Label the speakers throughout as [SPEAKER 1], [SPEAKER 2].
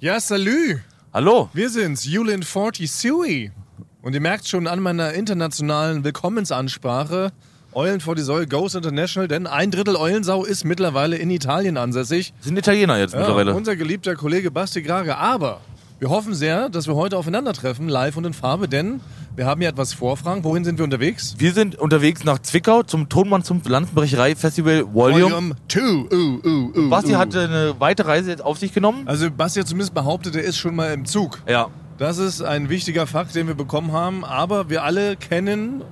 [SPEAKER 1] Ja, salü.
[SPEAKER 2] Hallo.
[SPEAKER 1] Wir sind's, Julin 40 Sui. Und ihr merkt schon an meiner internationalen Willkommensansprache, Eulen 40 Sui goes international, denn ein Drittel Eulensau ist mittlerweile in Italien ansässig.
[SPEAKER 2] Sind Italiener jetzt
[SPEAKER 1] Ja,
[SPEAKER 2] mittlerweile.
[SPEAKER 1] unser geliebter Kollege Basti Grage. Aber wir hoffen sehr, dass wir heute aufeinandertreffen, live und in Farbe, denn wir haben ja etwas vor, Frank. Wohin sind wir unterwegs?
[SPEAKER 2] Wir sind unterwegs nach Zwickau zum Tonmann zum Landenbrecherei Festival Volume.
[SPEAKER 1] 2. Uh, uh, uh,
[SPEAKER 2] Basti
[SPEAKER 1] uh.
[SPEAKER 2] hatte eine weite Reise jetzt auf sich genommen.
[SPEAKER 1] Also Basti hat zumindest behauptet, er ist schon mal im Zug.
[SPEAKER 2] Ja.
[SPEAKER 1] Das ist ein wichtiger Fakt, den wir bekommen haben. Aber wir alle kennen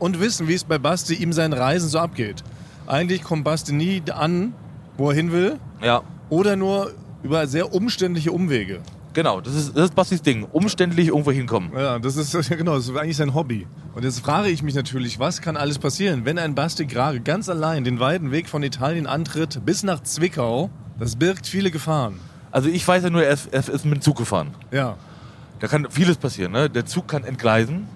[SPEAKER 1] und wissen, wie es bei Basti ihm seinen Reisen so abgeht. Eigentlich kommt Basti nie an, wo er hin will.
[SPEAKER 2] Ja.
[SPEAKER 1] Oder nur über sehr umständliche Umwege.
[SPEAKER 2] Genau, das ist, das ist Bastis Ding. Umständlich irgendwo hinkommen.
[SPEAKER 1] Ja, das ist genau, das ist eigentlich sein Hobby. Und jetzt frage ich mich natürlich, was kann alles passieren, wenn ein Basti Grage ganz allein den weiten Weg von Italien antritt bis nach Zwickau? Das birgt viele Gefahren.
[SPEAKER 2] Also ich weiß ja nur, er ist, er ist mit dem Zug gefahren.
[SPEAKER 1] Ja.
[SPEAKER 2] Da kann vieles passieren, ne? Der Zug kann entgleisen.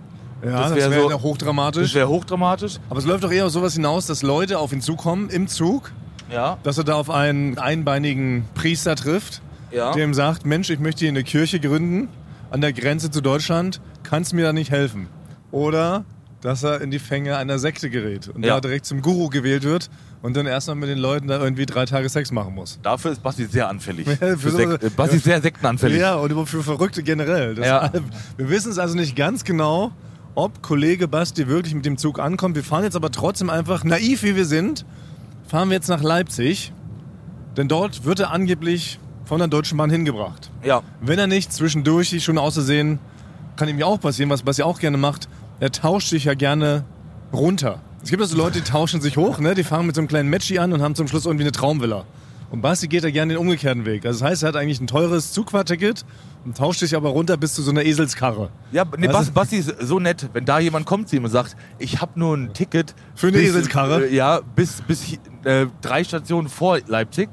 [SPEAKER 1] Ja, das
[SPEAKER 2] wär
[SPEAKER 1] wäre
[SPEAKER 2] so-
[SPEAKER 1] ja
[SPEAKER 2] Das
[SPEAKER 1] hochdramatisch.
[SPEAKER 2] wäre hochdramatisch.
[SPEAKER 1] Aber es läuft doch eher auf sowas hinaus, dass Leute auf ihn zukommen im Zug,
[SPEAKER 2] Ja.
[SPEAKER 1] dass er da auf einen einbeinigen Priester trifft,
[SPEAKER 2] Ja.
[SPEAKER 1] der ihm sagt, Mensch, ich möchte hier eine Kirche gründen an der Grenze zu Deutschland, kannst mir da nicht helfen. Oder dass er in die Fänge einer Sekte gerät und
[SPEAKER 2] Ja.
[SPEAKER 1] da direkt zum Guru gewählt wird und dann erstmal mit den Leuten da irgendwie drei Tage Sex machen muss.
[SPEAKER 2] Dafür ist Basti sehr anfällig.
[SPEAKER 1] für
[SPEAKER 2] Für
[SPEAKER 1] so-
[SPEAKER 2] Sek äh, Basti ist sehr sektenanfällig.
[SPEAKER 1] Ja, und für Verrückte generell. Das
[SPEAKER 2] Ja.
[SPEAKER 1] Wir wissen es also nicht ganz genau, ob Kollege Basti wirklich mit dem Zug ankommt. Wir fahren jetzt aber trotzdem einfach, naiv wie wir sind, fahren wir jetzt nach Leipzig. Denn dort wird er angeblich von der Deutschen Bahn hingebracht.
[SPEAKER 2] ja.
[SPEAKER 1] Wenn er nicht zwischendurch, ich schon außersehen, kann ihm ja auch passieren, was Basti auch gerne macht, er tauscht sich ja gerne runter. Es gibt also Leute, die tauschen sich hoch, ne? die fangen mit so einem kleinen Matchy an und haben zum Schluss irgendwie eine Traumvilla. Und Basti geht da gerne den umgekehrten Weg. Also das heißt, er hat eigentlich ein teures Zugfahrticket und tauscht sich aber runter bis zu so einer Eselskarre.
[SPEAKER 2] Ja, nee,
[SPEAKER 1] Also-
[SPEAKER 2] Basti, Basti ist so nett, wenn da jemand kommt zu ihm und sagt, ich habe nur ein Ticket.
[SPEAKER 1] Für eine Eselskarre?
[SPEAKER 2] Äh, ja, bis, bis hi- äh, drei Stationen vor Leipzig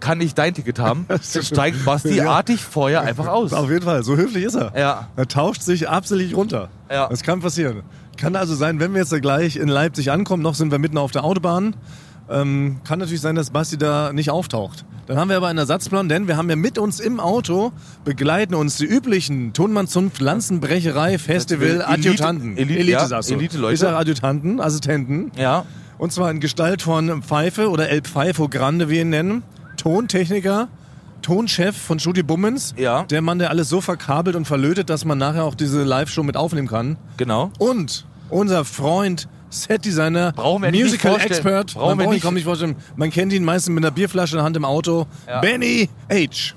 [SPEAKER 2] kann ich dein Ticket haben. Dann
[SPEAKER 1] stimmt.
[SPEAKER 2] steigt Basti
[SPEAKER 1] Ja.
[SPEAKER 2] artig vorher einfach aus.
[SPEAKER 1] Auf jeden Fall, so höflich ist er.
[SPEAKER 2] Ja.
[SPEAKER 1] Er tauscht sich absolut runter.
[SPEAKER 2] Ja.
[SPEAKER 1] Das kann passieren. Kann also sein, wenn wir jetzt da gleich in Leipzig ankommen, noch sind wir mitten auf der Autobahn, ähm, kann natürlich sein, dass Basti da nicht auftaucht. Dann haben wir aber einen Ersatzplan, denn wir haben ja mit uns im Auto begleiten uns die üblichen Tonmannszunft, Lanzenbrecherei, Festival,
[SPEAKER 2] Elite-
[SPEAKER 1] Adjutanten.
[SPEAKER 2] Elite- ja,
[SPEAKER 1] sagst du.
[SPEAKER 2] Elite-Leute.
[SPEAKER 1] Ich sage Adjutanten, Assistenten.
[SPEAKER 2] Ja,
[SPEAKER 1] Und zwar in Gestalt von Pfeife oder El Pfeifo Grande, wie wir ihn nennen. Tontechniker, Tonchef von Judy Bummens.
[SPEAKER 2] Ja.
[SPEAKER 1] Der Mann, der alles so verkabelt und verlötet, dass man nachher auch diese Live-Show mit aufnehmen kann.
[SPEAKER 2] genau.
[SPEAKER 1] Und unser Freund, Setdesigner,
[SPEAKER 2] Brauchen wir nicht
[SPEAKER 1] Musical
[SPEAKER 2] vorstellen.
[SPEAKER 1] Expert.
[SPEAKER 2] Brauchen
[SPEAKER 1] man
[SPEAKER 2] wir
[SPEAKER 1] braucht ihn
[SPEAKER 2] nicht.
[SPEAKER 1] kaum nicht vorstellen. Man kennt ihn meistens mit einer Bierflasche in der Hand im Auto.
[SPEAKER 2] Ja.
[SPEAKER 1] Benny H.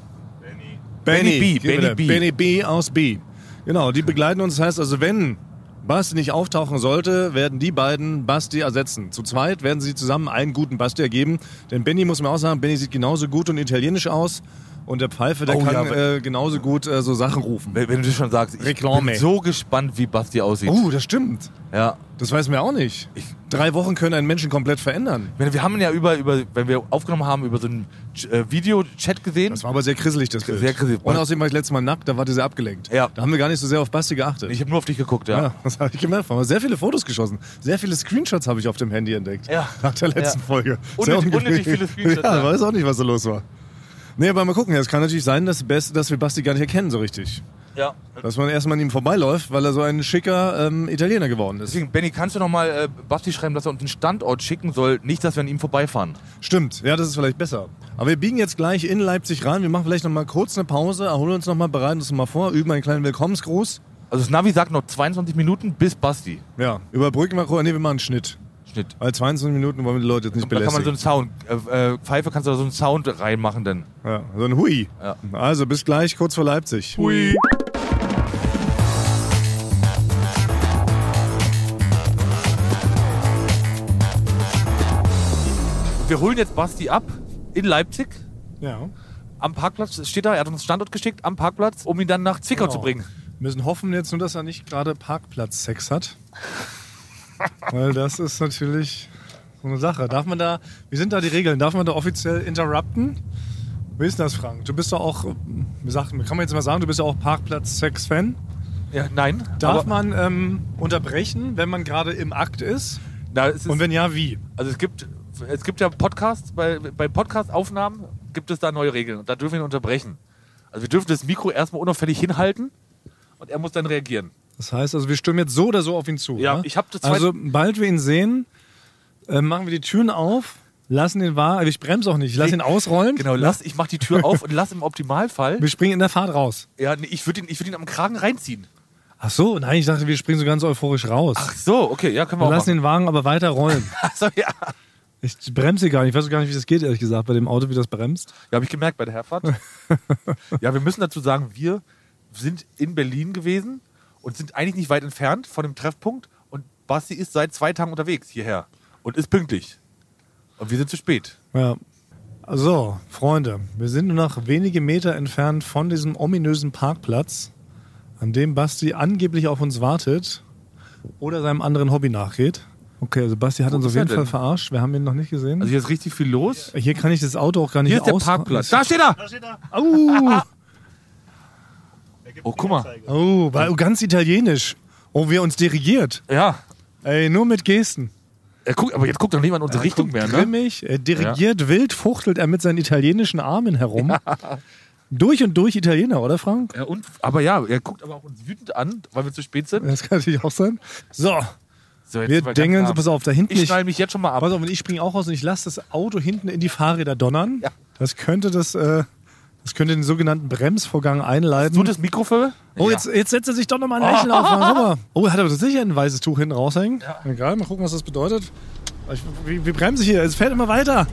[SPEAKER 2] Benny B,
[SPEAKER 1] Gib mir
[SPEAKER 2] Benny
[SPEAKER 1] das.
[SPEAKER 2] B.
[SPEAKER 1] Benny B aus B. Genau, die begleiten uns. Das heißt also, wenn Basti nicht auftauchen sollte, werden die beiden Basti ersetzen. Zu zweit werden sie zusammen einen guten Basti ergeben. Denn Benny muss man auch sagen, Benny sieht genauso gut und italienisch aus. Und der Pfeife, der
[SPEAKER 2] Oh
[SPEAKER 1] kann
[SPEAKER 2] ja.
[SPEAKER 1] äh, genauso gut äh, so Sachen rufen.
[SPEAKER 2] Wenn, wenn du schon sagst, ich
[SPEAKER 1] Reklame.
[SPEAKER 2] bin so gespannt, wie Basti aussieht.
[SPEAKER 1] Oh, das stimmt.
[SPEAKER 2] Ja.
[SPEAKER 1] Das weiß man ja auch nicht.
[SPEAKER 2] Ich-
[SPEAKER 1] Drei Wochen können einen Menschen komplett verändern.
[SPEAKER 2] Ich meine, Wir haben ihn ja über, über, wenn wir aufgenommen haben, über so einen äh, Videochat gesehen.
[SPEAKER 1] Das war aber sehr grisselig, das Bild.
[SPEAKER 2] Sehr grisselig.
[SPEAKER 1] Und außerdem war ich letztes Mal nackt, da war die sehr abgelenkt.
[SPEAKER 2] Ja.
[SPEAKER 1] Da haben wir gar nicht so sehr auf Basti geachtet.
[SPEAKER 2] Ich habe nur auf dich geguckt, ja.
[SPEAKER 1] Ja, das habe ich gemerkt. Aber sehr viele Fotos geschossen. Sehr viele Screenshots habe ich auf dem Handy entdeckt.
[SPEAKER 2] Ja.
[SPEAKER 1] Nach der letzten
[SPEAKER 2] Ja.
[SPEAKER 1] Folge.
[SPEAKER 2] Unnötig-
[SPEAKER 1] Sehr ungeschickt.
[SPEAKER 2] unnötig viele Screenshots,
[SPEAKER 1] Ja,
[SPEAKER 2] ja.
[SPEAKER 1] weiß auch nicht, was da los war. Nee, aber mal gucken. Es kann natürlich sein, dass, Best, dass wir Basti gar nicht erkennen so richtig.
[SPEAKER 2] ja.
[SPEAKER 1] Dass man erstmal an ihm vorbeiläuft, weil er so ein schicker ähm, Italiener geworden ist.
[SPEAKER 2] Deswegen, Benny, kannst du nochmal äh, Basti schreiben, dass er uns einen Standort schicken soll, nicht, dass wir an ihm vorbeifahren.
[SPEAKER 1] Stimmt, ja, das ist vielleicht besser. Aber wir biegen jetzt gleich in Leipzig rein. Wir machen vielleicht nochmal kurz eine Pause, erholen uns nochmal, bereiten uns nochmal vor, üben einen kleinen Willkommensgruß.
[SPEAKER 2] Also das Navi sagt noch 22 Minuten bis Basti.
[SPEAKER 1] Ja, überbrücken wir kurz. Nee, wir machen einen Schnitt.
[SPEAKER 2] Schnitt.
[SPEAKER 1] Weil 22 Minuten wollen wir die Leute jetzt nicht
[SPEAKER 2] Da kann
[SPEAKER 1] belästigen.
[SPEAKER 2] man so einen Sound, äh, äh, Pfeife kannst du da so einen Sound reinmachen denn.
[SPEAKER 1] Ja, so ein Hui.
[SPEAKER 2] Ja.
[SPEAKER 1] Also bis gleich, kurz vor Leipzig.
[SPEAKER 2] Hui. Wir holen jetzt Basti ab in Leipzig.
[SPEAKER 1] Ja.
[SPEAKER 2] Am Parkplatz steht er, er hat uns einen Standort geschickt, am Parkplatz, um ihn dann nach Zwickau
[SPEAKER 1] Genau.
[SPEAKER 2] zu bringen.
[SPEAKER 1] Müssen hoffen jetzt nur, dass er nicht gerade Parkplatz-Sex hat. Weil das ist natürlich so eine Sache. Darf man da, wie sind da die Regeln? Darf man da offiziell interrupten? Wie ist denn das, Frank? Du bist doch auch, wir sagten, kann man jetzt mal sagen, du bist ja auch Parkplatz-Sex-Fan.
[SPEAKER 2] Ja, nein.
[SPEAKER 1] Darf
[SPEAKER 2] aber-
[SPEAKER 1] man ähm, unterbrechen, wenn man gerade im Akt ist?
[SPEAKER 2] Na, es ist,
[SPEAKER 1] Und wenn ja, wie?
[SPEAKER 2] Also es gibt, es gibt ja Podcasts, bei, bei Podcast-Aufnahmen gibt es da neue Regeln und da dürfen wir ihn unterbrechen. Also wir dürfen das Mikro erstmal unauffällig hinhalten und er muss dann reagieren.
[SPEAKER 1] Das heißt also, wir stürmen jetzt so oder so auf ihn zu.
[SPEAKER 2] Ja,
[SPEAKER 1] ne?
[SPEAKER 2] ich hab das zweite-
[SPEAKER 1] Also, bald wir ihn sehen, äh, machen wir die Türen auf, lassen ihn wahr. Ich bremse auch nicht, ich lasse ihn ausrollen.
[SPEAKER 2] Genau, lass, ich mach die Tür auf und lass im Optimalfall.
[SPEAKER 1] Wir springen in der Fahrt raus.
[SPEAKER 2] Ja, nee, ich würde ihn, ich würd ihn am Kragen reinziehen.
[SPEAKER 1] Ach so, nein, ich dachte, wir springen so ganz euphorisch raus.
[SPEAKER 2] Ach so, okay, ja, können wir,
[SPEAKER 1] wir
[SPEAKER 2] auch
[SPEAKER 1] lassen
[SPEAKER 2] machen.
[SPEAKER 1] den Wagen aber weiter rollen.
[SPEAKER 2] Ach so, ja.
[SPEAKER 1] Ich bremse gar nicht. Ich weiß gar nicht, wie das geht, ehrlich gesagt, bei dem Auto, wie das bremst.
[SPEAKER 2] Ja, habe ich gemerkt bei der Herfahrt. ja, wir müssen dazu sagen, wir sind in Berlin gewesen und sind eigentlich nicht weit entfernt von dem Treffpunkt. Und Basti ist seit zwei Tagen unterwegs hierher und ist pünktlich. Und wir sind zu spät.
[SPEAKER 1] Ja. So, Freunde, wir sind nur noch wenige Meter entfernt von diesem ominösen Parkplatz, an dem Basti angeblich auf uns wartet oder seinem anderen Hobby nachgeht. Okay, also Basti hat
[SPEAKER 2] Wo
[SPEAKER 1] uns auf
[SPEAKER 2] ist er
[SPEAKER 1] jeden
[SPEAKER 2] denn?
[SPEAKER 1] Fall verarscht. Wir haben ihn noch nicht gesehen.
[SPEAKER 2] Also hier ist richtig viel los.
[SPEAKER 1] hier kann ich das Auto auch gar nicht
[SPEAKER 2] Hier ist der
[SPEAKER 1] aus-
[SPEAKER 2] Parkplatz. Da steht er!
[SPEAKER 1] Au!
[SPEAKER 2] Oh, guck mal.
[SPEAKER 1] Oh, war ganz italienisch. Oh, wir uns dirigiert.
[SPEAKER 2] Ja.
[SPEAKER 1] Ey, nur mit Gesten.
[SPEAKER 2] Er guckt, aber jetzt guckt doch niemand in unsere Richtung mehr, ne?
[SPEAKER 1] Grimmig, äh, dirigiert, wild fuchtelt er mit seinen italienischen Armen herum. Durch und durch Italiener, oder Frank?
[SPEAKER 2] Ja, und, aber ja, er guckt aber auch uns wütend an, weil wir zu spät sind.
[SPEAKER 1] Das kann natürlich auch sein. So,
[SPEAKER 2] So, jetzt
[SPEAKER 1] wir
[SPEAKER 2] sind ganz
[SPEAKER 1] denken, so,
[SPEAKER 2] arm.
[SPEAKER 1] pass auf, da hinten.
[SPEAKER 2] Ich
[SPEAKER 1] Ich,
[SPEAKER 2] schneide mich jetzt schon mal ab.
[SPEAKER 1] pass auf, und ich springe auch raus und ich lasse das Auto hinten in die Fahrräder donnern.
[SPEAKER 2] Ja.
[SPEAKER 1] Das könnte das, äh, das könnte den sogenannten Bremsvorgang einleiten.
[SPEAKER 2] So das Mikro für?
[SPEAKER 1] Oh,
[SPEAKER 2] Ja.
[SPEAKER 1] jetzt, jetzt setzt er sich doch nochmal ein Lächeln auf. Mal rüber. Oh, er hat aber tatsächlich ein weißes Tuch hinten raushängen. Egal, mal gucken, was das bedeutet. Ich, wir, wir bremsen hier, es fährt immer weiter.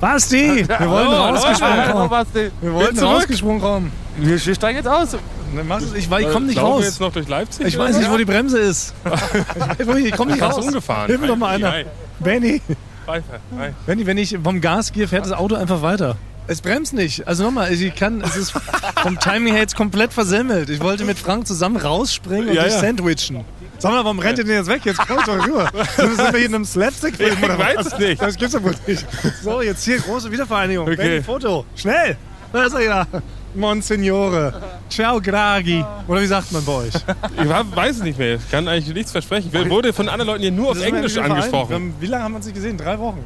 [SPEAKER 1] Basti, wir wollen
[SPEAKER 2] Hallo,
[SPEAKER 1] rausgesprungen
[SPEAKER 2] hallo,
[SPEAKER 1] kommen.
[SPEAKER 2] Basti.
[SPEAKER 1] Wir wollten
[SPEAKER 2] zurück.
[SPEAKER 1] rausgesprungen kommen.
[SPEAKER 2] Wir wir steigen jetzt aus. Äh,
[SPEAKER 1] Dann machst du- Ich, weil ich komme nicht
[SPEAKER 3] Laufen wir
[SPEAKER 1] raus.
[SPEAKER 3] jetzt noch durch Leipzig?
[SPEAKER 1] Ich weiß nicht, wo die Bremse ist. Ich, weiß nicht, ich komme nicht
[SPEAKER 3] Krass
[SPEAKER 1] raus.
[SPEAKER 3] umgefahren.
[SPEAKER 1] Hilf mir doch mal einer.
[SPEAKER 3] Ei, ei,
[SPEAKER 1] Benny.
[SPEAKER 3] ei, ei.
[SPEAKER 1] Wenn, wenn ich vom Gas gehe, fährt das Auto einfach weiter. Es bremst nicht. Also nochmal, ich kann, es ist vom Timing her jetzt komplett versemmelt. Ich wollte mit Frank zusammen rausspringen und
[SPEAKER 3] Ja,
[SPEAKER 1] dich
[SPEAKER 3] ja.
[SPEAKER 1] sandwichen. Sag mal, warum rennt ihr denn jetzt weg? Jetzt kommt doch rüber. Sind wir hier in einem Slapstick-Film oder
[SPEAKER 3] Ich weiß
[SPEAKER 1] was?
[SPEAKER 3] es nicht.
[SPEAKER 1] Das gibt's doch wohl nicht. So, jetzt hier große Wiedervereinigung. Okay.
[SPEAKER 3] Okay.
[SPEAKER 1] Benny, Foto. Schnell. Da ist er ja. Monsignore. Ciao, Gragi. Oder wie sagt man bei euch?
[SPEAKER 3] Ich hab- weiß es nicht mehr. Ich kann eigentlich nichts versprechen. Ich wurde von anderen Leuten hier nur auf
[SPEAKER 1] Das ist
[SPEAKER 3] Englisch
[SPEAKER 1] ein Verein. Wir
[SPEAKER 3] angesprochen.
[SPEAKER 1] haben- Wie lange haben wir uns nicht gesehen? Drei Wochen.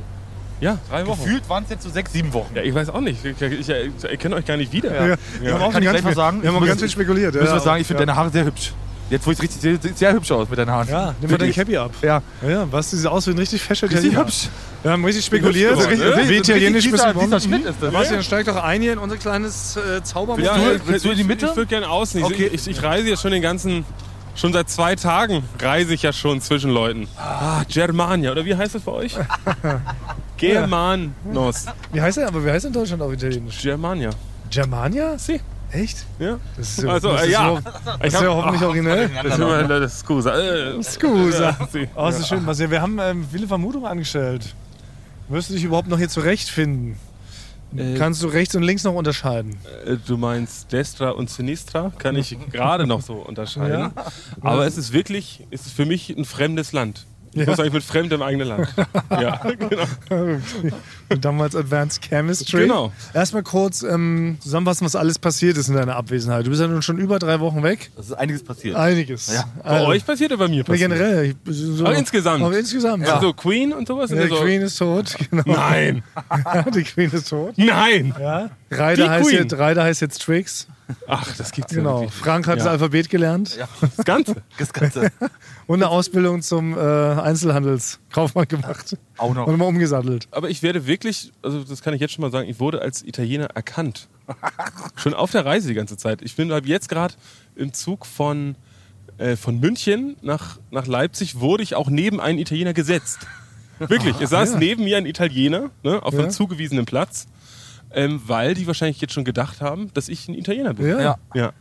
[SPEAKER 3] Ja, drei Wochen.
[SPEAKER 2] Gefühlt waren es jetzt so sechs, sieben Wochen.
[SPEAKER 3] Ja, ich weiß auch nicht. Ich, ich, ich erkenne euch gar nicht wieder.
[SPEAKER 1] Ja. Wir haben auch
[SPEAKER 2] Kann
[SPEAKER 1] ganz
[SPEAKER 2] ich gleich was
[SPEAKER 1] viel-
[SPEAKER 2] sagen?
[SPEAKER 1] Wir haben
[SPEAKER 2] Ich
[SPEAKER 1] auch
[SPEAKER 2] muss-
[SPEAKER 1] ganz viel spekuliert.
[SPEAKER 2] Ich muss
[SPEAKER 1] ja.
[SPEAKER 2] was sagen, ich finde
[SPEAKER 1] Ja.
[SPEAKER 2] deine Haare sehr hübsch. Jetzt, wo ich es richtig sehe, sieht sehr hübsch aus mit deinen Haaren.
[SPEAKER 1] Ja, nimm mal dein
[SPEAKER 2] Wirklich.
[SPEAKER 1] Cappy ab.
[SPEAKER 2] Ja,
[SPEAKER 1] Ja, Ja, Basti sieht aus wie ein richtig fescher
[SPEAKER 2] richtig
[SPEAKER 1] Italiener.
[SPEAKER 2] hübsch.
[SPEAKER 1] Wir haben richtig spekuliert.
[SPEAKER 3] Hübsch geworden,
[SPEAKER 1] Wie
[SPEAKER 2] ne?
[SPEAKER 1] italienisch bisschen
[SPEAKER 2] Richtig dieser- dieser
[SPEAKER 1] Bomben.
[SPEAKER 2] Schnitt ist das.
[SPEAKER 1] Basti, dann steig doch ein hier in unser kleines äh, Zaubermodell.
[SPEAKER 3] Ja,
[SPEAKER 2] du-
[SPEAKER 3] ich-
[SPEAKER 2] willst du in die
[SPEAKER 3] ich-
[SPEAKER 2] Mitte?
[SPEAKER 3] Ich würde gerne außen. Ich,
[SPEAKER 2] Okay.
[SPEAKER 3] ich, ich reise jetzt schon den ganzen. Schon seit zwei Tagen reise ich ja schon zwischen Leuten. Ah, Germania. Oder wie heißt das bei euch? Germanos.
[SPEAKER 1] Wie heißt er? Aber wie heißt er in Deutschland auf Italienisch?
[SPEAKER 3] Germania.
[SPEAKER 1] Germania?
[SPEAKER 3] Sie.
[SPEAKER 1] Echt?
[SPEAKER 3] Ja.
[SPEAKER 1] Das ist
[SPEAKER 3] Also,
[SPEAKER 1] das
[SPEAKER 3] äh,
[SPEAKER 1] ist
[SPEAKER 3] ja.
[SPEAKER 1] so-
[SPEAKER 3] Ich
[SPEAKER 1] Das ist ja
[SPEAKER 3] hab,
[SPEAKER 1] hoffentlich originell.
[SPEAKER 3] das ist immer das Scusa. Äh,
[SPEAKER 1] Scusa.
[SPEAKER 3] Sie.
[SPEAKER 1] Oh, das ist schön, Basti. Wir haben ähm, viele Vermutungen angestellt. Wirst du dich überhaupt noch hier zurechtfinden?
[SPEAKER 3] Äh,
[SPEAKER 1] Kannst du rechts und links noch unterscheiden?
[SPEAKER 3] Äh, Du meinst Destra und Sinistra, kann ich gerade noch so unterscheiden.
[SPEAKER 1] Ja.
[SPEAKER 3] Aber es ist wirklich, es ist für mich ein fremdes Land. Ich
[SPEAKER 1] Ja.
[SPEAKER 3] muss eigentlich mit fremdem eigenen Land. ja, genau.
[SPEAKER 1] Damals Advanced Chemistry.
[SPEAKER 3] Genau.
[SPEAKER 1] Erstmal kurz ähm, zusammenfassen, was alles passiert ist in deiner Abwesenheit. Du bist ja nun schon über drei Wochen weg.
[SPEAKER 2] Das ist einiges passiert.
[SPEAKER 1] Einiges.
[SPEAKER 2] Ja.
[SPEAKER 3] Bei euch passiert oder bei mir
[SPEAKER 1] Ja,
[SPEAKER 3] passiert?
[SPEAKER 1] generell. ich- So,
[SPEAKER 3] Aber insgesamt?
[SPEAKER 1] Aber insgesamt. Ja.
[SPEAKER 3] Also Queen und sowas? sind
[SPEAKER 1] Die
[SPEAKER 3] ja so,
[SPEAKER 1] Queen ist tot. Genau.
[SPEAKER 3] Nein,
[SPEAKER 1] Ja, die Queen ist tot.
[SPEAKER 3] nein!
[SPEAKER 1] Ja. Reiter,
[SPEAKER 3] Die
[SPEAKER 1] heißt
[SPEAKER 3] Queen.
[SPEAKER 1] jetzt, Reiter heißt jetzt Trix.
[SPEAKER 3] Ach, das gibt's ja
[SPEAKER 1] Genau.
[SPEAKER 3] wirklich.
[SPEAKER 1] Frank hat
[SPEAKER 3] Ja.
[SPEAKER 1] das Alphabet gelernt
[SPEAKER 2] Ja,
[SPEAKER 3] Das Ganze.
[SPEAKER 2] das Ganze.
[SPEAKER 1] und eine Ausbildung zum äh, Einzelhandelskaufmann gemacht.
[SPEAKER 2] Auch noch.
[SPEAKER 1] Und mal umgesattelt.
[SPEAKER 3] Aber ich werde wirklich, also das kann ich jetzt schon mal sagen, ich wurde als Italiener erkannt. schon auf der Reise die ganze Zeit. Ich bin hab jetzt gerade im Zug von, äh, von München nach, nach Leipzig, wurde ich auch neben einen Italiener gesetzt. Wirklich, es saß neben mir ein Italiener ne, auf
[SPEAKER 1] Ah, Ja.
[SPEAKER 3] einem zugewiesenen Platz, ähm, weil die wahrscheinlich jetzt schon gedacht haben, dass ich ein Italiener bin.
[SPEAKER 1] Ja.
[SPEAKER 2] Ja.
[SPEAKER 3] Ja.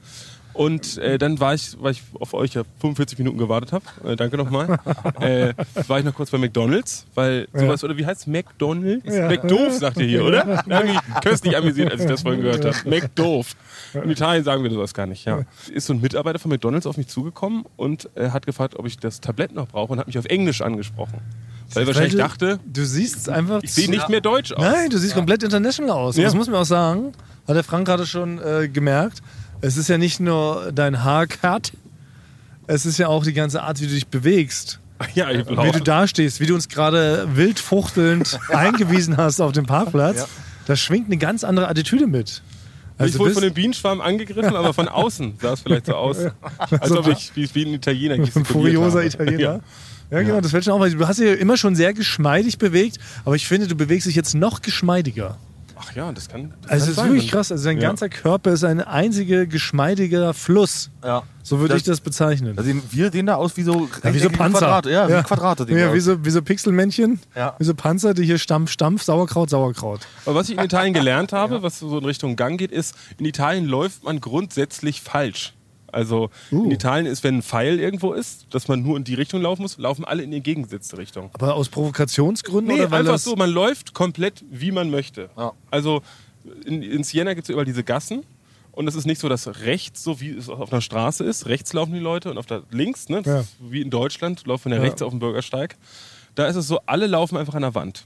[SPEAKER 3] Und äh, dann war ich, weil ich auf euch ja 45 Minuten gewartet habe, äh, danke nochmal, äh, war ich noch kurz bei McDonalds, weil sowas, oder wie heißt McDonalds?
[SPEAKER 1] Ja.
[SPEAKER 3] McDoof sagt ihr hier, oder? Da habe ich mich köstlich amüsiert, als ich das vorhin gehört habe. McDoof. In Italien sagen wir sowas gar nicht, ja. Ist so ein Mitarbeiter von McDonalds auf mich zugekommen und äh, hat gefragt, ob ich das Tablett noch brauche und hat mich auf Englisch angesprochen. Weil er wahrscheinlich
[SPEAKER 1] Weil
[SPEAKER 3] dachte,
[SPEAKER 1] Du, du siehst einfach.
[SPEAKER 3] ich sehe nicht mehr deutsch aus.
[SPEAKER 1] Nein, du siehst komplett international aus.
[SPEAKER 3] Ja.
[SPEAKER 1] Das muss man auch sagen. Hat der Frank gerade schon äh, gemerkt. Es ist ja nicht nur dein Haarcut, es ist ja auch die ganze Art, wie du dich bewegst.
[SPEAKER 3] Ja, ich bin
[SPEAKER 1] Wie
[SPEAKER 3] auch.
[SPEAKER 1] du dastehst, wie du uns gerade wild fuchtelnd eingewiesen hast auf dem Parkplatz,
[SPEAKER 2] Ja.
[SPEAKER 1] da schwingt eine ganz andere Attitüde mit.
[SPEAKER 3] Also ich wurde
[SPEAKER 1] bist-
[SPEAKER 3] von dem Bienenschwarm angegriffen, aber von außen sah es vielleicht so aus, als ob ich wie, wie ein Italiener
[SPEAKER 1] Ein
[SPEAKER 3] gestikuliert
[SPEAKER 1] furioser
[SPEAKER 3] habe.
[SPEAKER 1] Italiener. Ja, genau, das fällt schon auf. weil Du hast dich ja immer schon sehr geschmeidig bewegt, aber ich finde, du bewegst dich jetzt noch geschmeidiger.
[SPEAKER 3] Ach ja, das kann.
[SPEAKER 1] Also
[SPEAKER 3] Das kann
[SPEAKER 1] es ist
[SPEAKER 3] sein. ne?
[SPEAKER 1] wirklich krass. Also dein
[SPEAKER 3] Ja.
[SPEAKER 1] ganzer Körper ist ein einziger geschmeidiger Fluss.
[SPEAKER 2] Ja.
[SPEAKER 1] So würde
[SPEAKER 2] Das-
[SPEAKER 1] ich das bezeichnen.
[SPEAKER 2] Da sehen wir den da aus wie so,
[SPEAKER 1] Ja, wie so
[SPEAKER 2] rechteckige
[SPEAKER 1] Panzer.
[SPEAKER 2] Quadrate. Ja, wie Quadrate. sehen
[SPEAKER 1] ja,
[SPEAKER 2] wir
[SPEAKER 1] wie,
[SPEAKER 2] aus.
[SPEAKER 1] so, wie so Pixelmännchen,
[SPEAKER 2] Ja.
[SPEAKER 1] wie so Panzer, die hier Stampf, Stampf, Sauerkraut, Sauerkraut.
[SPEAKER 3] Aber was ich in Italien gelernt habe, was so in Richtung Gang geht, ist, in Italien läuft man grundsätzlich falsch. Also in
[SPEAKER 1] Uh.
[SPEAKER 3] Italien ist, wenn ein Pfeil irgendwo ist, dass man nur in die Richtung laufen muss, laufen alle in die entgegengesetzte Richtung.
[SPEAKER 1] Aber aus Provokationsgründen
[SPEAKER 3] Nee,
[SPEAKER 1] oder weil
[SPEAKER 3] einfach
[SPEAKER 1] das
[SPEAKER 3] so, man läuft komplett, wie man möchte.
[SPEAKER 2] Ja.
[SPEAKER 3] Also in, in Siena gibt es überall diese Gassen und es ist nicht so, dass rechts, so wie es auf einer Straße ist, rechts laufen die Leute und auf der links, ne, das
[SPEAKER 1] Ja.
[SPEAKER 3] ist wie in Deutschland, läuft man ja,
[SPEAKER 1] Ja.
[SPEAKER 3] rechts auf dem Bürgersteig. Da ist es so, alle laufen einfach an der Wand.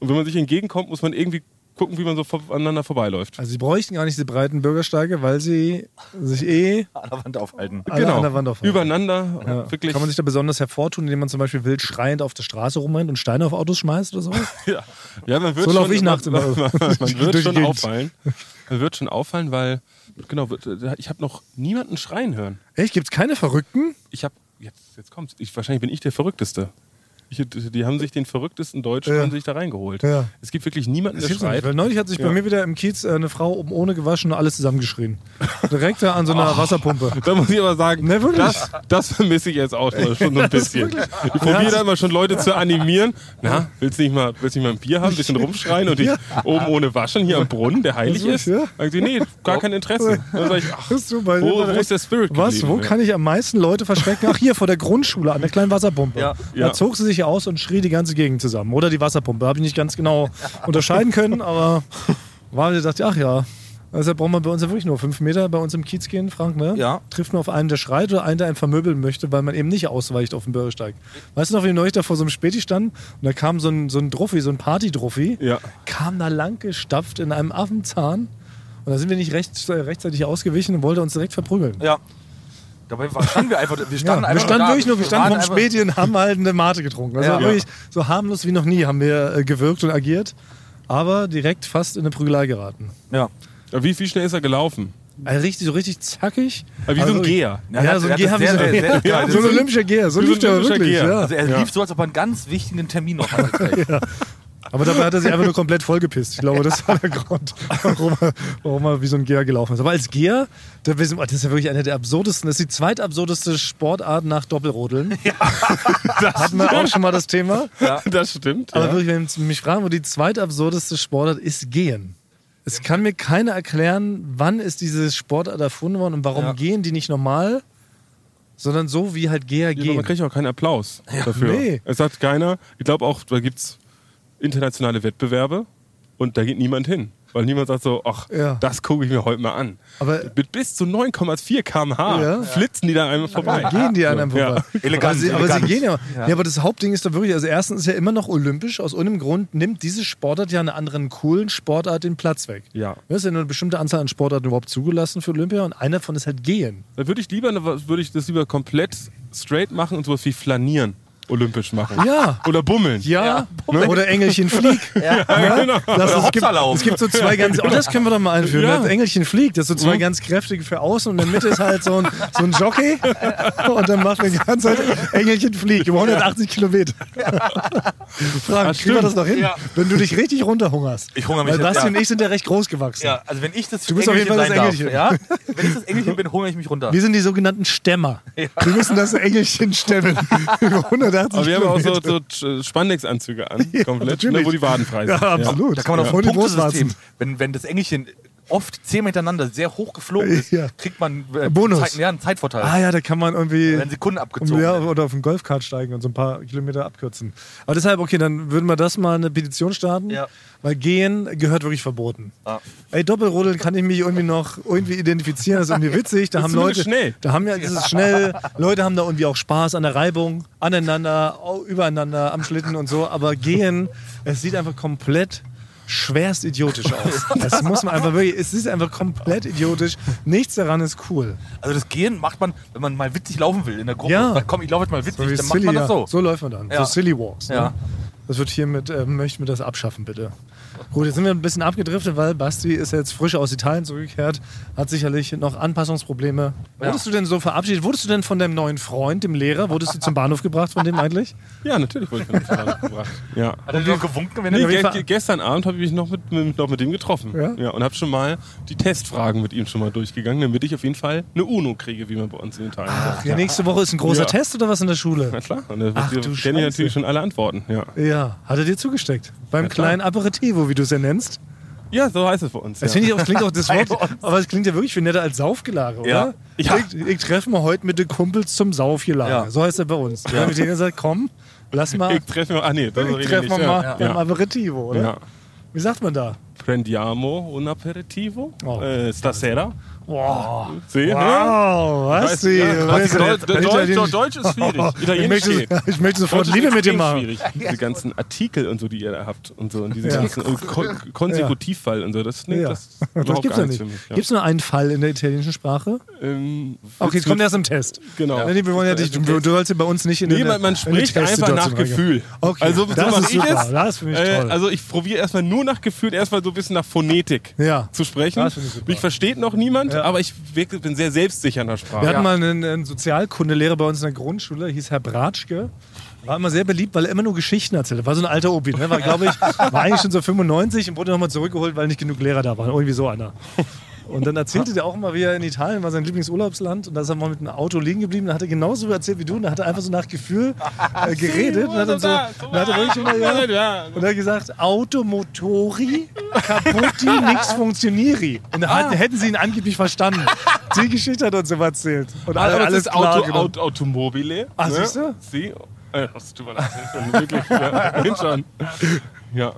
[SPEAKER 3] Und wenn man sich entgegenkommt, muss man irgendwie gucken, wie man so vor- aneinander vorbeiläuft.
[SPEAKER 1] Also sie bräuchten gar nicht diese breiten Bürgersteige, weil sie sich eh
[SPEAKER 2] An der Wand aufhalten.
[SPEAKER 1] alle an der Wand aufhalten.
[SPEAKER 3] Genau. Übereinander,
[SPEAKER 1] Ja.
[SPEAKER 3] wirklich.
[SPEAKER 1] Kann man sich da besonders hervortun, indem man zum Beispiel wild schreiend auf der Straße rumrennt und Steine auf Autos schmeißt oder so?
[SPEAKER 3] ja. ja, man wird
[SPEAKER 1] So lauf
[SPEAKER 3] schon,
[SPEAKER 1] ich nachts immer
[SPEAKER 3] man, man, man wird
[SPEAKER 1] durch die
[SPEAKER 3] schon
[SPEAKER 1] Gegend.
[SPEAKER 3] auffallen. Man wird schon auffallen, weil genau, wird- ich habe noch niemanden schreien hören.
[SPEAKER 1] Echt? Gibt's keine Verrückten?
[SPEAKER 3] Ich habe jetzt jetzt kommt's. Ich, wahrscheinlich bin ich der Verrückteste. Ich, die haben sich den verrücktesten Deutschen
[SPEAKER 1] Ja.
[SPEAKER 3] haben sich da reingeholt.
[SPEAKER 1] Ja.
[SPEAKER 3] Es gibt wirklich niemanden, der
[SPEAKER 1] gibt's doch
[SPEAKER 3] schreit.
[SPEAKER 1] Weil neulich hat sich
[SPEAKER 3] Ja.
[SPEAKER 1] bei mir wieder im Kiez äh, eine Frau oben ohne gewaschen und alles zusammengeschrien. Direkt da an so
[SPEAKER 3] Oh.
[SPEAKER 1] einer Wasserpumpe.
[SPEAKER 3] Da muss ich aber sagen,
[SPEAKER 1] Ne, wirklich?
[SPEAKER 3] das, das vermisse ich jetzt auch schon so ein bisschen. Ich probiere da immer schon Leute zu animieren. Na, willst du nicht mal, willst du nicht mal ein Bier haben, ein bisschen rumschreien und dich oben ohne waschen hier am Brunnen, der heilig
[SPEAKER 1] Ja.
[SPEAKER 3] ist? Sagen sie, nee, gar kein Interesse. Dann sag ich, ach,
[SPEAKER 1] Das ist so, weil-
[SPEAKER 3] wo, wo
[SPEAKER 1] direkt-
[SPEAKER 3] ist der Spirit
[SPEAKER 1] Was? Wo
[SPEAKER 3] geblieben?
[SPEAKER 1] kann ich am meisten Leute verschrecken? Ach, hier vor der Grundschule an der kleinen Wasserpumpe.
[SPEAKER 2] Ja.
[SPEAKER 3] Ja.
[SPEAKER 1] Da zog sie sich aus und schrie die ganze Gegend zusammen. Oder die Wasserpumpe. Habe ich nicht ganz genau unterscheiden können, aber war ich dachte, ach ja. Also braucht man bei uns ja wirklich nur fünf Meter bei uns im Kiez gehen, Frank, ne?
[SPEAKER 2] Ja.
[SPEAKER 1] Trifft man auf einen, der schreit oder einen, der einen vermöbeln möchte, weil man eben nicht ausweicht auf dem Bürgersteig. Weißt du noch, wie wir neulich da vor so einem Späti standen und da kam so ein, so ein Druffi, so ein Party-Druffi,
[SPEAKER 3] Ja.
[SPEAKER 1] kam da lang gestapft in einem Affenzahn und da sind wir nicht recht, rechtzeitig ausgewichen und wollte uns direkt verprügeln.
[SPEAKER 2] Ja. Dabei war- standen wir einfach. Wir standen
[SPEAKER 1] Ja,
[SPEAKER 2] einfach
[SPEAKER 1] wir standen
[SPEAKER 2] da.
[SPEAKER 1] wirklich nur, wir standen
[SPEAKER 2] waren
[SPEAKER 1] vom
[SPEAKER 2] einfach-
[SPEAKER 1] Späti und haben halt eine Mate getrunken. Also
[SPEAKER 2] Ja.
[SPEAKER 1] wirklich so harmlos wie noch nie haben wir äh, gewirkt und agiert, aber direkt fast in eine Prügelei geraten.
[SPEAKER 2] Ja.
[SPEAKER 3] Ja, Wie, wie schnell ist er gelaufen?
[SPEAKER 1] Also richtig, so richtig zackig.
[SPEAKER 3] Ja, Wie
[SPEAKER 1] Also
[SPEAKER 3] so ein
[SPEAKER 1] wirklich-
[SPEAKER 3] Geher.
[SPEAKER 1] Ja,
[SPEAKER 2] Ja,
[SPEAKER 1] so
[SPEAKER 2] der
[SPEAKER 1] ein
[SPEAKER 2] hat
[SPEAKER 1] Geher
[SPEAKER 2] das
[SPEAKER 1] haben
[SPEAKER 2] sehr,
[SPEAKER 1] sie
[SPEAKER 2] sehr, sehr geil.
[SPEAKER 1] so ein olympischer Geher, so
[SPEAKER 3] Wie so ein
[SPEAKER 1] lief der
[SPEAKER 3] olympischer
[SPEAKER 1] wirklich.
[SPEAKER 3] Geher.
[SPEAKER 1] Ja.
[SPEAKER 2] Also er
[SPEAKER 3] Ja.
[SPEAKER 2] lief so, als ob er einen ganz wichtigen Termin noch hatte.
[SPEAKER 1] Aber dabei hat er sich einfach nur komplett vollgepisst. Ich glaube, das war der Grund, warum er, warum er wie so ein Geher gelaufen ist. Aber als Geher, da wissen wir- oh, das ist ja wirklich eine der absurdesten, das ist die zweitabsurdeste Sportart nach Doppelrodeln. Hatten wir auch schon mal das Thema.
[SPEAKER 3] Das stimmt.
[SPEAKER 1] Aber
[SPEAKER 3] ja.
[SPEAKER 1] wirklich, wenn Sie mich fragen, wo die zweitabsurdeste Sportart ist, gehen. Es kann mir keiner erklären, wann ist diese Sportart erfunden worden und warum
[SPEAKER 2] Ja.
[SPEAKER 1] gehen die nicht normal, sondern so wie halt Geher
[SPEAKER 3] Ja, aber
[SPEAKER 1] gehen.
[SPEAKER 3] Man kriegt auch keinen Applaus dafür.
[SPEAKER 1] nee.
[SPEAKER 3] Es sagt keiner. Ich glaube auch, da gibt es internationale Wettbewerbe und da geht niemand hin. Weil niemand sagt so, ach,
[SPEAKER 1] Ja.
[SPEAKER 3] das gucke ich mir heute mal an.
[SPEAKER 1] Aber-
[SPEAKER 3] Mit bis zu 9,4 km/h
[SPEAKER 1] Ja.
[SPEAKER 3] flitzen die da einmal vorbei.
[SPEAKER 1] Gehen die an einem
[SPEAKER 3] Ja.
[SPEAKER 1] vorbei.
[SPEAKER 2] Elegant,
[SPEAKER 1] aber sie, aber sie
[SPEAKER 2] elegant.
[SPEAKER 1] gehen ja.
[SPEAKER 2] Ja.
[SPEAKER 1] ja. aber das Hauptding ist doch wirklich, also erstens ist ja immer noch olympisch. Aus irgendeinem Grund nimmt diese Sportart ja einer anderen coolen Sportart den Platz weg.
[SPEAKER 3] Ja.
[SPEAKER 1] Es ist ja nur eine bestimmte Anzahl an Sportarten überhaupt zugelassen für Olympia und einer davon ist halt Gehen.
[SPEAKER 3] Da würde ich lieber würde ich das lieber komplett straight machen und sowas wie flanieren olympisch machen.
[SPEAKER 1] Ja.
[SPEAKER 3] Oder bummeln.
[SPEAKER 1] Ja, oder Engelchen flieg. Ja.
[SPEAKER 3] genau.
[SPEAKER 1] Das, es, gibt,
[SPEAKER 2] Hopsalauf.
[SPEAKER 1] es gibt so zwei ganz. Oh, das können wir doch mal einführen.
[SPEAKER 3] Ja.
[SPEAKER 1] Das Engelchen fliegt. Das sind so zwei
[SPEAKER 3] Mhm.
[SPEAKER 1] ganz kräftige für außen und in der Mitte ist halt so ein, so ein Jockey. Und dann macht er die ganze Zeit Engelchen fliegt über 180 Kilometer. Frank, kriegen wir
[SPEAKER 3] stimmt.
[SPEAKER 1] das noch hin?
[SPEAKER 2] Ja.
[SPEAKER 1] Wenn du dich richtig runterhungerst.
[SPEAKER 2] Ich hungere mich
[SPEAKER 1] Weil
[SPEAKER 2] jetzt,
[SPEAKER 1] Basti
[SPEAKER 2] ja.
[SPEAKER 1] und ich sind ja recht groß gewachsen.
[SPEAKER 2] Ja, also wenn ich das
[SPEAKER 1] Du bist auf jeden Fall das
[SPEAKER 2] sein Darf, ja? Wenn ich das Engelchen bin, hungere ich mich runter.
[SPEAKER 1] Wir sind die sogenannten Stämmer. Wir müssen das Engelchen stemmen. Über 180
[SPEAKER 3] Aber wir haben auch
[SPEAKER 1] Kilometer.
[SPEAKER 3] so, so Sch- Spandex-Anzüge an, komplett,
[SPEAKER 1] natürlich.
[SPEAKER 3] ne, wo die Waden frei
[SPEAKER 1] ja,
[SPEAKER 3] sind.
[SPEAKER 1] absolut.
[SPEAKER 2] Da kann man
[SPEAKER 1] ja.
[SPEAKER 2] auf ein
[SPEAKER 1] Und die
[SPEAKER 2] Punktesystem,
[SPEAKER 1] Brustwarzen.
[SPEAKER 2] wenn, wenn das Engelchen oft zehnmal hintereinander sehr hoch geflogen ist,
[SPEAKER 1] Ja.
[SPEAKER 2] kriegt man äh,
[SPEAKER 1] Bonus.
[SPEAKER 2] Zeit, ja, einen Zeitvorteil.
[SPEAKER 1] Ah ja, da kann man irgendwie.
[SPEAKER 2] Werden Sekunden abgezogen.
[SPEAKER 1] Um, ja, oder auf den Golfkart steigen und so ein paar Kilometer abkürzen. Aber deshalb, okay, dann würden wir das mal eine Petition starten.
[SPEAKER 2] Ja.
[SPEAKER 1] Weil gehen gehört wirklich verboten.
[SPEAKER 2] Ah.
[SPEAKER 1] Ey, Doppelrodeln kann ich mich irgendwie noch irgendwie identifizieren. Das ist irgendwie witzig. Da haben
[SPEAKER 3] zumindest
[SPEAKER 1] Leute.
[SPEAKER 3] schnell.
[SPEAKER 1] Da haben ja, das ist schnell. Leute haben da irgendwie auch Spaß an der Reibung, aneinander, au- übereinander, am Schlitten und so. Aber gehen, es sieht einfach komplett schwerst idiotisch aus. Das muss man einfach wirklich, es ist einfach komplett idiotisch. Nichts daran ist cool.
[SPEAKER 2] Also das Gehen macht man, wenn man mal witzig laufen will in der Gruppe.
[SPEAKER 1] Ja.
[SPEAKER 2] Dann, komm, ich laufe jetzt mal witzig,
[SPEAKER 1] So wie
[SPEAKER 2] dann
[SPEAKER 1] silly,
[SPEAKER 2] macht man das
[SPEAKER 1] ja.
[SPEAKER 2] so.
[SPEAKER 1] So läuft man dann. So
[SPEAKER 2] Ja.
[SPEAKER 1] Silly Walks. Ne?
[SPEAKER 2] Ja.
[SPEAKER 1] Das wird hiermit, äh, möchten wir das abschaffen, bitte. Gut, jetzt sind wir ein bisschen abgedriftet, weil Basti ist jetzt frisch aus Italien zurückgekehrt, hat sicherlich noch Anpassungsprobleme.
[SPEAKER 2] Ja.
[SPEAKER 1] Wurdest du denn so verabschiedet? Wurdest du denn von deinem neuen Freund, dem Lehrer, wurdest du zum Bahnhof gebracht von dem eigentlich?
[SPEAKER 3] Ja, natürlich wurde ich von Fahrrad gebracht. Ja.
[SPEAKER 2] Hat er dir noch gewunken, wenn
[SPEAKER 3] Nee,
[SPEAKER 2] er
[SPEAKER 1] wir
[SPEAKER 3] ge
[SPEAKER 1] fahren-
[SPEAKER 3] ge gestern Abend habe ich mich noch mit, mit, noch mit dem getroffen.
[SPEAKER 1] Ja?
[SPEAKER 3] und habe schon mal die Testfragen mit ihm schon mal durchgegangen, damit ich auf jeden Fall eine UNO kriege, wie man bei uns in Italien sagt.
[SPEAKER 1] Ja, nächste Woche ist ein großer
[SPEAKER 3] Ja.
[SPEAKER 1] Test oder was in der Schule?
[SPEAKER 3] Na klar, und da
[SPEAKER 1] Ach,
[SPEAKER 3] kenne
[SPEAKER 1] du
[SPEAKER 3] ich
[SPEAKER 1] Scheiße.
[SPEAKER 3] natürlich schon alle Antworten. Ja,
[SPEAKER 1] Ja, hat er dir zugesteckt. Beim
[SPEAKER 3] Ja, klar.
[SPEAKER 1] kleinen Aperitivo, wie du es ja nennst.
[SPEAKER 3] ja so heißt es bei uns.
[SPEAKER 1] Das
[SPEAKER 3] ja.
[SPEAKER 1] finde ich auch, klingt auch das Wort, aber es klingt ja wirklich viel netter als Saufgelage, oder?
[SPEAKER 2] Ja.
[SPEAKER 3] Ja.
[SPEAKER 1] Ich, ich treffe mal heute mit den Kumpels zum Saufgelage.
[SPEAKER 2] Ja.
[SPEAKER 1] So heißt er bei uns. Ja. Mit denen er sagt, komm, lass mal,
[SPEAKER 3] Ich treffe mal. Ah, nee, das rede ich
[SPEAKER 1] treffen wir
[SPEAKER 3] nicht.
[SPEAKER 1] mal
[SPEAKER 3] ja.
[SPEAKER 1] beim
[SPEAKER 3] Ja.
[SPEAKER 1] Aperitivo, oder?
[SPEAKER 3] Ja.
[SPEAKER 1] Wie sagt man da?
[SPEAKER 3] Prendiamo un aperitivo.
[SPEAKER 1] Oh.
[SPEAKER 3] Äh, stasera. ne?
[SPEAKER 1] Wow,
[SPEAKER 3] Sehen,
[SPEAKER 1] wow was
[SPEAKER 3] Weiß-
[SPEAKER 1] sie.
[SPEAKER 3] ja,
[SPEAKER 1] was sie-
[SPEAKER 3] Deutsch,
[SPEAKER 1] Wenn ich da den-
[SPEAKER 3] Deutsch, Deutsch ist schwierig.
[SPEAKER 1] ich,
[SPEAKER 3] Italienisch
[SPEAKER 1] möchte,
[SPEAKER 3] geht.
[SPEAKER 1] ich möchte sofort
[SPEAKER 3] Deutsch ist
[SPEAKER 1] Liebe mit dir
[SPEAKER 3] extrem
[SPEAKER 1] machen.
[SPEAKER 3] Schwierig. Diese ganzen Artikel und so, die ihr da habt und so und diese
[SPEAKER 1] Ja.
[SPEAKER 3] ganzen und Kon Konsekutivfall und so, das, nee,
[SPEAKER 1] Ja.
[SPEAKER 3] das ist
[SPEAKER 1] Das
[SPEAKER 3] überhaupt
[SPEAKER 1] gibt's
[SPEAKER 3] gar
[SPEAKER 1] ja
[SPEAKER 3] nichts
[SPEAKER 1] nicht.
[SPEAKER 3] für mich. Ja.
[SPEAKER 1] Gibt's nur einen Fall in der italienischen Sprache?
[SPEAKER 3] Ähm,
[SPEAKER 1] Okay, jetzt kommt erst im Test.
[SPEAKER 3] Genau.
[SPEAKER 1] Nee, nee, wir wollen ja dich, du, du sollst ja bei uns nicht in
[SPEAKER 3] Nee,
[SPEAKER 1] eine-
[SPEAKER 3] man, man
[SPEAKER 1] in eine
[SPEAKER 3] spricht einfach
[SPEAKER 1] Testsituation
[SPEAKER 3] nach
[SPEAKER 1] reingehen.
[SPEAKER 3] Gefühl.
[SPEAKER 1] Okay,
[SPEAKER 3] also, so
[SPEAKER 1] das
[SPEAKER 3] mach
[SPEAKER 1] ist
[SPEAKER 3] ich
[SPEAKER 1] super.
[SPEAKER 3] es.
[SPEAKER 1] Das ist für mich
[SPEAKER 3] Äh,
[SPEAKER 1] toll.
[SPEAKER 3] also ich probiere erstmal nur nach Gefühl, erstmal so ein bisschen nach Phonetik
[SPEAKER 1] Ja.
[SPEAKER 3] zu sprechen.
[SPEAKER 1] Das finde ich super.
[SPEAKER 3] Mich versteht noch niemand, aber ich wirklich bin sehr selbstsicher in der Sprache.
[SPEAKER 1] Wir hatten mal
[SPEAKER 2] Ja.
[SPEAKER 1] einen, einen Sozialkundelehrer bei uns in der Grundschule, hieß Herr Bratschke. War immer sehr beliebt, weil er immer nur Geschichten erzählt. War so ein alter Opi, ne? War, glaube ich, war eigentlich schon so 95 und wurde nochmal zurückgeholt, weil nicht genug Lehrer da waren. Irgendwie so einer. Und dann erzählte der auch immer, wie er in Italien war, sein Lieblingsurlaubsland. Und da ist er mal mit einem Auto liegen geblieben. Da hat er genauso erzählt wie du. Und da hat er einfach so nach Gefühl äh, geredet. Und hat dann so, und hat er wirklich immer, ja,
[SPEAKER 3] Ja.
[SPEAKER 1] und er hat gesagt, Automotori, kaputti, nix funktionieri. Und da hatten- hätten sie ihn angeblich verstanden. Die Geschichte hat uns immer erzählt. Und alle,
[SPEAKER 3] Aber
[SPEAKER 1] alles
[SPEAKER 3] das ist
[SPEAKER 1] klar genau.
[SPEAKER 3] Auto,
[SPEAKER 1] genommen.
[SPEAKER 3] Aut Automobile.
[SPEAKER 1] Ah, siehst du?
[SPEAKER 3] Ne? Sie? Äh, das tut mir leid. Wirklich, ja, bin schon. Ja.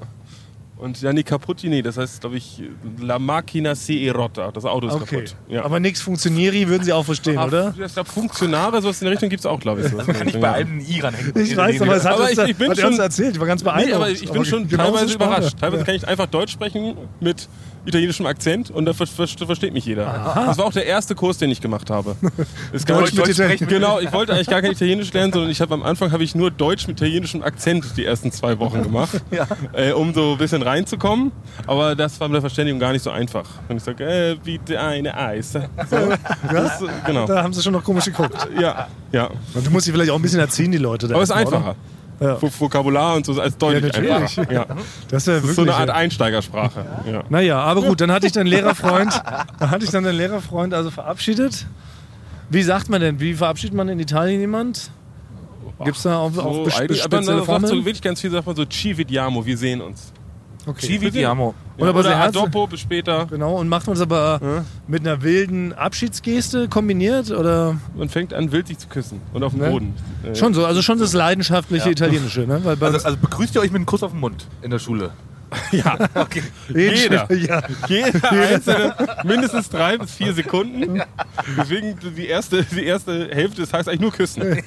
[SPEAKER 3] Und Janni Caputti, nee, das heißt, glaube ich, La Macchina Si Erotta. Das Auto ist
[SPEAKER 1] Okay.
[SPEAKER 3] kaputt. Ja.
[SPEAKER 1] Aber nix funktionieri würden sie auch verstehen, oder?
[SPEAKER 3] Ich glaube, Funktionare, sowas in der Richtung gibt es auch, glaube ich. sowas in der
[SPEAKER 2] Kann ich
[SPEAKER 3] Richtung,
[SPEAKER 2] bei
[SPEAKER 3] ja.
[SPEAKER 2] einem I ranhängen.
[SPEAKER 1] Ich weiß, aber es hat,
[SPEAKER 3] Aber
[SPEAKER 1] uns,
[SPEAKER 3] ich-
[SPEAKER 1] da-
[SPEAKER 3] ich bin
[SPEAKER 1] hat er uns
[SPEAKER 3] schon-
[SPEAKER 1] erzählt. Ich war ganz beeindruckt.
[SPEAKER 3] Nee, aber ich bin
[SPEAKER 1] Aber
[SPEAKER 3] schon
[SPEAKER 1] genau
[SPEAKER 3] teilweise
[SPEAKER 1] so Sprache.
[SPEAKER 3] überrascht. Teilweise
[SPEAKER 1] Ja.
[SPEAKER 3] kann ich einfach Deutsch sprechen mit italienischem Akzent und da ver ver versteht mich jeder. Das war auch der erste Kurs, den ich gemacht habe. Ist gar
[SPEAKER 1] Deutsch
[SPEAKER 3] nicht-
[SPEAKER 1] mit Italien-
[SPEAKER 3] Genau, ich wollte eigentlich gar kein Italienisch lernen, sondern ich habe am Anfang habe ich nur Deutsch mit italienischem Akzent die ersten zwei Wochen gemacht, äh, um so ein bisschen reinzukommen. Aber das war mit der Verständigung gar nicht so einfach. Und ich sage, äh, bitte eine Eis. So. Das, äh, genau.
[SPEAKER 1] Da haben sie schon noch komisch geguckt.
[SPEAKER 3] Ja, ja.
[SPEAKER 1] Und du musst sie vielleicht auch ein bisschen erziehen, die Leute. da
[SPEAKER 3] Aber es ist
[SPEAKER 1] erstmal,
[SPEAKER 3] einfacher.
[SPEAKER 1] Ja.
[SPEAKER 3] Vo- Vokabular und so als deutlich
[SPEAKER 1] Ja, natürlich.
[SPEAKER 3] einfacher. Ja.
[SPEAKER 1] Oder? Das wäre
[SPEAKER 3] Das
[SPEAKER 1] wirklich
[SPEAKER 3] ist so eine Art
[SPEAKER 1] ja.
[SPEAKER 3] Einsteigersprache. Ja.
[SPEAKER 1] Naja, aber gut, dann hatte ich deinen Lehrerfreund, dann hatte ich dann deinen Lehrerfreund also verabschiedet. Wie sagt man denn? Wie verabschiedet man in Italien jemand? Gibt es da auch, auch
[SPEAKER 3] So,
[SPEAKER 1] bes-
[SPEAKER 3] eigentlich- aber man
[SPEAKER 1] spezielle
[SPEAKER 3] sagt so
[SPEAKER 1] Formeln?
[SPEAKER 3] wirklich ganz viel, sagt man so, ci vediamo, wir sehen uns.
[SPEAKER 1] Okay.
[SPEAKER 2] Chivi Diamo.
[SPEAKER 1] Oder aber sehr
[SPEAKER 3] Oder
[SPEAKER 1] herzlich-
[SPEAKER 3] Adopo, bis später.
[SPEAKER 1] Genau, und macht man es aber mit einer wilden Abschiedsgeste kombiniert? Oder
[SPEAKER 3] Man fängt an, wild sich zu küssen. Und auf dem
[SPEAKER 1] Ne?
[SPEAKER 3] Boden. Äh,
[SPEAKER 1] schon so, also schon das leidenschaftliche
[SPEAKER 2] Ja.
[SPEAKER 1] Italienische, ne? Weil bei
[SPEAKER 2] Also, also begrüßt ihr euch mit einem Kuss auf den Mund in der Schule.
[SPEAKER 3] Ja. Jeder.
[SPEAKER 1] ja.
[SPEAKER 3] Jeder einzelne, mindestens drei bis vier Sekunden. Deswegen die erste, die erste Hälfte des Tages eigentlich nur küssen.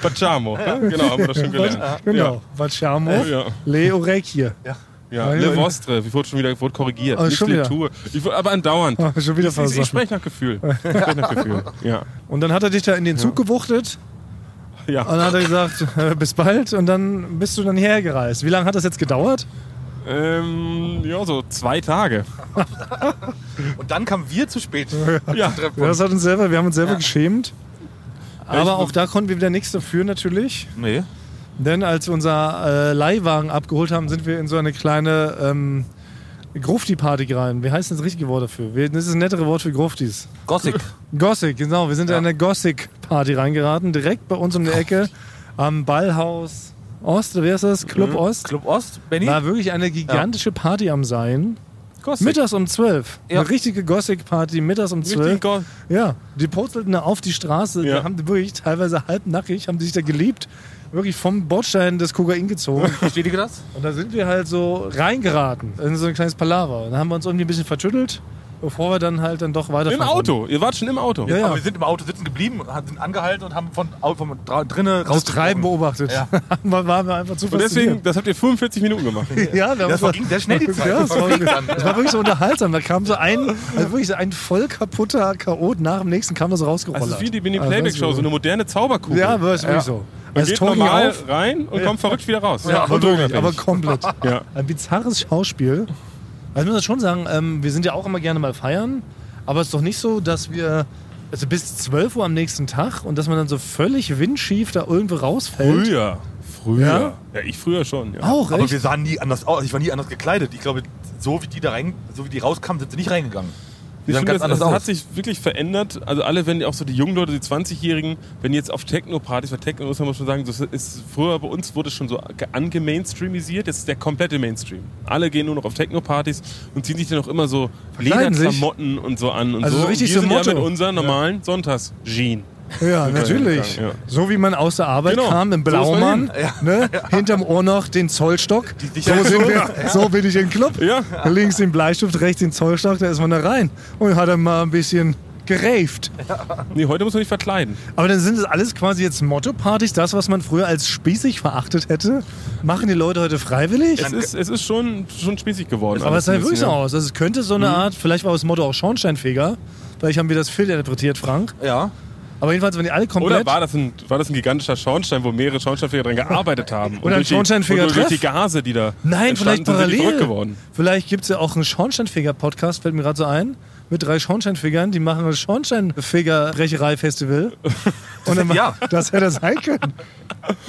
[SPEAKER 3] Facciamo. ne? Genau, haben wir das schon gelernt.
[SPEAKER 1] Genau, Vacciamo,
[SPEAKER 3] Ja.
[SPEAKER 1] Le Orecchie.
[SPEAKER 3] Ja,
[SPEAKER 1] Ja,
[SPEAKER 3] Le
[SPEAKER 1] ja.
[SPEAKER 3] Vostre, ich wurde schon wieder wurde korrigiert.
[SPEAKER 1] Ah,
[SPEAKER 3] Nicht
[SPEAKER 1] schon wieder.
[SPEAKER 3] Lektur. Ich wurde aber andauernd.
[SPEAKER 1] Ah, schon wieder
[SPEAKER 3] ich, ich,
[SPEAKER 1] versagen.
[SPEAKER 3] ich spreche nach Gefühl. Ich spreche nach Gefühl. Ja.
[SPEAKER 1] Und dann hat er dich da in den Zug gewuchtet
[SPEAKER 3] ja.
[SPEAKER 1] und dann hat er gesagt, äh, bis bald und dann bist du dann hierher gereist. Wie lange hat das jetzt gedauert?
[SPEAKER 3] Ähm, ja, so zwei Tage.
[SPEAKER 2] Und dann kamen wir zu spät.
[SPEAKER 3] Ja,
[SPEAKER 1] Ja, das hat uns selber, wir haben uns selber geschämt.
[SPEAKER 3] ich-
[SPEAKER 1] Aber auch da konnten wir wieder nichts dafür natürlich.
[SPEAKER 2] Nee.
[SPEAKER 1] Denn als wir unser äh, Leihwagen abgeholt haben, sind wir in so eine kleine ähm, Grufti-Party rein. Wie heißt denn das richtige Wort dafür? Wir, das ist ein nettere Wort für Gruftis.
[SPEAKER 2] Gothic.
[SPEAKER 1] Gothic, genau. Wir sind
[SPEAKER 2] Ja.
[SPEAKER 1] in eine Gothic-Party reingeraten. Direkt bei uns um die Ecke am Ballhaus Ost, oder wie heißt das? Club Ost.
[SPEAKER 2] Club Ost, Benny.
[SPEAKER 1] War wirklich eine gigantische Party am Sein. Mittags um 12.
[SPEAKER 2] Ja.
[SPEAKER 1] Eine richtige Gothic-Party, mittags um 12.
[SPEAKER 3] Richtig Go-
[SPEAKER 1] Ja, die purzelten da auf die Straße.
[SPEAKER 3] Ja.
[SPEAKER 1] Da haben die wirklich teilweise halbnackig, haben die sich da geliebt. Wirklich vom Bordstein des Kokain gezogen.
[SPEAKER 2] Versteht ihr das?
[SPEAKER 1] Und da sind wir halt so reingeraten in so ein kleines Palaver. Und dann haben wir uns irgendwie ein bisschen vertüttelt. bevor wir dann halt dann doch weiter.
[SPEAKER 3] Im Auto. Ihr wart schon im Auto.
[SPEAKER 1] Ja, ja.
[SPEAKER 2] Aber wir sind im Auto sitzen geblieben, und haben- sind angehalten und haben von, au- von dra- drinnen
[SPEAKER 1] Das Treiben
[SPEAKER 2] rausgezogen.
[SPEAKER 1] beobachtet.
[SPEAKER 2] Ja.
[SPEAKER 1] War- waren wir einfach zu
[SPEAKER 3] Und deswegen, das habt ihr 45 Minuten gemacht.
[SPEAKER 1] Ja, da
[SPEAKER 2] Das
[SPEAKER 1] war-
[SPEAKER 2] ging sehr schnell die Zeit.
[SPEAKER 1] Ja, das, war,
[SPEAKER 2] Das ging dann.
[SPEAKER 1] das war wirklich so unterhaltsam. Da kam so ein, also wirklich so ein voll kaputter Chaot nach dem nächsten kam da so rausgerollt.
[SPEAKER 3] Also es ist wie die Mini
[SPEAKER 1] Also
[SPEAKER 3] Playback
[SPEAKER 1] das
[SPEAKER 3] Show, so
[SPEAKER 1] ist-
[SPEAKER 3] eine moderne Zauberkugel.
[SPEAKER 1] Ja, aber es ist wirklich
[SPEAKER 2] Ja.
[SPEAKER 1] so.
[SPEAKER 3] Man
[SPEAKER 1] Also
[SPEAKER 3] geht
[SPEAKER 1] Tony
[SPEAKER 3] normal
[SPEAKER 1] auf-
[SPEAKER 3] rein und kommt verrückt wieder raus.
[SPEAKER 1] Ja, aber wirklich, aber
[SPEAKER 3] unabhängig.
[SPEAKER 1] komplett.
[SPEAKER 3] Ja.
[SPEAKER 1] Ein bizarres Schauspiel. Also ich muss das schon sagen, ähm, wir sind ja auch immer gerne mal feiern, aber es ist doch nicht so, dass wir also bis 12 Uhr am nächsten Tag und dass man dann so völlig windschief da irgendwo rausfällt.
[SPEAKER 3] Früher. Früher.
[SPEAKER 1] Ja? Ah,
[SPEAKER 3] Ja? ich früher schon. Ja.
[SPEAKER 1] Auch,
[SPEAKER 2] Aber
[SPEAKER 1] Oh, echt?
[SPEAKER 2] wir sahen nie anders aus. Ich war nie anders gekleidet. Ich glaube, so wie die da rein, so wie die rauskamen, sind sie nicht reingegangen. Die
[SPEAKER 3] Ich
[SPEAKER 2] sahen
[SPEAKER 3] finde,
[SPEAKER 2] ganz anders
[SPEAKER 3] das, das hat
[SPEAKER 2] aus.
[SPEAKER 3] sich wirklich verändert. Also alle, wenn auch so die jungen Leute, die 20-Jährigen, wenn die jetzt auf Techno-Partys, weil Techno muss man schon sagen, das ist früher bei uns wurde es schon so ge- angemainstreamisiert, jetzt ist der komplette Mainstream. Alle gehen nur noch auf Techno-Partys und ziehen sich dann auch immer so
[SPEAKER 1] Verkleiden sich.
[SPEAKER 3] Lederklamotten und so an und
[SPEAKER 1] Also
[SPEAKER 3] so.
[SPEAKER 1] so richtig so
[SPEAKER 3] und wir sind ja
[SPEAKER 1] Motto.
[SPEAKER 3] mit unseren normalen sonntags jean
[SPEAKER 1] Ja, natürlich.
[SPEAKER 3] Ja.
[SPEAKER 1] So wie man aus der Arbeit
[SPEAKER 3] Genau.
[SPEAKER 1] kam, im
[SPEAKER 3] So ist man
[SPEAKER 1] Blaumann, ne? hinterm Ohr noch den Zollstock. So,
[SPEAKER 2] Sicherheit-
[SPEAKER 1] sind wir, so bin ich im Club.
[SPEAKER 3] Ja.
[SPEAKER 1] Links den Bleistift, rechts den Zollstock, da ist man da rein. Und hat dann mal ein bisschen geraved.
[SPEAKER 3] Nee, heute muss man nicht verkleiden.
[SPEAKER 1] Aber dann sind das alles quasi jetzt Motto-Partys, das, was man früher als spießig verachtet hätte, machen die Leute heute freiwillig.
[SPEAKER 3] Es ist, es ist schon, schon spießig geworden.
[SPEAKER 1] Aber es
[SPEAKER 3] alles ein
[SPEAKER 1] sah wirklich so
[SPEAKER 3] bisschen, ja. Mhm.
[SPEAKER 1] aus. Also es könnte so eine Art, vielleicht war das Motto auch Schornsteinfeger. Vielleicht haben wir das viel interpretiert, Frank.
[SPEAKER 2] Ja.
[SPEAKER 1] Aber jedenfalls, wenn die alle komplett...
[SPEAKER 3] Oder war das, ein, war das ein gigantischer Schornstein, wo mehrere Schornsteinfeger dran gearbeitet haben?
[SPEAKER 1] Oder ein
[SPEAKER 3] durch die-
[SPEAKER 1] Schornsteinfeger
[SPEAKER 3] und durch die
[SPEAKER 1] Treff?
[SPEAKER 3] Gase, die da
[SPEAKER 1] Nein, vielleicht
[SPEAKER 3] entstanden sind, sind die verrückt
[SPEAKER 1] parallel.
[SPEAKER 3] geworden.
[SPEAKER 1] Vielleicht gibt es ja auch einen Schornsteinfeger-Podcast, fällt mir gerade so ein. Mit drei Schornsteinfegern, die machen ein Schornsteinfeger-Brecherei-Festival. Und dann
[SPEAKER 2] Ja.
[SPEAKER 1] Das hätte sein können.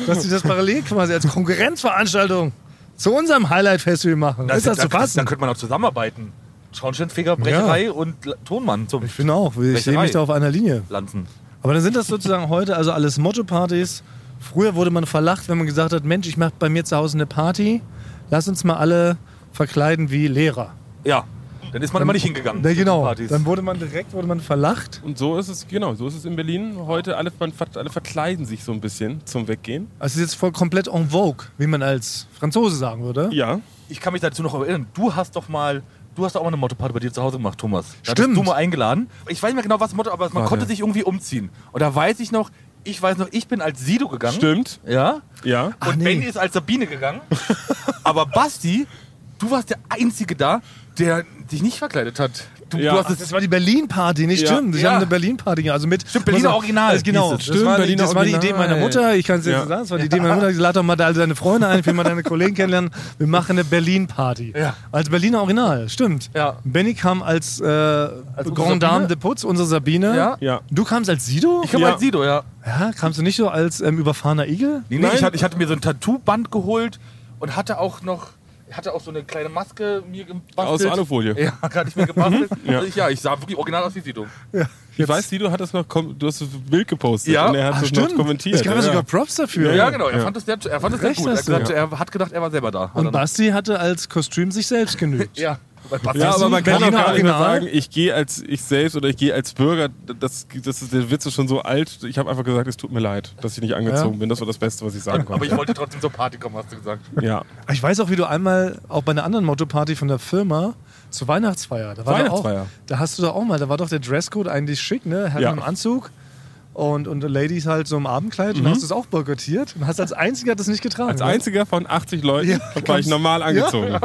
[SPEAKER 1] Dass die das parallel quasi als Konkurrenzveranstaltung zu unserem Highlight-Festival machen. ist das
[SPEAKER 2] da,
[SPEAKER 1] zu
[SPEAKER 2] Da
[SPEAKER 1] fassen?
[SPEAKER 2] könnte man auch zusammenarbeiten. Schornsteinfeger, Brecherei und La- Tonmann zum
[SPEAKER 1] Ich finde auch, ich sehe mich
[SPEAKER 2] Brecherei.
[SPEAKER 1] da auf einer Linie.
[SPEAKER 2] Lanzen.
[SPEAKER 1] Aber dann sind das sozusagen heute also alles Motto-Partys. Früher wurde man verlacht, wenn man gesagt hat, Mensch, ich mache bei mir zu Hause eine Party. Lass uns mal alle verkleiden wie Lehrer.
[SPEAKER 2] Ja. Dann ist man immer nicht hingegangen.
[SPEAKER 1] Ja,
[SPEAKER 2] zu den
[SPEAKER 1] genau.
[SPEAKER 2] Partys.
[SPEAKER 1] Dann wurde man direkt wurde man verlacht.
[SPEAKER 3] Und so ist es, genau, so ist es in Berlin. Heute alle, man, ver- alle verkleiden sich so ein bisschen zum Weggehen.
[SPEAKER 1] Also Es ist jetzt voll komplett en vogue, wie man als Franzose sagen würde.
[SPEAKER 3] Ja.
[SPEAKER 2] ich kann mich dazu noch erinnern. Du hast doch mal. Du hast doch auch mal eine Motto-Party bei dir zu Hause gemacht, Thomas. Da hattest
[SPEAKER 1] Stimmt.
[SPEAKER 2] Du mal eingeladen. Ich weiß nicht mehr genau, was Motto, aber man
[SPEAKER 3] Warte.
[SPEAKER 2] konnte sich irgendwie umziehen. Und da weiß ich noch, ich weiß noch, ich bin als Sido gegangen.
[SPEAKER 3] Stimmt.
[SPEAKER 2] Ja.
[SPEAKER 3] Ja.
[SPEAKER 1] Ach,
[SPEAKER 2] und
[SPEAKER 1] nee.
[SPEAKER 2] Benny ist als Sabine gegangen. aber Basti, du warst der Einzige da, der dich nicht verkleidet hat. Du,
[SPEAKER 3] Ja.
[SPEAKER 2] du hast
[SPEAKER 1] Ach,
[SPEAKER 2] es
[SPEAKER 1] Also das war die Berlin-Party, nicht
[SPEAKER 3] Ja.
[SPEAKER 1] stimmt. Ich
[SPEAKER 2] Ja.
[SPEAKER 1] habe eine Berlin-Party gemacht. Also mit,
[SPEAKER 2] Stimmt, Berliner Original
[SPEAKER 1] Also genau,
[SPEAKER 2] hieß
[SPEAKER 1] das,
[SPEAKER 2] es.
[SPEAKER 3] Stimmt,
[SPEAKER 1] war, die,
[SPEAKER 3] Berliner
[SPEAKER 1] das war die Idee
[SPEAKER 3] Original.
[SPEAKER 1] meiner Mutter. Ich kann es jetzt
[SPEAKER 3] Ja.
[SPEAKER 1] so sagen, das war die Idee meiner Mutter. Ich lad doch mal alle deine Freunde ein, ich will mal deine Kollegen kennenlernen. Wir machen eine Berlin-Party.
[SPEAKER 2] Ja.
[SPEAKER 1] Als Berliner Original, stimmt.
[SPEAKER 2] Ja.
[SPEAKER 1] Benny kam als, äh, Grand Dame
[SPEAKER 2] unsere Sabine?
[SPEAKER 1] de Putz, unsere Sabine.
[SPEAKER 2] Ja.
[SPEAKER 3] Ja.
[SPEAKER 1] Du kamst als Sido?
[SPEAKER 2] Ich komme
[SPEAKER 3] Ja.
[SPEAKER 2] als Sido, ja.
[SPEAKER 1] ja, kamst du nicht so als ähm, überfahrener Igel?
[SPEAKER 2] Nee, nee,
[SPEAKER 3] Nein.
[SPEAKER 2] ich, hatte, ich hatte mir so ein Tattoo-Band geholt und hatte auch noch hatte auch so eine kleine Maske mir gebastelt.
[SPEAKER 3] Aus Alufolie. Mhm.
[SPEAKER 2] Ja, hatte ich mir gebastelt.
[SPEAKER 3] Ja.
[SPEAKER 2] ja. Ich, ja, ich sah wirklich original aus wie Sido.
[SPEAKER 3] Ich weiß, Sido hat das noch, kom- du hast das Bild gepostet
[SPEAKER 2] Ja.
[SPEAKER 3] und er hat
[SPEAKER 1] Ah,
[SPEAKER 3] das noch kommentiert.
[SPEAKER 1] Es gab ja
[SPEAKER 3] ja.
[SPEAKER 1] sogar Props dafür.
[SPEAKER 2] Ja, genau. Er
[SPEAKER 3] Ja.
[SPEAKER 2] fand es sehr, er fand es sehr
[SPEAKER 1] Recht
[SPEAKER 2] gut. Er, hat
[SPEAKER 1] hast du,
[SPEAKER 2] gesagt, er hat gedacht, er war selber da. Hat er
[SPEAKER 1] Und
[SPEAKER 2] noch-
[SPEAKER 1] Basti hatte als Kostüm sich selbst genügt.
[SPEAKER 2] Ja. Bei Basti
[SPEAKER 3] Ja, aber man kann auch
[SPEAKER 1] Berliner
[SPEAKER 3] gar nicht mehr
[SPEAKER 1] Original.
[SPEAKER 3] sagen, ich gehe als ich selbst oder ich gehe als Bürger. Das, das ist, der Witz ist schon so alt. Ich habe einfach gesagt, es tut mir leid, dass ich nicht angezogen
[SPEAKER 1] Ja.
[SPEAKER 3] bin. Das war das Beste, was ich sagen
[SPEAKER 2] aber
[SPEAKER 3] konnte.
[SPEAKER 2] ich wollte trotzdem zur Party kommen, hast du gesagt.
[SPEAKER 3] ja.
[SPEAKER 1] Ich weiß auch, wie du einmal auch bei einer anderen Motto-Party von der Firma zur Weihnachtsfeier. Da war Da,
[SPEAKER 3] Weihnachtsfeier.
[SPEAKER 1] auch, da hast du da auch mal, da war doch der Dresscode eigentlich schick, ne? Herren
[SPEAKER 3] Ja.
[SPEAKER 1] im Anzug und, und Ladies halt so im Abendkleid. Und hast du es auch boykottiert und hast als einziger das nicht getragen.
[SPEAKER 3] Mhm. Als
[SPEAKER 1] ne?
[SPEAKER 3] einziger von 80 Leuten
[SPEAKER 1] Ja,
[SPEAKER 3] war ich
[SPEAKER 1] kommst-
[SPEAKER 3] normal angezogen.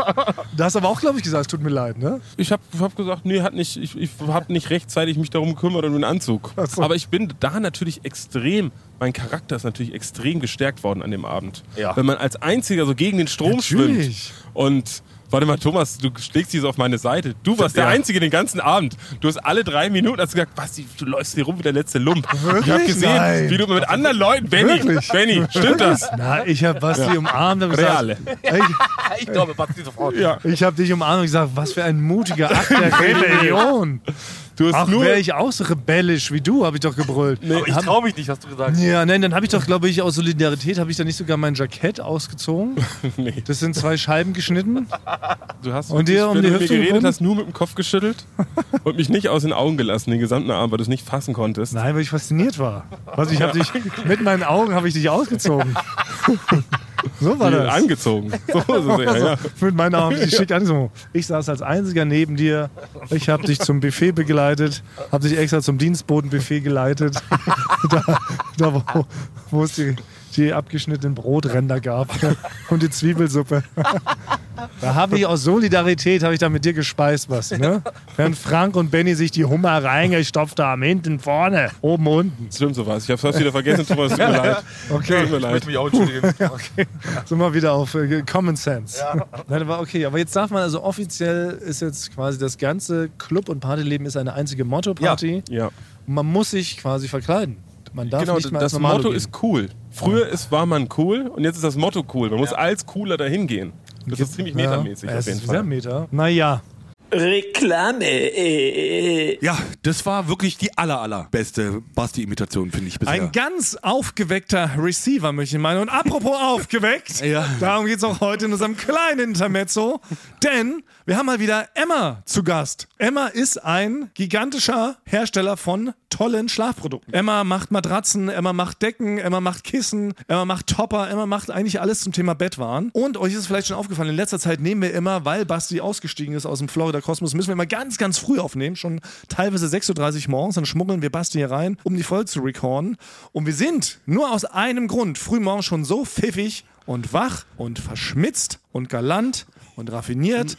[SPEAKER 1] Da hast du aber auch, glaube ich, gesagt, es tut mir leid, ne?
[SPEAKER 3] Ich habe hab gesagt, nee, hat nicht, ich, ich habe nicht rechtzeitig mich darum gekümmert und den Anzug.
[SPEAKER 1] Ach so.
[SPEAKER 3] Aber ich bin da natürlich extrem, mein Charakter ist natürlich extrem gestärkt worden an dem Abend.
[SPEAKER 2] Ja.
[SPEAKER 3] Wenn man als einziger so gegen den Strom
[SPEAKER 1] Natürlich.
[SPEAKER 3] schwimmt und Warte mal, Thomas, du schlägst dich so auf meine Seite. Du warst der
[SPEAKER 2] Ja.
[SPEAKER 3] Einzige den ganzen Abend. Du hast alle drei Minuten hast gesagt, Basti, du läufst hier rum wie der letzte Lump. Ich habe
[SPEAKER 1] Wirklich?
[SPEAKER 3] gesehen,
[SPEAKER 1] Nein.
[SPEAKER 3] wie du mit anderen Leuten, Benny,
[SPEAKER 1] Wirklich?
[SPEAKER 3] Benny, stimmt das?
[SPEAKER 1] Na, ich habe Basti umarmt. Hab gesagt,
[SPEAKER 3] Reale.
[SPEAKER 1] ich
[SPEAKER 2] Ich glaube, Basti sofort.
[SPEAKER 3] Ja.
[SPEAKER 1] ich habe dich umarmt und gesagt, was für ein mutiger Akt der Rebellion.
[SPEAKER 3] Du hast
[SPEAKER 1] Ach,
[SPEAKER 3] nur
[SPEAKER 1] wäre ich auch so rebellisch wie du, habe ich doch gebrüllt.
[SPEAKER 2] Aber ich
[SPEAKER 1] Hab-
[SPEAKER 2] traue mich nicht, hast du gesagt.
[SPEAKER 1] Ja, nein, dann habe ich doch, glaube ich, aus Solidarität habe ich da nicht sogar mein Jackett ausgezogen.
[SPEAKER 3] Nee.
[SPEAKER 1] Das sind zwei Scheiben geschnitten.
[SPEAKER 3] Du hast
[SPEAKER 1] Und
[SPEAKER 3] wirklich,
[SPEAKER 1] dir um
[SPEAKER 3] wenn
[SPEAKER 1] die
[SPEAKER 3] du mit mir
[SPEAKER 1] Hüfte
[SPEAKER 3] geredet
[SPEAKER 1] gebunden?
[SPEAKER 3] hast, nur mit dem Kopf geschüttelt und mich nicht aus den Augen gelassen, den gesamten Abend, weil du es nicht fassen konntest.
[SPEAKER 1] Nein, weil ich fasziniert war. Also ich habe dich mit meinen Augen habe ich dich ausgezogen. So war
[SPEAKER 3] Die
[SPEAKER 1] das. Also-
[SPEAKER 3] Angezogen. So ist es ja, ja.
[SPEAKER 1] Mit meinen Armen, die schickt an. So, Ich um. saß als Einziger neben dir. Ich habe dich zum Buffet begleitet, habe dich extra zum Dienstbotenbuffet geleitet. da, da wo, wo es die, die abgeschnittenen Brotränder gab und die Zwiebelsuppe. Da habe ich aus Solidarität habe ich da mit dir gespeist was, ne? Während Frank und Benny sich die Hummer reingestopft haben, hinten, vorne, oben, unten.
[SPEAKER 3] Stimmt so was. Ich hab's fast wieder vergessen, Thomas. Tut mir leid.
[SPEAKER 1] Okay.
[SPEAKER 3] Tut mir
[SPEAKER 2] Ich
[SPEAKER 3] leid.
[SPEAKER 2] möchte mich auch entschuldigen.
[SPEAKER 1] Sind wir wieder auf äh, Common Sense. Nein, aber okay, aber jetzt darf man also offiziell ist jetzt quasi das ganze Club- und Partyleben ist eine einzige Motto-Party.
[SPEAKER 3] Ja.
[SPEAKER 1] Und Man muss sich quasi verkleiden. Man darf
[SPEAKER 3] Genau,
[SPEAKER 1] nicht mal
[SPEAKER 3] das
[SPEAKER 1] als Normalo
[SPEAKER 3] Motto
[SPEAKER 1] gehen.
[SPEAKER 3] ist cool. Früher ist, war man cool und jetzt ist das Motto cool. Man muss als cooler dahin gehen. Das ist ziemlich metamäßig
[SPEAKER 1] ja,
[SPEAKER 3] auf
[SPEAKER 1] es
[SPEAKER 3] jeden
[SPEAKER 1] ist sehr
[SPEAKER 3] Fall.
[SPEAKER 1] Meter. Naja,
[SPEAKER 4] Reklame. Äh,
[SPEAKER 5] Ja, das war wirklich die aller, allerbeste Basti-Imitation, finde ich bisher.
[SPEAKER 1] ein ganz aufgeweckter Receiver möchte ich meinen. Und apropos aufgeweckt,
[SPEAKER 5] Ja.
[SPEAKER 1] darum geht es auch heute in unserem kleinen Intermezzo, denn wir haben mal wieder Emma zu Gast. Emma ist ein gigantischer Hersteller von tollen Schlafprodukten. Emma macht Matratzen, Emma macht Decken, Emma macht Kissen, Emma macht Topper, Emma macht eigentlich alles zum Thema Bettwaren. Und euch ist vielleicht schon aufgefallen, in letzter Zeit nehmen wir immer, weil Basti ausgestiegen ist aus dem Florida Kosmos, müssen wir immer ganz, ganz früh aufnehmen, schon teilweise 6.30 Uhr morgens, dann schmuggeln wir Basti hier rein, um die Folge zu recorden. Und wir sind nur aus einem Grund frühmorgens schon so pfiffig, und wach und verschmitzt und galant und raffiniert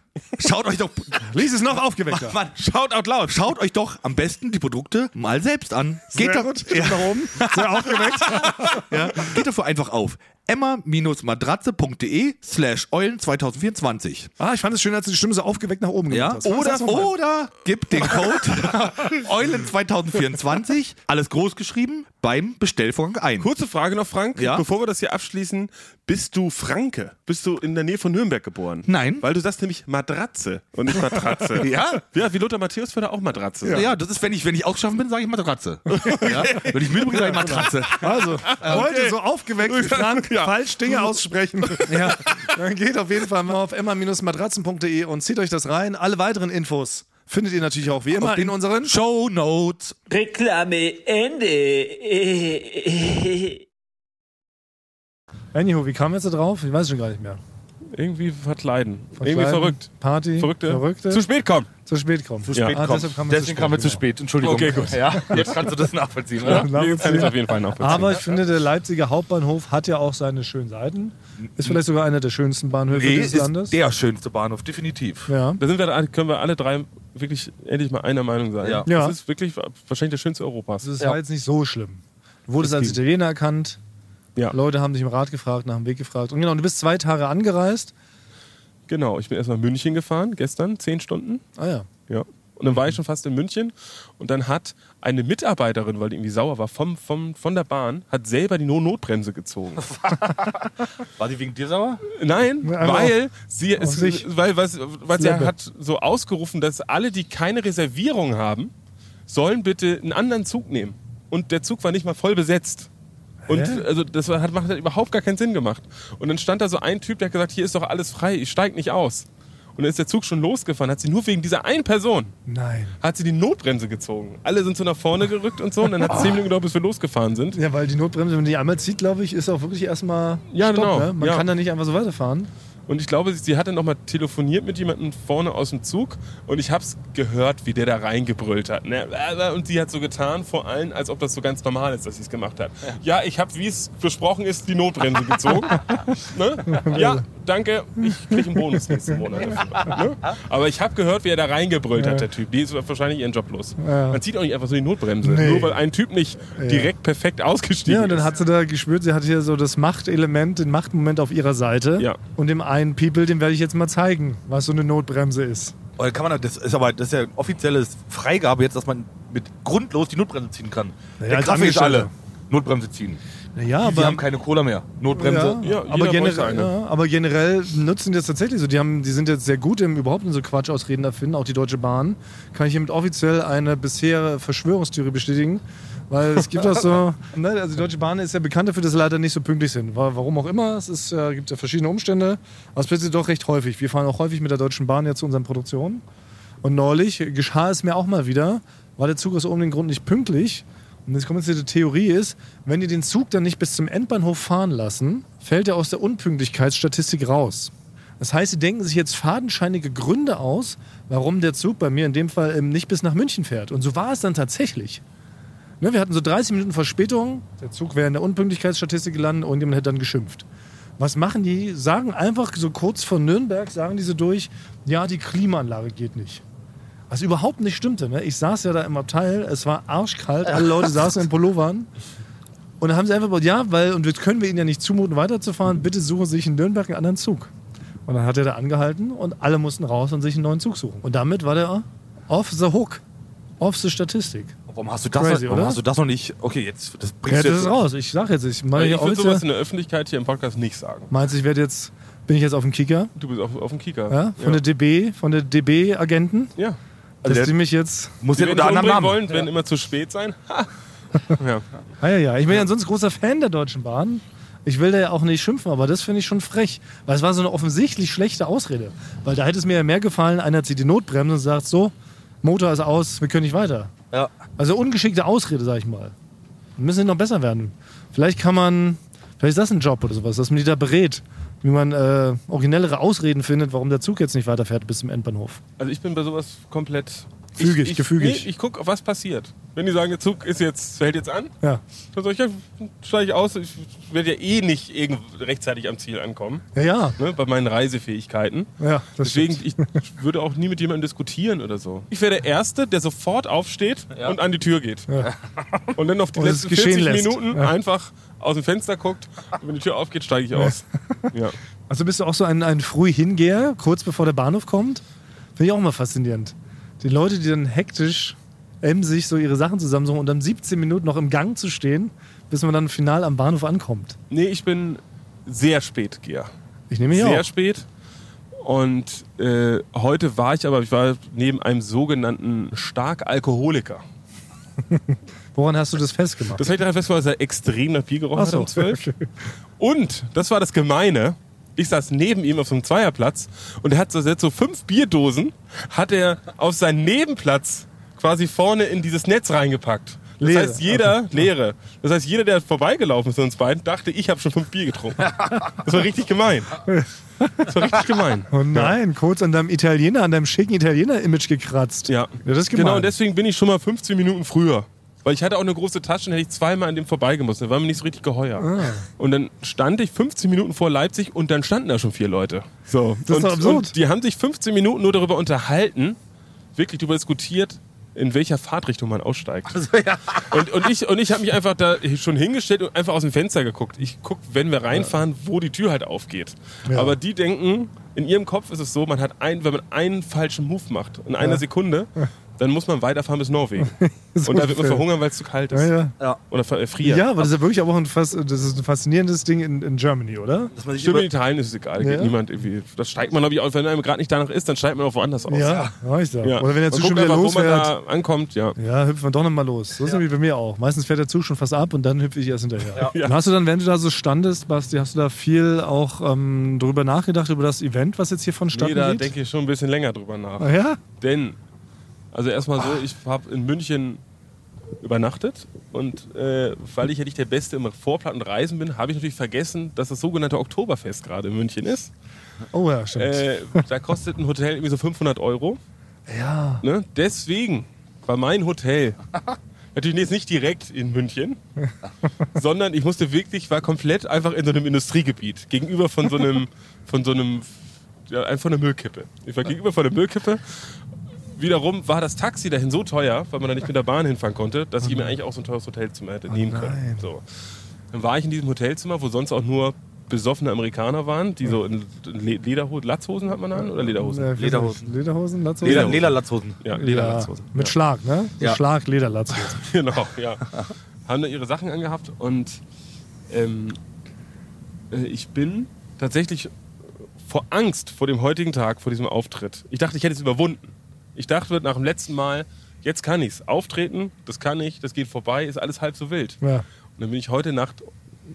[SPEAKER 5] Schaut euch doch.
[SPEAKER 1] Lies es noch aufgeweckter.
[SPEAKER 5] Mann, schaut out loud. Schaut euch doch am besten die Produkte mal selbst an. Geht
[SPEAKER 1] Sehr
[SPEAKER 5] doch,
[SPEAKER 1] gut. Nach oben. Sehr aufgeweckt.
[SPEAKER 5] ja, geht dafür einfach auf emma-matratze.de slash eulen 2024.
[SPEAKER 1] Ah, ich fand es schön, als du die Stimme so aufgeweckt nach oben
[SPEAKER 5] Ja,
[SPEAKER 1] gemacht hast.
[SPEAKER 5] oder,
[SPEAKER 1] Sag's noch mal.
[SPEAKER 5] oder gib den Code Eulen2024, alles groß geschrieben, beim Bestellvorgang ein.
[SPEAKER 3] Kurze Frage noch, Frank.
[SPEAKER 5] Ja?
[SPEAKER 3] Bevor wir das hier abschließen, bist du Franke? Bist du in der Nähe von Nürnberg geboren?
[SPEAKER 5] Nein.
[SPEAKER 3] Weil du sagst nämlich Matratze und nicht Matratze.
[SPEAKER 5] Ja?
[SPEAKER 3] Ja, wie Lothar Matthäus würde auch Matratze.
[SPEAKER 5] Ja.
[SPEAKER 3] sagen.
[SPEAKER 5] das ist, wenn ich, wenn ich ausgeschaffen bin, sage ich Matratze. ja? Wenn ich müde bin, sage ich Matratze.
[SPEAKER 1] Also, heute so aufgeweckt wie Frank, falsch Dinge aussprechen. ja. Dann geht auf jeden Fall mal auf emma-matratzen.de und zieht euch das rein. Alle weiteren Infos findet ihr natürlich auch wie immer in unseren
[SPEAKER 5] Show Notes.
[SPEAKER 4] Reklame Ende. Äh,
[SPEAKER 1] Anywho, wie kamen wir jetzt da drauf? Ich weiß schon gar nicht mehr.
[SPEAKER 3] Irgendwie verkleiden. Irgendwie
[SPEAKER 1] Verkleiden,
[SPEAKER 3] verrückt.
[SPEAKER 1] Party.
[SPEAKER 3] Verrückte.
[SPEAKER 1] Verrückte.
[SPEAKER 3] Zu spät kommen.
[SPEAKER 1] Zu spät kommen. Zu
[SPEAKER 3] spät
[SPEAKER 1] ah,
[SPEAKER 3] kommen.
[SPEAKER 1] Deshalb kamen wir
[SPEAKER 2] Deswegen kamen wir zu spät. Entschuldigung.
[SPEAKER 3] Okay, gut.
[SPEAKER 2] Ja, jetzt kannst du das nachvollziehen,
[SPEAKER 1] genau.
[SPEAKER 2] oder?
[SPEAKER 3] Kann ich auf jeden Fall ne? nachvollziehen.
[SPEAKER 1] Aber ich finde, der Leipziger Hauptbahnhof hat ja auch seine schönen Seiten. Ist vielleicht sogar einer der schönsten Bahnhöfe
[SPEAKER 2] Nee,
[SPEAKER 1] dieses
[SPEAKER 2] ist
[SPEAKER 1] Landes.
[SPEAKER 2] der schönste Bahnhof, definitiv.
[SPEAKER 1] ja.
[SPEAKER 3] da sind wir, da können wir alle drei wirklich endlich mal einer Meinung sein.
[SPEAKER 2] Ja.
[SPEAKER 1] Ja.
[SPEAKER 3] Das ist wirklich wahrscheinlich der schönste Europas.
[SPEAKER 1] Also es
[SPEAKER 2] Ja.
[SPEAKER 1] war jetzt nicht so schlimm. Du wurdest als Italiener erkannt.
[SPEAKER 3] Ja.
[SPEAKER 1] Leute haben dich im Rat gefragt, nach dem Weg gefragt. Und genau, du bist zwei Tage angereist.
[SPEAKER 3] Genau, ich bin erst nach München gefahren, gestern, zehn Stunden.
[SPEAKER 1] Ah ja.
[SPEAKER 3] Ja. Und dann war ich schon fast in München und dann hat eine Mitarbeiterin, weil die irgendwie sauer war, vom, vom, von der Bahn, hat selber die No-Notbremse gezogen.
[SPEAKER 2] War die wegen dir sauer?
[SPEAKER 3] Nein,
[SPEAKER 1] Einmal
[SPEAKER 3] weil sie,
[SPEAKER 1] auf
[SPEAKER 3] es,
[SPEAKER 1] sich.
[SPEAKER 3] weil, weil, weil sie
[SPEAKER 1] Lampe.
[SPEAKER 3] hat so ausgerufen, dass alle, die keine Reservierung haben, sollen bitte einen anderen Zug nehmen. Und der Zug war nicht mal voll besetzt. Und
[SPEAKER 1] Hä?
[SPEAKER 3] also das war- hat, macht, hat überhaupt gar keinen Sinn gemacht. Und dann stand da so ein Typ, der hat gesagt, hier ist doch alles frei, ich steig nicht aus. Und dann ist der Zug schon losgefahren, hat sie nur wegen dieser einen Person
[SPEAKER 1] Nein.
[SPEAKER 3] hat sie die Notbremse gezogen. Alle sind so nach vorne gerückt und so. Und dann hat es
[SPEAKER 1] Ah.
[SPEAKER 3] zehn Minuten gedauert, bis wir losgefahren sind.
[SPEAKER 1] Ja, weil die Notbremse, wenn die einmal zieht, glaube ich, ist auch wirklich erstmal
[SPEAKER 3] Ja,
[SPEAKER 1] Stopp.
[SPEAKER 3] genau.
[SPEAKER 1] Ne? Man
[SPEAKER 3] Ja.
[SPEAKER 1] kann da nicht einfach so weiterfahren.
[SPEAKER 3] Und ich glaube, sie- sie hat dann nochmal telefoniert mit jemandem vorne aus dem Zug. Und ich hab's gehört, wie der da reingebrüllt hat. ne? Und sie hat so getan, vor allem, als ob das so ganz normal ist, dass sie es gemacht hat. Ja, ich habe, wie es besprochen ist, die Notbremse gezogen. ne? Ja, danke, ich kriege einen Bonus nächsten Monat. Dafür, ne? Aber ich habe gehört, wie er da reingebrüllt hat, der Typ. Die ist wahrscheinlich ihren Job los. Man zieht auch nicht einfach so die Notbremse,
[SPEAKER 1] Nee.
[SPEAKER 3] nur weil ein Typ nicht direkt perfekt ausgestiegen
[SPEAKER 1] Ja, und dann
[SPEAKER 3] ist.
[SPEAKER 1] hat sie da gespürt, sie hat hier so das Machtelement, den Machtmoment auf ihrer Seite.
[SPEAKER 3] Ja.
[SPEAKER 1] Und dem einen People, dem werde ich jetzt mal zeigen, was so eine Notbremse ist.
[SPEAKER 2] Oh, Kann man, das ist aber das ist ja ein offizielles Freigabe jetzt, dass man mit grundlos die Notbremse ziehen kann.
[SPEAKER 1] Ja,
[SPEAKER 2] Der
[SPEAKER 1] als
[SPEAKER 2] Kaffee ist alle.
[SPEAKER 1] Angestellter.
[SPEAKER 2] Notbremse ziehen.
[SPEAKER 1] Naja,
[SPEAKER 2] Wir haben keine Cola mehr. Notbremse.
[SPEAKER 1] Ja,
[SPEAKER 3] Ja,
[SPEAKER 1] aber,
[SPEAKER 3] jeder bräuchte
[SPEAKER 1] generell,
[SPEAKER 3] eine.
[SPEAKER 1] ja, aber generell nutzen die das tatsächlich so. Die, haben, die sind jetzt sehr gut im überhaupt in so Quatschausreden erfinden, auch die Deutsche Bahn. Kann ich hiermit offiziell eine bisher Verschwörungstheorie bestätigen. Weil es gibt auch so. Ne, also die Deutsche Bahn ist ja bekannt dafür, dass sie leider nicht so pünktlich sind. Wa- Warum auch immer. Es ist, äh, gibt ja verschiedene Umstände. Aber es passiert doch recht häufig. Wir fahren auch häufig mit der Deutschen Bahn ja zu unseren Produktionen. Und neulich geschah es mir auch mal wieder, war der Zug aus irgendeinem Grund nicht pünktlich. Und jetzt kommt jetzt die Theorie ist, wenn die den Zug dann nicht bis zum Endbahnhof fahren lassen, fällt er aus der Unpünktlichkeitsstatistik raus. Das heißt, sie denken sich jetzt fadenscheinige Gründe aus, warum der Zug bei mir in dem Fall ähm, nicht bis nach München fährt. Und so war es dann tatsächlich. Ne, wir hatten so 30 Minuten Verspätung, der Zug wäre in der Unpünktlichkeitsstatistik gelandet und jemand hätte dann geschimpft. Was machen die? Sagen einfach so kurz vor Nürnberg, sagen diese durch, ja, die Klimaanlage geht nicht. Was überhaupt nicht stimmte. Ne? Ich saß ja da im Abteil, es war arschkalt, alle Leute saßen in Pullovern. Und dann haben sie einfach gesagt, ja, weil, und jetzt können wir ihnen ja nicht zumuten, weiterzufahren, bitte suchen sie sich in Nürnberg einen anderen Zug. Und dann hat er da angehalten und alle mussten raus und sich einen neuen Zug suchen. Und damit war der off the hook, off the Statistik.
[SPEAKER 2] Warum, hast du das
[SPEAKER 1] Crazy,
[SPEAKER 2] noch, warum
[SPEAKER 1] oder?
[SPEAKER 2] hast du das noch nicht? Okay, jetzt das
[SPEAKER 1] Ja,
[SPEAKER 2] bringst
[SPEAKER 1] das
[SPEAKER 2] du
[SPEAKER 1] ist
[SPEAKER 2] jetzt. Äh,
[SPEAKER 1] raus. Ich sag jetzt, ich meine,
[SPEAKER 3] ich
[SPEAKER 1] ich
[SPEAKER 3] würde sowas in
[SPEAKER 1] offiziell-
[SPEAKER 3] der Öffentlichkeit hier im Podcast nicht sagen.
[SPEAKER 1] meinst du, ich werde jetzt, bin ich jetzt auf dem Kicker?
[SPEAKER 3] Du bist auf, auf dem Kieker.
[SPEAKER 1] Ja? Von der DB, von der DB-Agenten,
[SPEAKER 3] ja.
[SPEAKER 1] dass
[SPEAKER 2] Also der-
[SPEAKER 1] die mich jetzt.
[SPEAKER 2] Muss
[SPEAKER 3] Die
[SPEAKER 2] jetzt
[SPEAKER 3] werden
[SPEAKER 2] unter
[SPEAKER 3] dich
[SPEAKER 2] anderem
[SPEAKER 3] umbringen
[SPEAKER 2] Namen.
[SPEAKER 3] wollen, werden immer zu spät sein. Ha. ja.
[SPEAKER 1] Ah, ja, ja. Ich bin ja sonst großer Fan der Deutschen Bahn. Ich will da ja auch nicht schimpfen, aber das finde ich schon frech. Weil es war so eine offensichtlich schlechte Ausrede. Weil da hätte es mir ja mehr gefallen, einer zieht die Notbremse und sagt so, Motor ist aus, wir können nicht weiter.
[SPEAKER 2] Ja.
[SPEAKER 1] Also ungeschickte Ausrede, sag ich mal. Wir müssen noch besser werden. Vielleicht kann man, vielleicht ist das ein Job oder sowas, dass man die da berät, wie man äh, originellere Ausreden findet, warum der Zug jetzt nicht weiterfährt bis zum Endbahnhof.
[SPEAKER 3] Also ich bin bei sowas komplett.
[SPEAKER 1] Fügig,
[SPEAKER 3] ich, ich,
[SPEAKER 1] gefügig.
[SPEAKER 3] Nee, ich gucke, was passiert. Wenn die sagen, der Zug ist jetzt, hält jetzt an,
[SPEAKER 1] Ja.
[SPEAKER 3] dann sage ich, ja, steige ich aus. Ich werde ja eh nicht irgend rechtzeitig am Ziel ankommen,
[SPEAKER 1] Ja, ja.
[SPEAKER 3] ne, bei meinen Reisefähigkeiten.
[SPEAKER 1] ja das
[SPEAKER 3] Deswegen,
[SPEAKER 1] stimmt.
[SPEAKER 3] ich würde auch nie mit jemandem diskutieren oder so. Ich wäre der Erste, der sofort aufsteht und an die Tür geht. Und dann auf die
[SPEAKER 1] Und es
[SPEAKER 3] letzten
[SPEAKER 1] geschehen
[SPEAKER 3] 40
[SPEAKER 1] lässt.
[SPEAKER 3] Minuten
[SPEAKER 1] Ja.
[SPEAKER 3] einfach aus dem Fenster guckt. Und wenn die Tür aufgeht, steige ich aus. Ja.
[SPEAKER 1] Also bist du auch so ein, ein Früh-Hingeher, kurz bevor der Bahnhof kommt? Finde ich auch immer faszinierend. Die Leute, die dann hektisch emsig so ihre Sachen zusammensuchen und dann 17 Minuten noch im Gang zu stehen, bis man dann final am Bahnhof ankommt.
[SPEAKER 3] Nee, ich bin sehr spät, Gear.
[SPEAKER 1] Ich nehme hier
[SPEAKER 3] sehr
[SPEAKER 1] auch.
[SPEAKER 3] spät. Und äh, heute war ich aber, ich war neben einem sogenannten Starkalkoholiker.
[SPEAKER 1] Woran hast du das festgemacht?
[SPEAKER 3] Das habe ich daran festgestellt, dass er extrem nach Bier gerochen
[SPEAKER 1] Ach so,
[SPEAKER 3] hat um 12.
[SPEAKER 1] okay.
[SPEAKER 3] Und, das war das Gemeine, ich saß neben ihm auf so einem Zweierplatz und er hat so, er hat so fünf Bierdosen, hat er auf seinen Nebenplatz quasi vorne in dieses Netz reingepackt. Das
[SPEAKER 1] Leere.
[SPEAKER 3] heißt, jeder, leere. Das heißt, jeder, der vorbeigelaufen ist an uns beiden, dachte, ich habe schon fünf Bier getrunken. Das war richtig gemein. Das war richtig gemein.
[SPEAKER 1] Oh nein, kurz an deinem Italiener, an deinem schicken Italiener-Image gekratzt.
[SPEAKER 3] Ja.
[SPEAKER 1] das ist gemein.
[SPEAKER 3] Genau, und deswegen bin ich schon mal 15 Minuten früher. Weil ich hatte auch eine große Tasche und hätte ich zweimal an dem vorbeigemusst. Da war mir nicht so richtig geheuer.
[SPEAKER 1] Ah.
[SPEAKER 3] Und dann stand ich 15 Minuten vor Leipzig und dann standen da schon vier Leute. So.
[SPEAKER 1] Das ist
[SPEAKER 3] und,
[SPEAKER 1] doch absurd.
[SPEAKER 3] Und die haben sich 15 Minuten nur darüber unterhalten, wirklich darüber diskutiert, in welcher Fahrtrichtung man aussteigt. Und, und ich, und ich habe mich einfach da schon hingestellt und einfach aus dem Fenster geguckt. Ich guck, wenn wir reinfahren, wo die Tür halt aufgeht.
[SPEAKER 1] Ja.
[SPEAKER 3] Aber die denken, in ihrem Kopf ist es so, man hat ein, wenn man einen falschen Move macht, in einer Sekunde, dann muss man weiterfahren bis Norwegen.
[SPEAKER 1] So
[SPEAKER 3] und da wird man
[SPEAKER 1] ungefähr.
[SPEAKER 3] verhungern, weil es zu kalt ist.
[SPEAKER 1] Ja, ja.
[SPEAKER 2] Ja.
[SPEAKER 3] Oder ver- äh, frieren.
[SPEAKER 1] ja, aber das ist ja wirklich aber auch ein, fas das ist ein faszinierendes Ding in, in Germany, oder?
[SPEAKER 2] Dass man sich
[SPEAKER 3] Stimmt,
[SPEAKER 2] über,
[SPEAKER 3] in Italien ist es egal.
[SPEAKER 1] Ja.
[SPEAKER 3] Geht niemand irgendwie. Das steigt man, glaube ich, auf. Wenn einem gerade nicht danach ist, dann steigt man auch woanders aus.
[SPEAKER 1] Ja, ja. ich sag.
[SPEAKER 3] Ja.
[SPEAKER 1] Oder wenn der
[SPEAKER 3] Man
[SPEAKER 1] Zug schon
[SPEAKER 3] guckt
[SPEAKER 1] wieder
[SPEAKER 3] einfach, wo man
[SPEAKER 1] losfährt.
[SPEAKER 3] da ankommt, ja.
[SPEAKER 1] Ja, hüpfen wir doch nochmal los. So ist nämlich bei mir auch. Meistens fährt der Zug schon fast ab und dann hüpfe ich erst hinterher.
[SPEAKER 3] Ja.
[SPEAKER 1] Und hast du dann, wenn du da so standest, Basti, hast du da viel auch ähm, drüber nachgedacht, über das Event, was jetzt hier vonstatten
[SPEAKER 3] Nee, da
[SPEAKER 1] geht?
[SPEAKER 3] denke ich schon ein bisschen länger drüber nach.
[SPEAKER 1] Ah, ja?
[SPEAKER 3] Denn, also erstmal so, ich habe in München übernachtet und äh, weil ich ja nicht der Beste im Vorplan und Reisen bin, habe ich natürlich vergessen, dass das sogenannte Oktoberfest gerade in München ist.
[SPEAKER 1] Oh ja, stimmt.
[SPEAKER 3] Äh, da kostet ein Hotel irgendwie so 500 Euro.
[SPEAKER 1] ja.
[SPEAKER 3] Ne? Deswegen war mein Hotel Natürlich jetzt nicht direkt in München, sondern ich musste wirklich, war komplett einfach in so einem Industriegebiet. Gegenüber von so einem, von so einem, ja, einfach einer Müllkippe. Ich war gegenüber von der Müllkippe. Wiederum war das Taxi dahin so teuer, weil man da nicht mit der Bahn hinfahren konnte, dass ich mir eigentlich auch so ein teures Hotelzimmer hätte nehmen können. So. Dann war ich in diesem Hotelzimmer, wo sonst auch nur besoffene Amerikaner waren, die so in in Le- Lederhosen, Latzhosen hat man an oder Lederhosen?
[SPEAKER 1] Äh,
[SPEAKER 2] Lederhosen.
[SPEAKER 1] Lederhosen, Latzhosen?
[SPEAKER 2] Leder, Lederlatzhosen.
[SPEAKER 3] Ja,
[SPEAKER 1] Ja,
[SPEAKER 3] Lederlatzhosen.
[SPEAKER 1] mit Schlag, ne? So
[SPEAKER 2] Ja.
[SPEAKER 1] Schlag, Lederlatzhosen.
[SPEAKER 3] genau, ja. Haben da ihre Sachen angehabt und ähm, äh, ich bin tatsächlich vor Angst vor dem heutigen Tag, vor diesem Auftritt. Ich dachte, ich hätte es überwunden. Ich dachte nach dem letzten Mal, jetzt kann ich's. Auftreten, das kann ich, das geht vorbei, ist alles halb so wild.
[SPEAKER 1] Ja.
[SPEAKER 3] Und dann bin ich heute Nacht,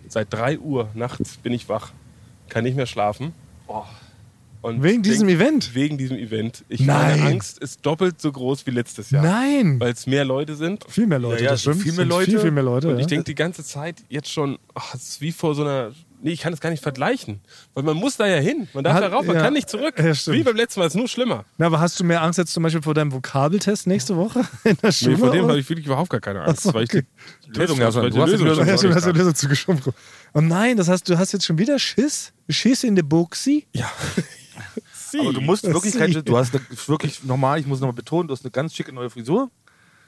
[SPEAKER 3] seit 3 Uhr nachts bin ich wach, kann nicht mehr schlafen. Und
[SPEAKER 1] Oh. Wegen diesem Event?
[SPEAKER 3] Wegen diesem Event. Ich,
[SPEAKER 1] Nein.
[SPEAKER 3] Meine Angst ist doppelt so groß wie letztes Jahr.
[SPEAKER 1] Nein!
[SPEAKER 3] Weil es mehr Leute sind.
[SPEAKER 1] Viel mehr Leute,
[SPEAKER 3] Ja, ja,
[SPEAKER 1] das stimmt.
[SPEAKER 3] Viel mehr
[SPEAKER 1] Sind
[SPEAKER 3] Leute.
[SPEAKER 1] Viel, viel mehr Leute.
[SPEAKER 3] Und ich
[SPEAKER 1] ja.
[SPEAKER 3] denke die ganze Zeit jetzt schon, ach, es ist wie vor so einer. Nee, ich kann es gar nicht vergleichen. Weil man muss da ja hin. Man darf
[SPEAKER 1] Hat-
[SPEAKER 3] da rauf, man
[SPEAKER 1] ja.
[SPEAKER 3] kann nicht zurück.
[SPEAKER 1] Ja, stimmt.
[SPEAKER 3] wie beim letzten Mal, ist nur schlimmer.
[SPEAKER 1] Na, aber hast du mehr Angst jetzt zum Beispiel vor deinem Vokabeltest nächste Woche in der Schule?
[SPEAKER 3] Nee, vor dem
[SPEAKER 1] oder?
[SPEAKER 3] habe ich wirklich überhaupt gar keine Angst.
[SPEAKER 1] Ach so,
[SPEAKER 3] weil ich
[SPEAKER 1] okay.
[SPEAKER 3] die Lösung,
[SPEAKER 2] Lösung, ja,
[SPEAKER 3] weil ich die
[SPEAKER 2] du hast die
[SPEAKER 3] Lösung,
[SPEAKER 2] Lösung.
[SPEAKER 1] Ja, stimmt,
[SPEAKER 3] schon
[SPEAKER 1] hast du
[SPEAKER 3] habe.
[SPEAKER 1] die Lösung zugeschoben. bekommen. Oh nein, das heißt, du hast jetzt schon wieder Schiss? Schiss in der Buxi?
[SPEAKER 3] Ja.
[SPEAKER 2] Aber du musst wirklich
[SPEAKER 1] Sie.
[SPEAKER 2] keine, du hast eine, wirklich nochmal, ich muss nochmal betonen, du hast eine ganz schicke neue Frisur.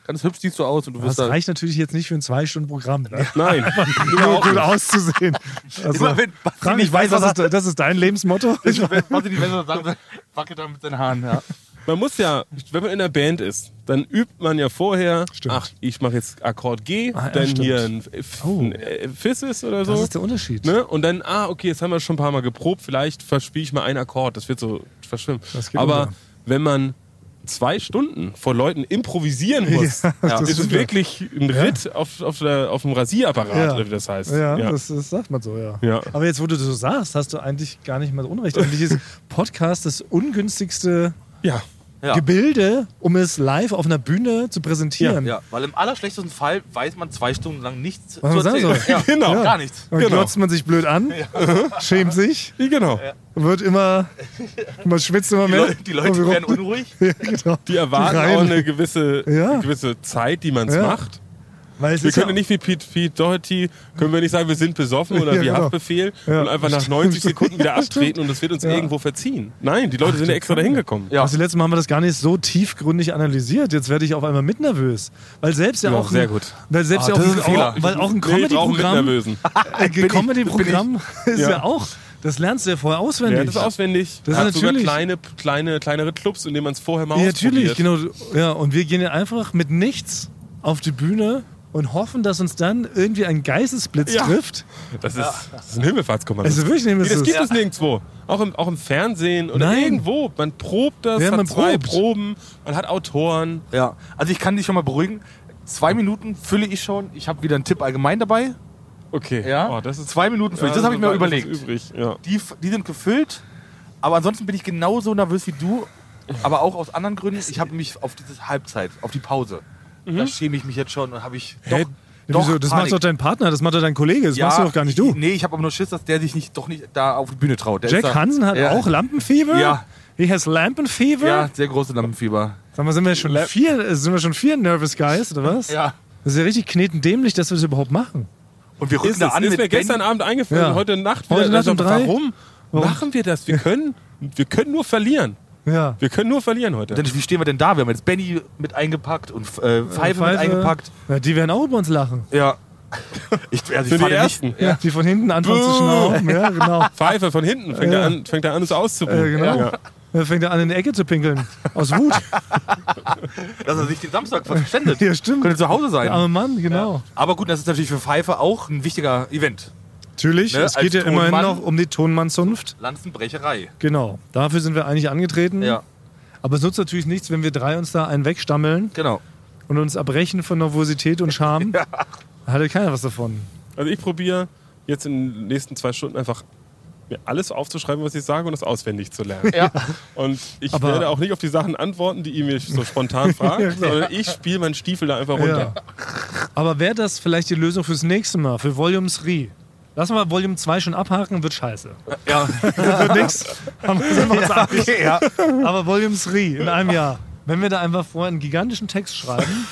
[SPEAKER 2] Ganz hübsch siehst du aus und du
[SPEAKER 1] Das
[SPEAKER 2] wirst da.
[SPEAKER 1] reicht natürlich jetzt nicht für ein Zwei-Stunden-Programm. Ne?
[SPEAKER 3] Nein.
[SPEAKER 1] Nur gut auszusehen. Also,
[SPEAKER 2] Immer wenn Basti
[SPEAKER 1] Frank,
[SPEAKER 2] nicht
[SPEAKER 1] ich weiß,
[SPEAKER 2] weiß,
[SPEAKER 1] das
[SPEAKER 2] was
[SPEAKER 1] ist, das ist dein Lebensmotto. Ich weiß,
[SPEAKER 2] Was ich nicht besser sagen soll, wackelt da mit seinen Haaren. Ja.
[SPEAKER 3] Man muss ja, wenn man in einer Band ist, dann übt man ja vorher,
[SPEAKER 1] Stimmt.
[SPEAKER 3] ach, ich mache jetzt Akkord G,
[SPEAKER 1] Ah, ja,
[SPEAKER 3] dann
[SPEAKER 1] stimmt.
[SPEAKER 3] hier ein, F
[SPEAKER 1] Oh.
[SPEAKER 3] ein äh, Fisses oder so.
[SPEAKER 1] das ist der Unterschied.
[SPEAKER 3] Ne? Und dann, ah, okay, jetzt haben wir schon ein paar Mal geprobt, vielleicht verspiele ich mal einen Akkord, das wird so verschwimmen.
[SPEAKER 1] Das geht
[SPEAKER 3] Aber
[SPEAKER 1] unter.
[SPEAKER 3] wenn man zwei Stunden vor Leuten improvisieren muss,
[SPEAKER 1] Ja, das
[SPEAKER 3] ist es
[SPEAKER 1] stimmt ja.
[SPEAKER 3] wirklich ein Ritt auf, auf, der, auf dem Rasierapparat,
[SPEAKER 1] Ja.
[SPEAKER 3] oder wie das heißt.
[SPEAKER 1] Ja,
[SPEAKER 3] Ja.
[SPEAKER 1] Das, das sagt man so, ja.
[SPEAKER 3] Ja.
[SPEAKER 1] Aber jetzt, wo du das so sagst, hast du eigentlich gar nicht mal so unrecht. Eigentlich ist Podcast das ungünstigste
[SPEAKER 3] ja.
[SPEAKER 2] Ja.
[SPEAKER 1] Gebilde, um es live auf einer Bühne zu präsentieren.
[SPEAKER 2] ja, weil im allerschlechtesten Fall weiß man zwei Stunden lang nichts
[SPEAKER 1] Was
[SPEAKER 2] zu
[SPEAKER 1] man sagen
[SPEAKER 2] erzählen.
[SPEAKER 1] soll.
[SPEAKER 2] Ja,
[SPEAKER 3] Genau.
[SPEAKER 2] Gar nichts.
[SPEAKER 1] Dann
[SPEAKER 3] Genau.
[SPEAKER 1] glotzt man sich blöd an, schämt sich,
[SPEAKER 3] genau.
[SPEAKER 1] wird immer, man schwitzt immer
[SPEAKER 2] Die,
[SPEAKER 1] mehr.
[SPEAKER 2] Leu die Leute
[SPEAKER 1] Und wir-
[SPEAKER 2] werden unruhig.
[SPEAKER 1] ja, genau.
[SPEAKER 3] Die erwarten
[SPEAKER 1] Rein.
[SPEAKER 3] auch eine gewisse,
[SPEAKER 1] Ja.
[SPEAKER 3] eine gewisse Zeit, die man es
[SPEAKER 1] Ja.
[SPEAKER 3] macht.
[SPEAKER 1] Weil es
[SPEAKER 3] Wir
[SPEAKER 1] ist ja
[SPEAKER 3] können ja nicht wie Pete, Pete Doherty, können wir nicht sagen, wir sind besoffen oder
[SPEAKER 1] Ja,
[SPEAKER 3] wie
[SPEAKER 1] genau.
[SPEAKER 3] Haftbefehl
[SPEAKER 1] Ja.
[SPEAKER 3] und einfach nach 90 Sekunden wieder abtreten und das wird uns irgendwo verziehen. Nein, die Leute sind ja extra dahin gekommen.
[SPEAKER 2] Ja.
[SPEAKER 1] Also letztes Mal haben wir das gar nicht so tiefgründig analysiert. Jetzt werde ich auf einmal mit nervös, weil selbst ja,
[SPEAKER 3] Ja,
[SPEAKER 1] auch
[SPEAKER 3] sehr
[SPEAKER 1] ein,
[SPEAKER 3] gut.
[SPEAKER 1] weil selbst
[SPEAKER 2] Ah,
[SPEAKER 1] ja
[SPEAKER 2] das
[SPEAKER 1] auch,
[SPEAKER 2] ist ein Fehler.
[SPEAKER 1] auch, weil auch ein
[SPEAKER 3] Nee, wir brauchen mit
[SPEAKER 1] Comedy-Programm,
[SPEAKER 3] nervösen.
[SPEAKER 1] äh, Comedy-Programm ist ja.
[SPEAKER 3] Ja.
[SPEAKER 1] auch, das lernst du ja vorher auswendig.
[SPEAKER 3] Ja, das ist auswendig.
[SPEAKER 1] Das ist
[SPEAKER 3] Hat sogar
[SPEAKER 1] natürlich-
[SPEAKER 3] kleine, kleine, kleinere Clubs, in denen man es vorher mal
[SPEAKER 1] ja, natürlich,
[SPEAKER 3] ausprobiert.
[SPEAKER 1] genau. Ja, und wir gehen ja einfach mit nichts auf die Bühne und hoffen, dass uns dann irgendwie ein Geistesblitz
[SPEAKER 3] Ja.
[SPEAKER 1] trifft.
[SPEAKER 3] Das ist, das ist ein Himmelfahrtskommando.
[SPEAKER 1] Also wirklich nehmen
[SPEAKER 3] das
[SPEAKER 1] wir
[SPEAKER 3] gibt
[SPEAKER 1] es.
[SPEAKER 3] es nirgendwo. Auch im, auch im Fernsehen oder
[SPEAKER 1] Nein.
[SPEAKER 3] irgendwo. Man probt das,
[SPEAKER 1] Ja,
[SPEAKER 3] hat
[SPEAKER 1] man
[SPEAKER 3] zwei
[SPEAKER 1] probt.
[SPEAKER 3] Proben, man hat Autoren.
[SPEAKER 2] Ja, also ich kann dich schon mal beruhigen. Zwei Minuten fülle ich schon. Ich habe wieder einen Tipp allgemein dabei.
[SPEAKER 3] Okay.
[SPEAKER 2] Ja,
[SPEAKER 3] Oh, das ist,
[SPEAKER 2] zwei Minuten fülle ich.
[SPEAKER 3] Ja,
[SPEAKER 2] das habe ich mir
[SPEAKER 3] so weit ist
[SPEAKER 2] überlegt.
[SPEAKER 3] Übrig. Ja.
[SPEAKER 2] Die, die sind gefüllt, aber ansonsten bin ich genauso nervös wie du, aber auch aus anderen Gründen. Ich habe mich auf diese Halbzeit, auf die Pause. Da schäme ich mich jetzt schon und habe ich doch,
[SPEAKER 3] Hä?
[SPEAKER 2] doch
[SPEAKER 1] Mhm. Wieso? Das
[SPEAKER 2] Panik.
[SPEAKER 1] macht doch dein Partner, das macht doch dein Kollege, das machst du doch gar nicht du.
[SPEAKER 2] Nee, ich habe aber nur Schiss, dass der sich nicht, doch nicht da auf die Bühne traut. Der ist
[SPEAKER 1] Jack
[SPEAKER 2] da,
[SPEAKER 1] Hansen hat
[SPEAKER 2] Ja.
[SPEAKER 1] auch Lampenfieber.
[SPEAKER 2] Ja.
[SPEAKER 1] He has Lampenfieber.
[SPEAKER 2] Ja, sehr große Lampenfieber.
[SPEAKER 1] Sag mal, sind wir schon vier, äh, sind wir schon vier Nervous Guys, oder was?
[SPEAKER 2] Ja.
[SPEAKER 1] Das ist ja richtig knetendämlich, dass wir das überhaupt machen.
[SPEAKER 2] Und wir rücken
[SPEAKER 3] Ist,
[SPEAKER 2] da
[SPEAKER 3] es,
[SPEAKER 2] an
[SPEAKER 3] ist
[SPEAKER 2] mit
[SPEAKER 3] mir gestern
[SPEAKER 2] Ben-
[SPEAKER 3] Abend eingefallen,
[SPEAKER 1] Ja.
[SPEAKER 3] heute Nacht.
[SPEAKER 1] Heute
[SPEAKER 3] wieder- Also,
[SPEAKER 1] Nacht um drei?
[SPEAKER 3] Warum, machen wir das? Wir können, wir können nur verlieren.
[SPEAKER 1] Ja.
[SPEAKER 3] Wir können nur verlieren heute.
[SPEAKER 2] Dann, wie stehen wir denn da? Wir haben jetzt Benny mit eingepackt und äh, Pfeife, mit eingepackt.
[SPEAKER 1] Ja, die werden auch über uns lachen.
[SPEAKER 2] Ja. Ich, also
[SPEAKER 3] Für
[SPEAKER 2] ich
[SPEAKER 3] die
[SPEAKER 2] fand ja
[SPEAKER 3] Ersten.
[SPEAKER 2] nicht.
[SPEAKER 1] Ja. Die von hinten anfangen zu
[SPEAKER 3] Buh.
[SPEAKER 1] schnauben. Ja, genau.
[SPEAKER 3] Pfeife von hinten fängt,
[SPEAKER 1] Ja.
[SPEAKER 3] er, an, fängt er an, es auszubuchen.
[SPEAKER 1] Äh, genau.
[SPEAKER 3] Ja.
[SPEAKER 1] Dann fängt er an, in die Ecke zu pinkeln. Aus Wut.
[SPEAKER 2] dass er sich den Samstag verschwendet.
[SPEAKER 1] Ja, stimmt.
[SPEAKER 2] Könnte zu Hause sein.
[SPEAKER 1] Der arme Mann, genau.
[SPEAKER 2] Aber gut, das ist natürlich für Pfeife auch ein wichtiger Event.
[SPEAKER 1] Natürlich,
[SPEAKER 2] Ne,
[SPEAKER 1] es geht
[SPEAKER 2] als
[SPEAKER 1] ja immerhin
[SPEAKER 2] Tonmann.
[SPEAKER 1] noch um die Tonmannzunft.
[SPEAKER 2] Lanzenbrecherei.
[SPEAKER 1] Genau. Dafür sind wir eigentlich angetreten.
[SPEAKER 2] Ja,
[SPEAKER 1] Aber es nutzt natürlich nichts, wenn wir drei uns da einen wegstammeln
[SPEAKER 2] genau.
[SPEAKER 1] und uns erbrechen von Nervosität und Scham. ja. Hatte keiner was davon.
[SPEAKER 3] Also ich probiere jetzt in den nächsten zwei Stunden einfach mir alles aufzuschreiben, was ich sage und das auswendig zu lernen.
[SPEAKER 2] Ja.
[SPEAKER 3] Und ich
[SPEAKER 1] Aber-
[SPEAKER 3] werde auch nicht auf die Sachen antworten, die ihr mir so spontan fragt, sondern ich spiele meinen Stiefel da einfach runter.
[SPEAKER 1] Aber wäre das vielleicht die Lösung fürs nächste Mal, für Volume 3? Lass mal Volume 2 schon abhaken, wird scheiße.
[SPEAKER 2] Ja,
[SPEAKER 1] Das wird nix. Haben wir- sind wir uns einig.
[SPEAKER 2] ja.
[SPEAKER 1] Aber Volume 3 in einem Jahr. Wenn wir da einfach vorher einen gigantischen Text schreiben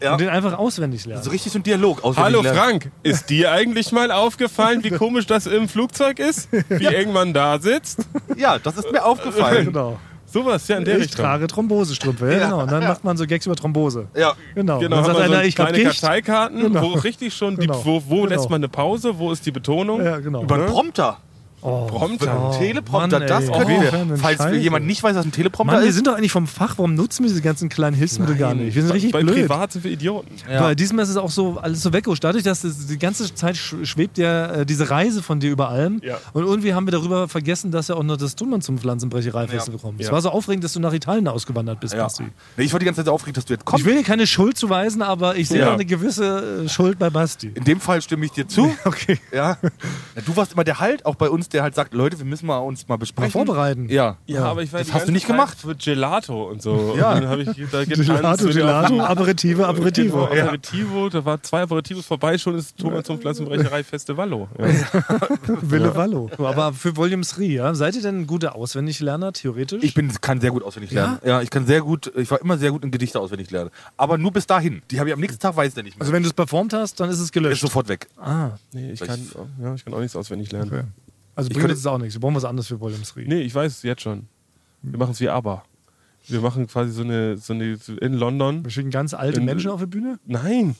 [SPEAKER 5] Ja.
[SPEAKER 1] und den einfach auswendig lernen.
[SPEAKER 5] So richtig so ein Dialog aus.
[SPEAKER 3] Hallo Frank, ist dir eigentlich mal aufgefallen, wie komisch das im Flugzeug ist? Wie eng man da sitzt?
[SPEAKER 5] Ja, das ist mir aufgefallen.
[SPEAKER 1] Genau.
[SPEAKER 3] Sowas, ja, in der
[SPEAKER 1] Ich
[SPEAKER 3] Richtung.
[SPEAKER 1] trage Thrombosestrümpfe, ja, genau. Und dann macht man so Gags über Thrombose.
[SPEAKER 5] Ja.
[SPEAKER 1] Genau.
[SPEAKER 3] Genau,
[SPEAKER 1] Und dann
[SPEAKER 3] haben wir
[SPEAKER 1] sagt
[SPEAKER 3] so
[SPEAKER 1] einer, ich hab
[SPEAKER 3] kleine
[SPEAKER 1] Gicht.
[SPEAKER 3] Karteikarten,
[SPEAKER 1] Genau.
[SPEAKER 3] wo richtig schon, die,
[SPEAKER 1] Genau.
[SPEAKER 3] wo, wo
[SPEAKER 1] Genau.
[SPEAKER 3] lässt man eine Pause, wo ist die Betonung?
[SPEAKER 1] Ja, genau.
[SPEAKER 5] Über einen Prompter.
[SPEAKER 1] oh,
[SPEAKER 3] Prompter.
[SPEAKER 5] Teleprompter,
[SPEAKER 1] Mann,
[SPEAKER 5] das
[SPEAKER 1] ey.
[SPEAKER 5] können
[SPEAKER 1] Oh,
[SPEAKER 5] wir.
[SPEAKER 1] Mann,
[SPEAKER 5] Falls
[SPEAKER 1] Scheiße.
[SPEAKER 5] jemand nicht weiß, was ein Teleprompter
[SPEAKER 1] Mann, wir
[SPEAKER 5] ist.
[SPEAKER 1] sind doch eigentlich vom Fach. Warum nutzen wir diese ganzen kleinen Hilfsmittel gar nicht? Wir sind richtig
[SPEAKER 3] Bei
[SPEAKER 1] blöd.
[SPEAKER 3] Privat sind wir Idioten.
[SPEAKER 5] Ja.
[SPEAKER 1] Weil diesmal ist es auch so alles so weggerutscht. Dadurch, dass es die ganze Zeit sch- schwebt ja äh, diese Reise von dir über allem.
[SPEAKER 3] Ja.
[SPEAKER 1] Und irgendwie haben wir darüber vergessen, dass ja auch noch das Tunmann zum Pflanzenbrecherei-Festival kommt. Es
[SPEAKER 3] Ja.
[SPEAKER 1] war so aufregend, dass du nach Italien ausgewandert bist, Basti.
[SPEAKER 5] Nee, ich war die ganze Zeit aufgeregt, dass du jetzt kommst.
[SPEAKER 1] Ich will dir keine Schuld zuweisen, aber ich sehe
[SPEAKER 3] Ja.
[SPEAKER 1] da eine gewisse äh, Schuld bei Basti.
[SPEAKER 5] In dem Fall stimme ich dir zu.
[SPEAKER 1] Okay.
[SPEAKER 5] Ja. Na, Du warst immer der Halt, auch bei uns, der halt sagt, Leute, wir müssen mal uns mal besprechen.
[SPEAKER 1] Mal vorbereiten.
[SPEAKER 5] Ja.
[SPEAKER 3] Ja, aber ich war
[SPEAKER 5] Das
[SPEAKER 3] die
[SPEAKER 5] hast du
[SPEAKER 3] ganze
[SPEAKER 5] nicht
[SPEAKER 3] Zeit
[SPEAKER 5] gemacht.
[SPEAKER 3] Für Gelato und so.
[SPEAKER 5] Ja.
[SPEAKER 3] Und dann habe ich da getanzt.
[SPEAKER 1] Gelato,
[SPEAKER 3] mit
[SPEAKER 1] Gelato, Aperitivo,
[SPEAKER 3] Aperitivo.
[SPEAKER 1] Aperitivo.
[SPEAKER 3] Aperitivo, da war zwei Aperitivos vorbei, schon ist Thomas zum Pflanzenbrecherei Festivallo. Ja.
[SPEAKER 1] Wille Wallo. Aber für Volume 3, ja? Seid ihr denn ein guter Auswendiglerner, theoretisch?
[SPEAKER 5] Ich bin, kann sehr gut auswendig lernen. Ja? ich kann sehr gut, ich war immer sehr gut in Gedichte auswendig lernen. Aber nur bis dahin. Die habe ich am nächsten Tag, weiß ich dann nicht mehr.
[SPEAKER 1] also wenn du es performt hast, dann ist es
[SPEAKER 5] ist
[SPEAKER 1] gelöscht.
[SPEAKER 5] sofort weg.
[SPEAKER 3] Nee, ich kann, ja, ich kann auch nichts auswendig lernen.
[SPEAKER 1] Also bringt
[SPEAKER 5] könnte-
[SPEAKER 1] uns das auch nichts. Wir brauchen was anderes für Volume 3.
[SPEAKER 3] Nee, ich weiß es jetzt schon. Wir machen es wie aber. Wir machen quasi so eine, so eine in London.
[SPEAKER 1] Wir schicken ganz alte
[SPEAKER 3] Ähm,
[SPEAKER 1] Menschen auf die Bühne?
[SPEAKER 3] Nein,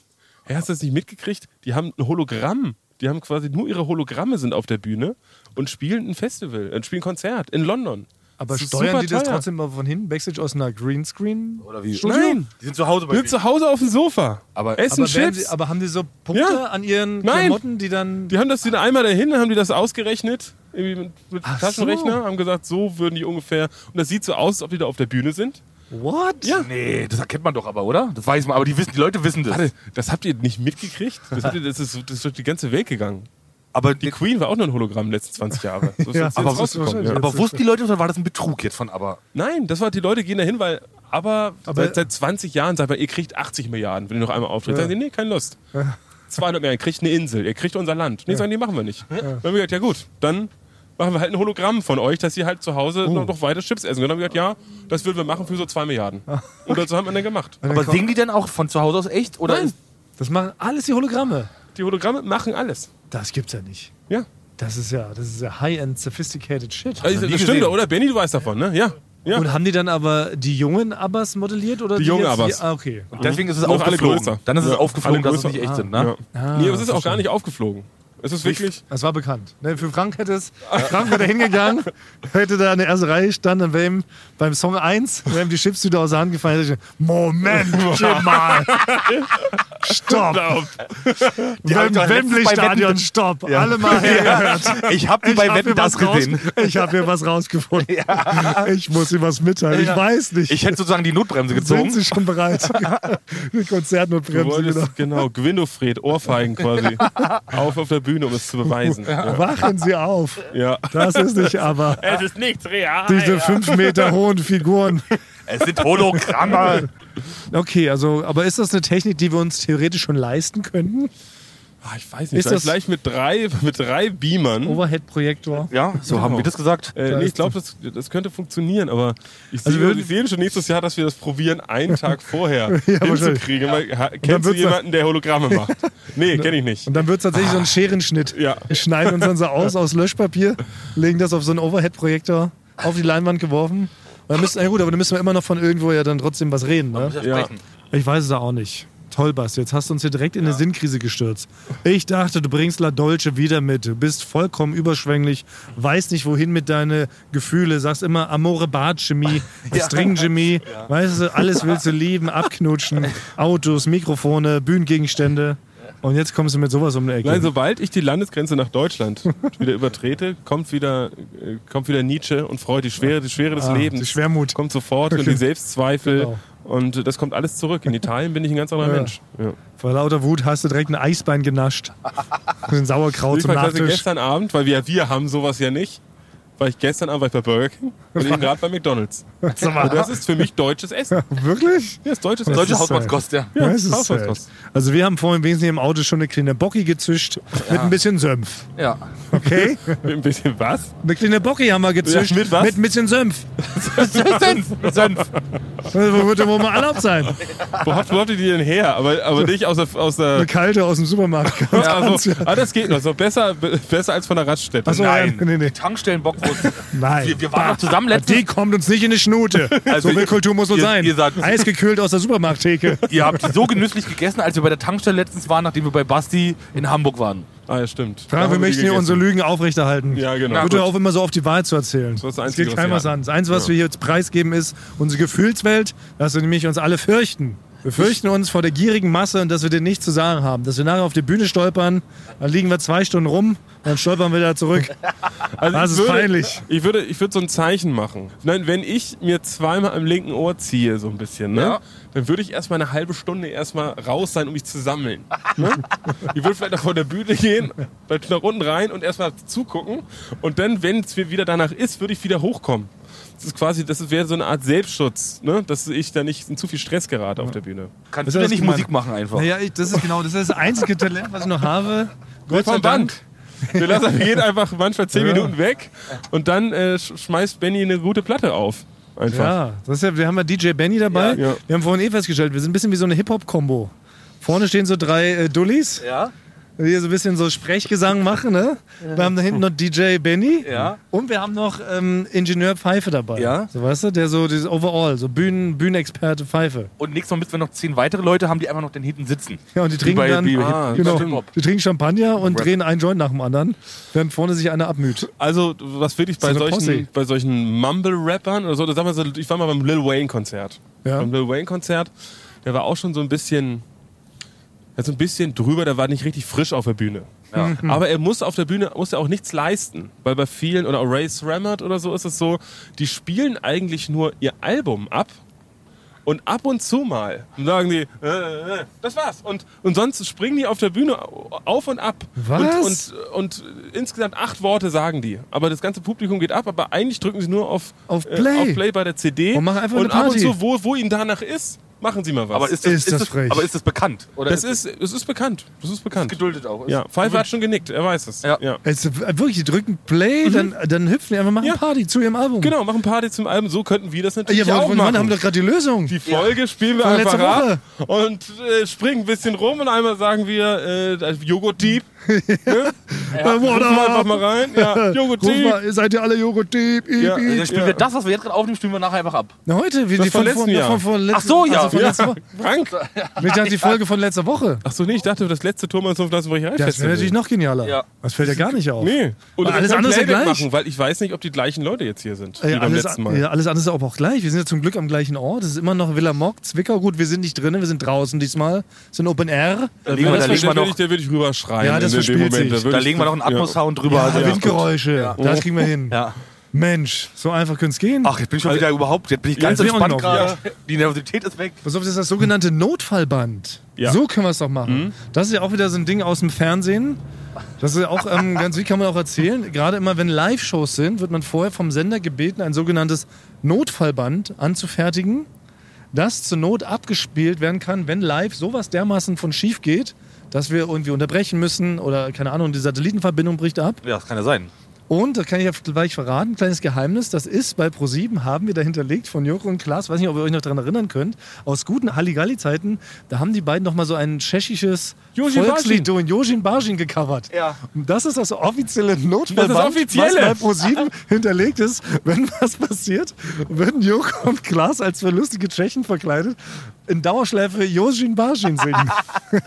[SPEAKER 3] Hä, hast du das nicht mitgekriegt? Die haben ein Hologramm. Die haben quasi nur ihre Hologramme sind auf der Bühne und spielen ein Festival, und spielen ein Konzert in London.
[SPEAKER 1] Aber
[SPEAKER 3] Das ist
[SPEAKER 1] steuern
[SPEAKER 3] super
[SPEAKER 1] die das
[SPEAKER 3] teuer.
[SPEAKER 1] trotzdem mal von hinten? Backstage aus einer Greenscreen?
[SPEAKER 5] Oder wie?
[SPEAKER 1] Studio?
[SPEAKER 3] Nein.
[SPEAKER 5] Die sind zu Hause bei
[SPEAKER 3] Wir
[SPEAKER 5] mir.
[SPEAKER 3] sind zu Hause auf dem Sofa,
[SPEAKER 5] Aber-
[SPEAKER 3] essen
[SPEAKER 1] Aber, werden
[SPEAKER 3] Chips.
[SPEAKER 1] sie, aber haben die so Punkte
[SPEAKER 3] Ja.
[SPEAKER 1] an ihren
[SPEAKER 3] Nein.
[SPEAKER 1] Klamotten, die dann.
[SPEAKER 3] die haben das den einmal dahin, dann haben die das ausgerechnet irgendwie mit, mit
[SPEAKER 1] Ach
[SPEAKER 3] Taschenrechner,
[SPEAKER 1] so.
[SPEAKER 3] haben gesagt, so würden die ungefähr. Und das sieht so aus, als ob die da auf der Bühne sind.
[SPEAKER 1] What?
[SPEAKER 3] Ja.
[SPEAKER 5] Nee, das erkennt man doch aber, oder? Das weiß man, aber die, wissen, die Leute wissen das.
[SPEAKER 3] Warte, das habt ihr nicht mitgekriegt? Das, habt ihr, das, ist, so- das ist durch die ganze Welt gegangen.
[SPEAKER 5] aber
[SPEAKER 3] Die Queen war auch nur ein Hologramm in den letzten 20 Jahre. So ist
[SPEAKER 1] Ja,
[SPEAKER 3] jetzt
[SPEAKER 1] aber
[SPEAKER 3] jetzt
[SPEAKER 1] was-
[SPEAKER 3] rausgekommen,
[SPEAKER 1] wahrscheinlich.
[SPEAKER 3] ja.
[SPEAKER 5] aber wussten die Leute, oder war das ein Betrug jetzt von aber?
[SPEAKER 3] Nein, das war die Leute gehen dahin, weil aber,
[SPEAKER 1] Aber-
[SPEAKER 3] seit, seit 20 Jahren sagt man, ihr kriegt 80 Milliarden, wenn ihr noch einmal auftritt. Sagen die, nee, keine Lust. 200 Milliarden, ihr kriegt eine Insel, ihr kriegt unser Land. Nee, sagen die, machen wir nicht. Dann haben wir gesagt, ja gut, dann machen wir halt ein Hologramm von euch, dass ihr halt zu Hause noch, noch weiter Chips essen könnt. Dann haben wir gesagt, ja, das würden wir machen für so 2 Milliarden. Und dazu haben wir dann gemacht.
[SPEAKER 5] Aber singen die denn auch von zu Hause aus echt? Oder
[SPEAKER 3] Nein.
[SPEAKER 5] ist-
[SPEAKER 1] Das machen alles die Hologramme.
[SPEAKER 3] Die Hologramme machen alles.
[SPEAKER 1] Das gibt's ja nicht.
[SPEAKER 3] Ja.
[SPEAKER 1] Das ist ja, das ist ja high-end sophisticated shit.
[SPEAKER 3] Also,
[SPEAKER 5] nie
[SPEAKER 3] das stimmt
[SPEAKER 5] gesehen.
[SPEAKER 3] doch, oder? Benny, du weißt davon, ne? Ja. ja.
[SPEAKER 1] Und haben die dann aber die jungen Abbas modelliert oder
[SPEAKER 3] Die
[SPEAKER 1] die,
[SPEAKER 3] jungen
[SPEAKER 1] jetzt-
[SPEAKER 3] Abbas.
[SPEAKER 1] Ah, okay.
[SPEAKER 5] Und deswegen ist es
[SPEAKER 3] Noch alle
[SPEAKER 5] aufgeflogen.
[SPEAKER 3] größer.
[SPEAKER 5] Dann ist es
[SPEAKER 3] Ja,
[SPEAKER 5] aufgeflogen,
[SPEAKER 3] alle
[SPEAKER 5] dass es
[SPEAKER 3] größer.
[SPEAKER 5] nicht echt sind,
[SPEAKER 3] ja. Ah,
[SPEAKER 5] ne?
[SPEAKER 3] nee, aber es ist auch gar nicht aufgeflogen. Es ist wirklich.
[SPEAKER 1] Das war bekannt. Ne, für Frank hätte es, Frank wäre da hingegangen, hätte da in der ersten Reihe gestanden, dann wäre ihm beim Song 1, wäre ihm die Chipstüte aus der Hand gefallen, hätte ich gesagt, Moment mal, stopp,
[SPEAKER 5] haben
[SPEAKER 1] Wem-
[SPEAKER 5] doch letztens bei
[SPEAKER 1] Wembley-Stadion,
[SPEAKER 5] Wetten-
[SPEAKER 1] stopp, alle mal hergehört.
[SPEAKER 5] Ich habe die
[SPEAKER 1] Ich
[SPEAKER 5] bei
[SPEAKER 1] hab
[SPEAKER 5] Wetten
[SPEAKER 1] hier
[SPEAKER 5] das
[SPEAKER 1] was raus-
[SPEAKER 5] gesehen.
[SPEAKER 1] Ich habe hier was rausgefunden. Ich muss ihm was mitteilen. Ich
[SPEAKER 5] Ja.
[SPEAKER 1] weiß nicht.
[SPEAKER 5] Ich hätte sozusagen die Notbremse
[SPEAKER 1] Sind
[SPEAKER 5] gezogen.
[SPEAKER 1] Sie schon bereit? Die
[SPEAKER 3] Du
[SPEAKER 1] Konzertnotbremse. Genau.
[SPEAKER 3] wolltest, genau, Gwindofred, Ohrfeigen quasi. auf auf der Bühne, um es zu beweisen. Ja.
[SPEAKER 1] genau. Wachen Sie auf.
[SPEAKER 3] ja.
[SPEAKER 1] Das ist nicht aber.
[SPEAKER 3] Es ist nichts real.
[SPEAKER 1] Diese fünf Meter hohen Figuren.
[SPEAKER 5] Es sind Hologramme.
[SPEAKER 1] Okay, also, aber ist das eine Technik, die wir uns theoretisch schon leisten könnten?
[SPEAKER 3] Ah, ich weiß nicht,
[SPEAKER 1] Ist
[SPEAKER 3] ist das
[SPEAKER 1] das- Oh,
[SPEAKER 3] gleich mit drei, mit drei Beamern.
[SPEAKER 1] Overhead-Projektor.
[SPEAKER 5] Ja, so haben wir das gesagt.
[SPEAKER 3] Äh, nee, ich glaube, das, das könnte funktionieren, aber ich sehe
[SPEAKER 1] Also würden-
[SPEAKER 3] ich sehe schon nächstes Jahr, dass wir das probieren, einen Tag vorher
[SPEAKER 1] Ja,
[SPEAKER 3] hinzukriegen. Weil, ha, kennst du
[SPEAKER 1] wird's-
[SPEAKER 3] jemanden, der Hologramme macht? Nee, kenne ich nicht.
[SPEAKER 1] Und dann wird es tatsächlich so ein Scherenschnitt.
[SPEAKER 3] Ja.
[SPEAKER 1] Wir schneiden uns dann so aus aus Löschpapier, legen das auf so einen Overhead-Projektor auf die Leinwand geworfen. Und dann müssen, na gut, aber dann müssen wir immer noch von irgendwo ja dann trotzdem was reden. Ne?
[SPEAKER 3] Ja.
[SPEAKER 1] Ich weiß es auch nicht. Toll, Basti, jetzt hast du uns hier direkt in eine Sinnkrise gestürzt. Ich dachte, du bringst La Dolce wieder mit. Du bist vollkommen überschwänglich, weißt nicht, wohin mit deinen Gefühle, sagst immer Amore Bad Chemie, String Chemie, weißt du, alles willst du lieben, abknutschen, Autos, Mikrofone, Bühnengegenstände. Und jetzt kommst du mit sowas um die Ecke.
[SPEAKER 3] Nein, sobald ich die Landesgrenze nach Deutschland wieder übertrete, kommt wieder, äh, kommt wieder Nietzsche und Freud, die Schwere, die Schwere des
[SPEAKER 1] Ah,
[SPEAKER 3] Lebens.
[SPEAKER 1] die Schwermut.
[SPEAKER 3] Kommt sofort und die Selbstzweifel.
[SPEAKER 1] Genau.
[SPEAKER 3] Und äh, das kommt alles zurück. In Italien bin ich ein ganz anderer
[SPEAKER 1] Ja.
[SPEAKER 3] Mensch. Ja.
[SPEAKER 1] Vor lauter Wut hast du direkt ein Eisbein genascht. Ein Sauerkraut
[SPEAKER 3] Ich
[SPEAKER 1] zum
[SPEAKER 3] war quasi
[SPEAKER 1] Nachtisch.
[SPEAKER 3] gestern Abend, weil wir, wir haben sowas ja nicht, war ich gestern Abend war ich bei Burger King und eben gerade bei McDonalds. Und das ist für mich deutsches Essen.
[SPEAKER 1] Wirklich?
[SPEAKER 3] Ja, ist deutsches
[SPEAKER 1] Das
[SPEAKER 3] Essen.
[SPEAKER 5] Deutsche
[SPEAKER 1] ist
[SPEAKER 5] Hausmannskost, ja. halt.
[SPEAKER 3] Ja,
[SPEAKER 1] das ist
[SPEAKER 3] Hausmannskost.
[SPEAKER 1] sad. Also wir haben vorhin wenigstens im Auto schon eine kleine Bocki gezischt mit ein bisschen Senf.
[SPEAKER 5] ja.
[SPEAKER 1] Okay?
[SPEAKER 3] Mit ein bisschen was?
[SPEAKER 1] Eine kleine Bocki haben wir gezischt
[SPEAKER 3] Ja, mit was?
[SPEAKER 1] mit ein bisschen Senf. Also,
[SPEAKER 5] Senf, Senf.
[SPEAKER 1] Das würde wohl mal erlaubt sein.
[SPEAKER 3] Wo habt, wo habt ihr die denn her? Aber, aber nicht aus der. Aus der
[SPEAKER 1] Eine kalte aus dem Supermarkt.
[SPEAKER 3] also, ah, das geht noch. So besser, be- besser als von der Raststätte.
[SPEAKER 1] Achso,
[SPEAKER 5] Nein.
[SPEAKER 1] ja, nee, nee.
[SPEAKER 5] Tankstellenbockwurst.
[SPEAKER 1] Nein.
[SPEAKER 5] Wir, wir waren doch zusammen
[SPEAKER 1] Die
[SPEAKER 5] letztens.
[SPEAKER 1] kommt uns nicht in die Schnute.
[SPEAKER 5] Also
[SPEAKER 1] so will
[SPEAKER 5] ihr-
[SPEAKER 1] Kultur muss so
[SPEAKER 5] ihr-
[SPEAKER 1] sein.
[SPEAKER 5] ihr sagt-
[SPEAKER 1] Eisgekühlt aus der Supermarkttheke.
[SPEAKER 5] Ihr habt die so genüsslich gegessen, als wir bei der Tankstelle letztens waren, nachdem wir bei Basti in Hamburg waren.
[SPEAKER 3] Ah, ja, stimmt. Da
[SPEAKER 1] Ja,
[SPEAKER 3] haben
[SPEAKER 1] wir
[SPEAKER 3] die
[SPEAKER 1] möchten hier
[SPEAKER 3] gegessen.
[SPEAKER 1] unsere Lügen aufrechterhalten.
[SPEAKER 3] Ja, genau.
[SPEAKER 1] Na,
[SPEAKER 3] Na
[SPEAKER 1] Gut,
[SPEAKER 3] gut.
[SPEAKER 1] auf, immer so auf die Wahrheit zu erzählen.
[SPEAKER 3] Das ist das
[SPEAKER 1] es
[SPEAKER 3] Einzige,
[SPEAKER 1] geht
[SPEAKER 3] was
[SPEAKER 1] keinem
[SPEAKER 3] wir
[SPEAKER 1] was
[SPEAKER 3] haben.
[SPEAKER 1] an. Das Einzige, was wir hier jetzt preisgeben, ist unsere Gefühlswelt, dass wir nämlich uns alle fürchten. Wir fürchten uns vor der gierigen Masse und dass wir dir nichts zu sagen haben. Dass wir nachher auf die Bühne stolpern, dann liegen wir zwei Stunden rum, dann stolpern wir da zurück.
[SPEAKER 3] Also
[SPEAKER 1] Das
[SPEAKER 3] ich
[SPEAKER 1] ist
[SPEAKER 3] würde-
[SPEAKER 1] peinlich.
[SPEAKER 3] Ich würde, ich würde so ein Zeichen machen. Nein, wenn ich mir zweimal am linken Ohr ziehe, so ein bisschen, ne?
[SPEAKER 5] Ja.
[SPEAKER 3] Dann würde ich erstmal eine halbe Stunde erstmal raus sein, um mich zu sammeln. Ne? Ich würde vielleicht noch von der Bühne gehen, vielleicht nach unten rein und erstmal zugucken. Und dann, wenn es mir wieder danach ist, würde ich wieder hochkommen. Das ist quasi, das wäre so eine Art Selbstschutz, ne? Dass ich da nicht in zu viel Stress gerate auf der Bühne.
[SPEAKER 5] Kannst
[SPEAKER 1] Das
[SPEAKER 5] du
[SPEAKER 1] ist
[SPEAKER 5] denn nicht
[SPEAKER 1] gemein.
[SPEAKER 5] Musik machen einfach?
[SPEAKER 1] Naja, ich, das ist genau, das ist das einzige Talent, was ich noch habe. Gott sei
[SPEAKER 3] vom
[SPEAKER 1] Dank.
[SPEAKER 3] Band. Wir, lassen, wir gehen einfach manchmal zehn
[SPEAKER 1] Ja.
[SPEAKER 3] Minuten weg und dann äh, sch- schmeißt Benny eine gute Platte auf. Einfach.
[SPEAKER 1] Ja, das ist ja, wir haben ja DJ Benny dabei.
[SPEAKER 3] Ja. Ja.
[SPEAKER 1] Wir haben vorhin eh festgestellt, wir sind ein bisschen wie so eine Hip-Hop-Kombo. Vorne stehen so drei äh, Dullis,
[SPEAKER 5] Ja.
[SPEAKER 1] die so ein bisschen so Sprechgesang machen. Ne? Wir haben da hinten noch DJ Benny
[SPEAKER 5] Ja.
[SPEAKER 1] und wir haben noch ähm, Ingenieur Pfeife dabei.
[SPEAKER 5] Ja.
[SPEAKER 1] So weißt du, der so dieses Overall, so Bühnen, Bühnenexperte Pfeife.
[SPEAKER 5] Und nächstes Mal müssen wir noch zehn weitere Leute haben, die einfach noch den hinten sitzen.
[SPEAKER 1] Ja, und die trinken
[SPEAKER 5] bei-
[SPEAKER 1] dann.
[SPEAKER 5] wie bei Hip-
[SPEAKER 3] Ah,
[SPEAKER 1] Genau,
[SPEAKER 3] stimmt.
[SPEAKER 1] die trinken Champagner und drehen einen Joint nach dem anderen, während vorne sich einer abmüht.
[SPEAKER 3] Also, was wirklich bei
[SPEAKER 1] So eine Posse.
[SPEAKER 3] solchen, bei solchen Mumble-Rappern oder so, oder sag mal so, ich war mal beim Lil Wayne-Konzert.
[SPEAKER 1] Ja.
[SPEAKER 3] Beim Lil Wayne-Konzert, der war auch schon so ein bisschen, ja, so ein bisschen drüber, der war nicht richtig frisch auf der Bühne. Aber er muss auf der Bühne muss er auch nichts leisten, weil bei vielen oder auch Ray Srammert oder so ist es so, die spielen eigentlich nur ihr Album ab und ab und zu mal sagen die, äh, äh, das war's. Und, und sonst springen die auf der Bühne auf und ab.
[SPEAKER 1] Was?
[SPEAKER 3] Und, und, und insgesamt acht Worte sagen die. Aber das ganze Publikum geht ab, aber eigentlich drücken sie nur auf, äh,
[SPEAKER 1] Auf Play.
[SPEAKER 3] auf Play bei der CD.
[SPEAKER 1] Und machen einfach eine
[SPEAKER 3] ab und
[SPEAKER 1] Party.
[SPEAKER 3] zu, wo, wo ihnen danach ist, machen sie mal was.
[SPEAKER 5] Aber ist das,
[SPEAKER 1] Ist das frech.
[SPEAKER 5] Aber ist das bekannt? Oder
[SPEAKER 3] das ist, es ist bekannt. Das ist bekannt.
[SPEAKER 5] geduldet auch? Ist
[SPEAKER 3] ja, Pfeiffer hat schon genickt, er weiß es.
[SPEAKER 5] Ja.
[SPEAKER 1] Also, wirklich, die drücken Play, dann, dann hüpfen die einfach, machen
[SPEAKER 3] Mhm. Ja.
[SPEAKER 1] Party zu ihrem Album.
[SPEAKER 3] Genau, machen Party zum Album, so könnten wir das natürlich
[SPEAKER 1] Ja, wir
[SPEAKER 3] auch machen.
[SPEAKER 1] haben doch gerade die Lösung.
[SPEAKER 3] Die Folge spielen wir
[SPEAKER 1] Von
[SPEAKER 3] einfach
[SPEAKER 1] letzter
[SPEAKER 3] ab und äh, springen ein bisschen rum und einmal sagen wir äh, Joghurt-Dieb.
[SPEAKER 1] Ja,
[SPEAKER 3] Rufen wir einfach mal rein. Ja, Joghurt-Dieb.
[SPEAKER 1] seid ihr alle Joghurt-Dieb?
[SPEAKER 3] Ja,
[SPEAKER 5] Dann spielen wir das, was wir jetzt gerade aufnehmen, spielen wir nachher einfach ab.
[SPEAKER 1] Na, heute, wie die
[SPEAKER 3] von letztem Jahr.
[SPEAKER 1] Von, von letzten,
[SPEAKER 5] Ach so,
[SPEAKER 1] Also
[SPEAKER 5] ja.
[SPEAKER 1] von
[SPEAKER 5] Ja.
[SPEAKER 1] letzter Woche.
[SPEAKER 3] Frank.
[SPEAKER 1] Ich dachte, die Folge von letzter Woche.
[SPEAKER 3] Achso, nee, ich dachte, das letzte Thomas und Flaschenbrich
[SPEAKER 1] Ja, das wäre natürlich noch genialer.
[SPEAKER 5] Ja.
[SPEAKER 1] Das fällt ja gar nicht auf.
[SPEAKER 3] Nee. Oder
[SPEAKER 1] Aber alles
[SPEAKER 3] wir können
[SPEAKER 1] andere ist ja
[SPEAKER 3] Playback
[SPEAKER 1] gleich.
[SPEAKER 3] Machen, weil ich weiß nicht, ob die gleichen Leute jetzt hier sind,
[SPEAKER 1] Äh,
[SPEAKER 3] wie beim
[SPEAKER 1] alles,
[SPEAKER 3] letzten Mal.
[SPEAKER 1] ja, alles andere ist aber auch gleich. Wir sind ja zum Glück am gleichen Ort. Es ist immer noch Villa Mock, Zwickau. Gut, wir sind nicht drinnen, wir sind draußen diesmal. Es ist ein Open Air.
[SPEAKER 3] Da
[SPEAKER 5] legen wir- da legen wir
[SPEAKER 3] würde
[SPEAKER 5] noch-
[SPEAKER 3] ich, da würde ich rüberschreien.
[SPEAKER 1] Ja, das
[SPEAKER 3] in dem
[SPEAKER 1] verspielt
[SPEAKER 3] Moment.
[SPEAKER 1] sich.
[SPEAKER 3] würd
[SPEAKER 5] Da
[SPEAKER 3] ich-
[SPEAKER 5] legen wir noch einen Atmos-Sound drüber.
[SPEAKER 1] Ja,
[SPEAKER 5] also ja.
[SPEAKER 1] Windgeräusche. Das kriegen wir hin.
[SPEAKER 5] Ja.
[SPEAKER 1] Mensch, so einfach können es gehen.
[SPEAKER 5] Ach, jetzt bin ich schon wieder überhaupt, jetzt bin ich
[SPEAKER 1] jetzt
[SPEAKER 5] ganz
[SPEAKER 1] bin ich auch
[SPEAKER 5] entspannt
[SPEAKER 1] noch,
[SPEAKER 5] gerade. Die Nervosität ist weg.
[SPEAKER 1] Pass auf, das ist das sogenannte Notfallband.
[SPEAKER 3] Ja.
[SPEAKER 1] So können wir es doch machen. Das ist ja auch wieder so ein Ding aus dem Fernsehen. Das ist ja auch ähm, ganz wie kann man auch erzählen. Gerade immer, wenn Live-Shows sind, wird man vorher vom Sender gebeten, ein sogenanntes Notfallband anzufertigen, das zur Not abgespielt werden kann, wenn live sowas dermaßen von schief geht, dass wir irgendwie unterbrechen müssen oder keine Ahnung, die Satellitenverbindung bricht ab.
[SPEAKER 5] Ja, das kann ja sein.
[SPEAKER 1] Und, das kann ich ja gleich verraten, kleines Geheimnis, das ist bei ProSieben haben wir da hinterlegt von Joko und Klaas, weiß nicht, ob ihr euch noch daran erinnern könnt, aus guten Halligalli-Zeiten, da haben die beiden nochmal so ein tschechisches
[SPEAKER 3] Jojin
[SPEAKER 1] Volkslied
[SPEAKER 3] Barschin.
[SPEAKER 1] und Jojin Barschin gecovert.
[SPEAKER 5] Ja.
[SPEAKER 1] Und das ist das offizielle Notfallband,
[SPEAKER 3] Das ist offizielle.
[SPEAKER 1] was bei ProSieben hinterlegt ist. Wenn was passiert, werden Joko und Klaas als zwei lustige Tschechen verkleidet in Dauerschleife Jojin Barschin singen.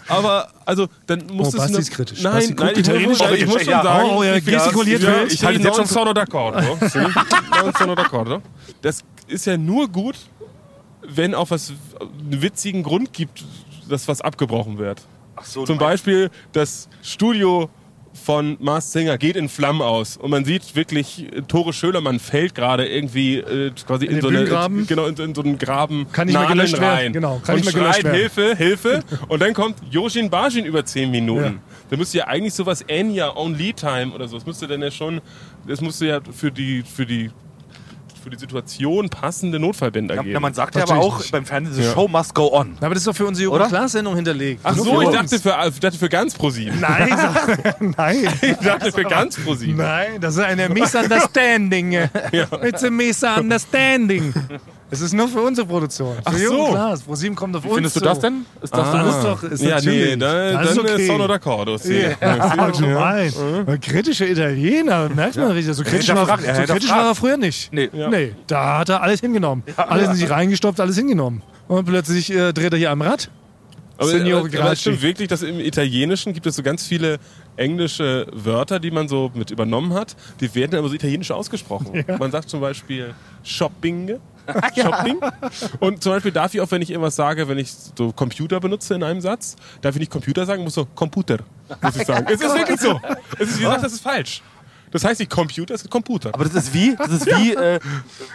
[SPEAKER 3] Aber, also, dann muss es.
[SPEAKER 1] Oh, Basti
[SPEAKER 3] nur-
[SPEAKER 1] ist kritisch.
[SPEAKER 3] Nein,
[SPEAKER 1] Basti guckt
[SPEAKER 3] nein, ich
[SPEAKER 1] italienisch,
[SPEAKER 3] muss,
[SPEAKER 5] aber
[SPEAKER 3] schon- ich
[SPEAKER 5] ich-
[SPEAKER 3] muss schon
[SPEAKER 5] ja.
[SPEAKER 3] sagen.
[SPEAKER 1] Oh, er
[SPEAKER 3] ich-
[SPEAKER 1] gestikuliert
[SPEAKER 3] ja,
[SPEAKER 1] wild.
[SPEAKER 3] Ich halte
[SPEAKER 5] Ich
[SPEAKER 3] jetzt
[SPEAKER 5] non
[SPEAKER 3] schon sono d'accordo. Sì, non sono d'accordo. Das ist ja nur gut, wenn auch was einen witzigen Grund gibt, dass was abgebrochen wird.
[SPEAKER 5] Ach so,
[SPEAKER 3] Zum Beispiel das Studio von Mars Singer geht in Flammen aus. Und man sieht wirklich, äh, Tore Schölermann fällt gerade irgendwie äh, quasi in,
[SPEAKER 1] den
[SPEAKER 3] so eine,
[SPEAKER 1] Bühnengraben?
[SPEAKER 3] genau, in, in so einen Graben.
[SPEAKER 1] Kann nicht mehr
[SPEAKER 3] Nadeln
[SPEAKER 1] gelöscht werden, genau, kann
[SPEAKER 3] und
[SPEAKER 1] nicht mehr gelöscht
[SPEAKER 3] schreit,
[SPEAKER 1] werden.
[SPEAKER 3] Hilfe, Hilfe. Und dann kommt Yoshin Bajin über 10 Minuten.
[SPEAKER 1] Ja.
[SPEAKER 3] Da müsste ja eigentlich sowas Enya Only Time oder so. Das müsste dann ja schon, das müsste ja für die, für die, für die Situation passende Notfallbänder
[SPEAKER 5] Ja,
[SPEAKER 3] geben.
[SPEAKER 5] ja, man sagt ja aber
[SPEAKER 1] Natürlich
[SPEAKER 5] auch
[SPEAKER 1] nicht.
[SPEAKER 5] beim Fernsehen, the show must go on.
[SPEAKER 6] Na, aber das ist doch für unsere
[SPEAKER 5] Oder?
[SPEAKER 6] Jugend-Klar-Sendung hinterlegt.
[SPEAKER 3] Ach
[SPEAKER 6] Nur
[SPEAKER 3] so,
[SPEAKER 6] für
[SPEAKER 3] ich
[SPEAKER 6] uns.
[SPEAKER 3] dachte für, ich dachte für ganz ProSieben.
[SPEAKER 1] Nein, nein.
[SPEAKER 3] Ich dachte für ganz ProSieben.
[SPEAKER 1] Nein, das ist eine
[SPEAKER 6] Misunderstanding. It's a misunderstanding. Es ist nur für unsere Produktion. Ach
[SPEAKER 3] so.
[SPEAKER 6] Pro 7 kommt auf uns
[SPEAKER 5] Findest du
[SPEAKER 6] zu.
[SPEAKER 5] das denn? Ist das
[SPEAKER 1] Das
[SPEAKER 5] so?
[SPEAKER 1] ist doch, ist
[SPEAKER 3] Ah. ja,
[SPEAKER 1] natürlich.
[SPEAKER 3] nee, da,
[SPEAKER 1] das ist
[SPEAKER 3] dann
[SPEAKER 1] okay.
[SPEAKER 3] ist Sono d'accordo.
[SPEAKER 1] Ja, allgemein. Kritische Italiener, merkt man richtig. So kritisch, war,
[SPEAKER 5] hinterfragt, er
[SPEAKER 1] so kritisch
[SPEAKER 5] hinterfragt.
[SPEAKER 1] war er früher nicht.
[SPEAKER 5] Nee.
[SPEAKER 1] Nee, da hat er alles hingenommen. Alles in sich reingestopft, alles hingenommen. Und plötzlich äh, dreht er hier am Rad.
[SPEAKER 3] Aber,
[SPEAKER 1] Signore
[SPEAKER 3] aber, aber
[SPEAKER 1] Graci.
[SPEAKER 3] es stimmt wirklich, dass im Italienischen gibt es so ganz viele englische Wörter, die man so mit übernommen hat. Die werden aber so italienisch ausgesprochen. Man sagt zum Beispiel Shopping. Shopping. Und zum Beispiel darf ich auch, wenn ich irgendwas sage, wenn ich so Computer benutze in einem Satz, darf ich nicht Computer sagen, muss so Computer, muss ich sagen. es ist wirklich so. Es ist, wie gesagt, das ist falsch. Das heißt nicht Computer, es ist Computer.
[SPEAKER 5] Aber das ist wie, das ist wie, äh,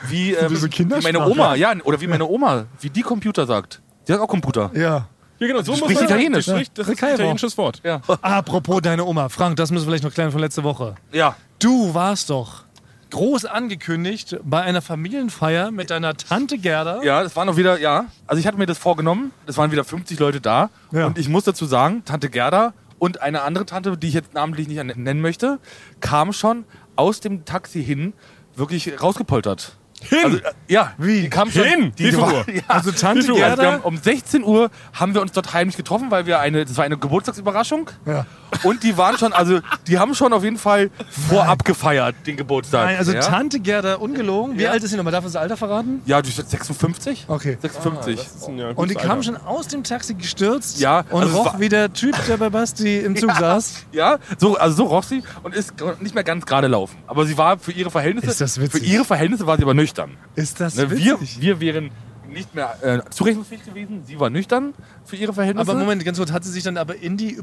[SPEAKER 5] wie, ähm,
[SPEAKER 1] so
[SPEAKER 5] wie meine
[SPEAKER 1] Kindersprache.
[SPEAKER 5] Oma, ja, oder wie meine Oma, wie die Computer sagt. Die sagt auch Computer.
[SPEAKER 1] Ja.
[SPEAKER 3] ja, genau, so muss
[SPEAKER 5] sprichst
[SPEAKER 3] man
[SPEAKER 5] Italienisch.
[SPEAKER 3] Das, spricht, das ist ein italienisches Wort.
[SPEAKER 5] Ja.
[SPEAKER 1] Apropos deine Oma, Frank, das müssen wir vielleicht noch klären von letzter Woche.
[SPEAKER 5] Ja.
[SPEAKER 1] Du warst doch groß angekündigt bei einer Familienfeier mit deiner Tante Gerda.
[SPEAKER 5] Ja, das waren auch wieder, ja. Also ich hatte mir das vorgenommen, es waren wieder 50 Leute da.
[SPEAKER 1] Ja.
[SPEAKER 5] Und ich muss dazu sagen, Tante Gerda und eine andere Tante, die ich jetzt namentlich nicht an- nennen möchte, kam schon aus dem Taxi hin, wirklich rausgepoltert. Hin? Also, äh, ja.
[SPEAKER 1] Wie?
[SPEAKER 5] Die kam schon,
[SPEAKER 3] Hin?
[SPEAKER 5] Die,
[SPEAKER 3] Wie viel
[SPEAKER 5] die war-
[SPEAKER 3] Uhr?
[SPEAKER 5] Ja,
[SPEAKER 1] Also Tante
[SPEAKER 5] Wie viel Uhr? Also wir
[SPEAKER 1] Gerda?
[SPEAKER 5] haben, um 16 Uhr haben wir uns dort heimlich getroffen, weil wir eine, das war eine Geburtstagsüberraschung.
[SPEAKER 1] Ja.
[SPEAKER 5] Und die waren schon, also die haben schon auf jeden Fall vorab gefeiert, den Geburtstag.
[SPEAKER 1] Nein, also
[SPEAKER 5] ja?
[SPEAKER 1] Tante Gerda, ungelogen. Wie alt ist sie nochmal? Darf man das Alter verraten?
[SPEAKER 5] Ja, du bist Ah, 56?
[SPEAKER 1] Okay.
[SPEAKER 5] 56.
[SPEAKER 3] Das ist ein, ja,
[SPEAKER 1] Und die
[SPEAKER 3] gutes
[SPEAKER 1] kam
[SPEAKER 3] Alter.
[SPEAKER 1] schon aus dem Taxi gestürzt
[SPEAKER 5] Ja,
[SPEAKER 1] und
[SPEAKER 5] also es
[SPEAKER 1] roch
[SPEAKER 5] war-
[SPEAKER 1] wie der Typ, der bei Basti im Zug saß.
[SPEAKER 5] Ja, so, also so roch sie und ist gr- nicht mehr ganz gerade laufen. Aber sie war für ihre Verhältnisse.
[SPEAKER 1] Ist das witzig.
[SPEAKER 5] Für ihre Verhältnisse war sie aber nüchtern.
[SPEAKER 1] Ist das
[SPEAKER 5] Ne, wir,
[SPEAKER 1] witzig?
[SPEAKER 5] wir wären nicht mehr äh, zurechnungsfähig gewesen. Sie war nüchtern für ihre Verhältnisse.
[SPEAKER 1] Aber Moment, ganz kurz, hat sie sich dann aber in die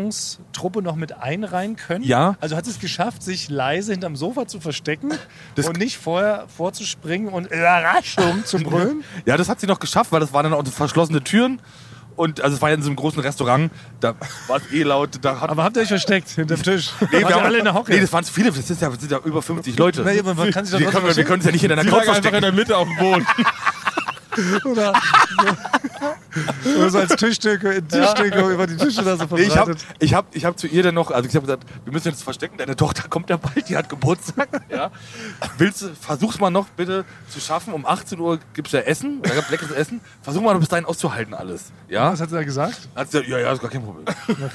[SPEAKER 1] Überraschungstruppe noch mit einreihen können?
[SPEAKER 5] Ja.
[SPEAKER 1] Also hat sie es geschafft, sich leise hinterm Sofa zu verstecken und nicht vorher vorzuspringen und Überraschung zu brüllen?
[SPEAKER 5] Ja, das hat sie noch geschafft, weil das waren dann auch so verschlossene Türen. Und also es war ja in so einem großen Restaurant, da war es eh laut. Da hat,
[SPEAKER 1] Aber habt ihr euch versteckt hinterm Tisch?
[SPEAKER 5] nee,
[SPEAKER 1] Wart ihr alle in der Hocke?
[SPEAKER 5] Nee, das waren zu viele, das sind ja, das sind ja über 50 Leute.
[SPEAKER 1] Na, aber man kann sich doch
[SPEAKER 5] wir,
[SPEAKER 1] trotzdem
[SPEAKER 5] können, wir können uns ja nicht in einer
[SPEAKER 3] Die
[SPEAKER 5] Couch
[SPEAKER 3] lag einfach in
[SPEAKER 5] verstecken.
[SPEAKER 3] der Mitte auf dem Boden.
[SPEAKER 1] oder, oder so als Tischdeko, in Tischdeko über die Tische da so
[SPEAKER 5] Nee, ich habe
[SPEAKER 1] verbreitet.
[SPEAKER 5] ich hab, ich hab zu ihr dann noch, also ich habe gesagt, wir müssen jetzt verstecken, deine Tochter kommt ja bald, die hat Geburtstag. Ja. Willst du, versuch's mal noch bitte zu schaffen, um 18 Uhr gibt's ja Essen, da gab's leckeres Essen, versuch mal bis dahin auszuhalten alles. Ja,
[SPEAKER 1] Was hat sie da gesagt?
[SPEAKER 5] hat sie, gesagt, ja, ja, ist gar kein Problem.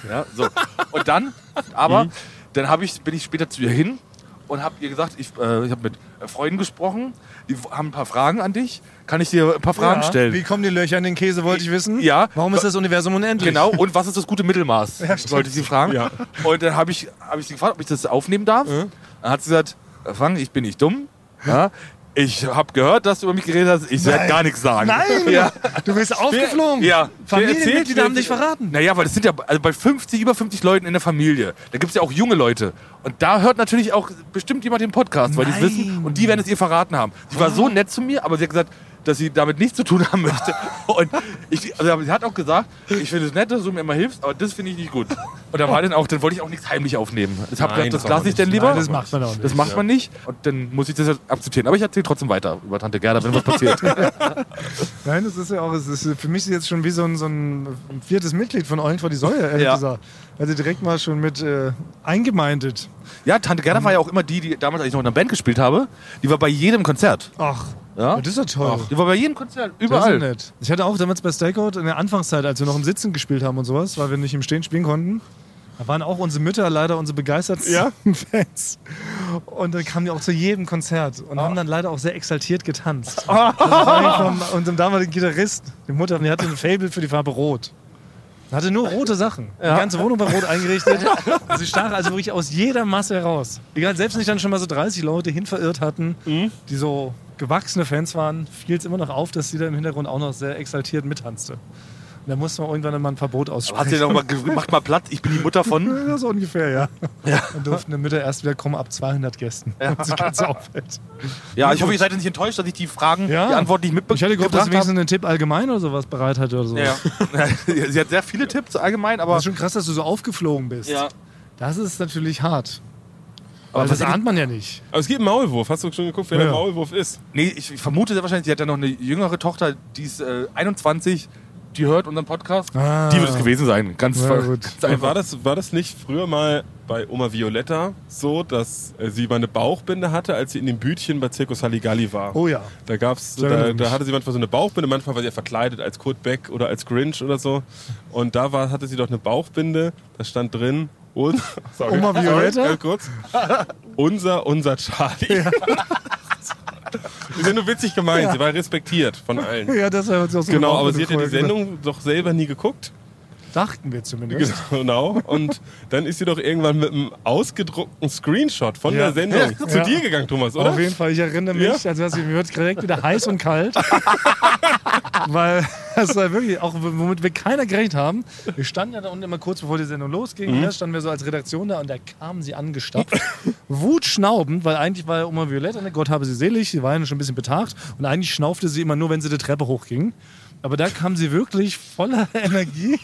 [SPEAKER 5] Ja, so. Und dann, aber, dann hab ich, bin ich später zu ihr hin und habe ihr gesagt, ich, äh, ich habe mit äh, Freunden gesprochen, die haben ein paar Fragen an dich, kann ich dir ein paar Fragen
[SPEAKER 1] Ja.
[SPEAKER 5] stellen?
[SPEAKER 1] Wie kommen die Löcher in den Käse, wollte ich wissen.
[SPEAKER 5] Ja.
[SPEAKER 1] Warum ist das Universum unendlich?
[SPEAKER 5] Genau, und was ist das gute Mittelmaß? sollte sie fragen. Und dann habe ich, hab ich sie gefragt, ob ich das aufnehmen darf. Dann hat sie gesagt, Frank, ich bin nicht dumm. Ja, ich habe gehört, dass du über mich geredet hast. Ich werde gar nichts sagen.
[SPEAKER 1] Nein!
[SPEAKER 5] Ja.
[SPEAKER 1] Du bist aufgeflogen.
[SPEAKER 5] Ja.
[SPEAKER 1] Familienmitglieder
[SPEAKER 5] Wer
[SPEAKER 1] haben dich verraten.
[SPEAKER 5] Naja, weil das sind ja also bei 50, über 50 Leuten in der Familie. Da gibt es ja auch junge Leute. Und da hört natürlich auch bestimmt jemand den Podcast, weil die es
[SPEAKER 1] Nein. Ah.
[SPEAKER 5] wissen. Und die werden es ihr verraten haben. Sie war so nett zu mir, aber sie hat gesagt, dass sie damit nichts zu tun haben möchte. Und ich, also sie hat auch gesagt, ich finde es nett, dass du mir immer hilfst, aber das finde ich nicht gut. Und da war dann auch, dann wollte ich auch nichts heimlich aufnehmen. Ich habe
[SPEAKER 3] Nein,
[SPEAKER 5] gedacht, das
[SPEAKER 3] das auch
[SPEAKER 5] lasse ich
[SPEAKER 3] nicht.
[SPEAKER 5] denn lieber.
[SPEAKER 1] Nein, das macht man auch nicht.
[SPEAKER 5] Das macht man nicht. Und dann muss ich das jetzt akzeptieren. Aber ich erzähle trotzdem weiter über Tante Gerda, wenn was passiert.
[SPEAKER 1] Nein, das ist ja auch, es ist für mich ist jetzt schon wie so ein, so ein viertes Mitglied von Eulen vor die Säule, ehrlich
[SPEAKER 5] Ja.
[SPEAKER 1] gesagt. Also direkt mal schon mit äh, eingemeindet.
[SPEAKER 5] Ja, Tante Gerda war ja auch immer die, die damals, als ich noch in der Band gespielt habe, die war bei jedem Konzert.
[SPEAKER 1] Ach,
[SPEAKER 5] Ja?
[SPEAKER 1] das ist ja toll.
[SPEAKER 5] Die war bei jedem Konzert,
[SPEAKER 1] Das ist
[SPEAKER 5] überall.
[SPEAKER 1] nett. Ich hatte auch damals bei Stakeout in der Anfangszeit, als wir noch im Sitzen gespielt haben und sowas, weil wir nicht im Stehen spielen konnten, da waren auch unsere Mütter leider unsere begeistertsten Fans. Und dann kamen die auch zu jedem Konzert und haben dann leider auch sehr exaltiert getanzt. Das war eigentlich von unserem damaligen Gitarristen, die Mutter, die hatte ein Fable für die Farbe Rot. Er hatte nur rote Sachen. Die ganze Wohnung war rot eingerichtet. Und sie stach also wirklich aus jeder Masse heraus. Egal, selbst wenn sich dann schon mal so 30 Leute hin verirrt hatten, die so gewachsene Fans waren, fiel es immer noch auf, dass sie da im Hintergrund auch noch sehr exaltiert mittanzte. Da muss man irgendwann mal ein Verbot aussprechen.
[SPEAKER 5] Hat sie noch mal ge- macht mal Platz, ich bin die Mutter von.
[SPEAKER 1] Ja, so ungefähr, ja. Dann durften die Mütter erst wieder kommen ab 200 Gästen. Das ganze Aufwand.
[SPEAKER 5] Ja, ich hoffe, ihr seid nicht enttäuscht, dass ich die Fragen,
[SPEAKER 1] Ja.
[SPEAKER 5] die Antworten nicht
[SPEAKER 1] Ich hätte
[SPEAKER 5] mitbekommen
[SPEAKER 1] gehofft, dass wenigstens einen Tipp allgemein oder sowas bereit hatte oder so.
[SPEAKER 5] Ja. ja. Sie hat sehr viele Tipps allgemein,
[SPEAKER 1] Das
[SPEAKER 5] aber
[SPEAKER 1] ist schon krass, dass du so aufgeflogen bist.
[SPEAKER 5] Ja.
[SPEAKER 1] Das ist natürlich hart.
[SPEAKER 3] Aber
[SPEAKER 1] Weil
[SPEAKER 3] was
[SPEAKER 1] das ahnt man ja nicht.
[SPEAKER 3] Aber es gibt einen Maulwurf. Hast du schon geguckt, wer
[SPEAKER 1] Ja.
[SPEAKER 3] der Maulwurf ist?
[SPEAKER 5] nee, ich ich vermute sehr wahrscheinlich, sie hat ja noch eine jüngere Tochter, die ist äh, 21, die hört unseren Podcast. Die wird es gewesen sein, ganz,
[SPEAKER 1] Ah. Ja,
[SPEAKER 5] ver-
[SPEAKER 1] gut.
[SPEAKER 5] ganz
[SPEAKER 3] Aber
[SPEAKER 5] einfach.
[SPEAKER 3] war das, war das nicht früher mal bei Oma Violetta so, dass äh, sie mal eine Bauchbinde hatte, als sie in dem Bütchen bei Circus Halligalli war?
[SPEAKER 1] Oh ja.
[SPEAKER 3] Da gab's,
[SPEAKER 1] erinnere
[SPEAKER 3] da,
[SPEAKER 1] mich.
[SPEAKER 3] da hatte sie manchmal so eine Bauchbinde, manchmal war sie ja verkleidet als Kurt Beck oder als Grinch oder so. Und da war, hatte sie doch eine Bauchbinde, da stand drin, un sorry,
[SPEAKER 1] Oma Violetta?
[SPEAKER 3] Ganz kurz. Unser, unser Charlie. Ist ja nur witzig gemeint, sie war respektiert von allen.
[SPEAKER 1] Ja, das hat sich auch so
[SPEAKER 3] Genau,
[SPEAKER 1] gebraucht,
[SPEAKER 3] aber
[SPEAKER 1] wenn
[SPEAKER 3] sie
[SPEAKER 1] du
[SPEAKER 3] hat ja die
[SPEAKER 1] vorher gesagt
[SPEAKER 3] Sendung doch selber nie geguckt.
[SPEAKER 1] hast. Dachten wir zumindest.
[SPEAKER 3] Genau. Und dann ist sie doch irgendwann mit einem ausgedruckten Screenshot von
[SPEAKER 1] Ja.
[SPEAKER 3] der Sendung
[SPEAKER 1] Ja.
[SPEAKER 3] zu
[SPEAKER 1] Ja.
[SPEAKER 3] dir gegangen, Thomas, oder?
[SPEAKER 1] Auf jeden Fall, ich erinnere mich,
[SPEAKER 3] Ja?
[SPEAKER 1] also dass ich, mir wird direkt wieder heiß und kalt. Weil das war wirklich, auch womit wir keiner gerechnet haben. Wir standen ja da unten immer kurz bevor die Sendung
[SPEAKER 3] Mhm.
[SPEAKER 1] losging, ne, standen wir so als Redaktion da und da kamen sie angestapft. Wutschnaubend, weil eigentlich war ja Oma Violetta, ne, Gott habe sie selig, sie war ja schon ein bisschen betagt und eigentlich schnaufte sie immer nur, wenn sie die Treppe hochging. Aber da kam sie wirklich voller Energie,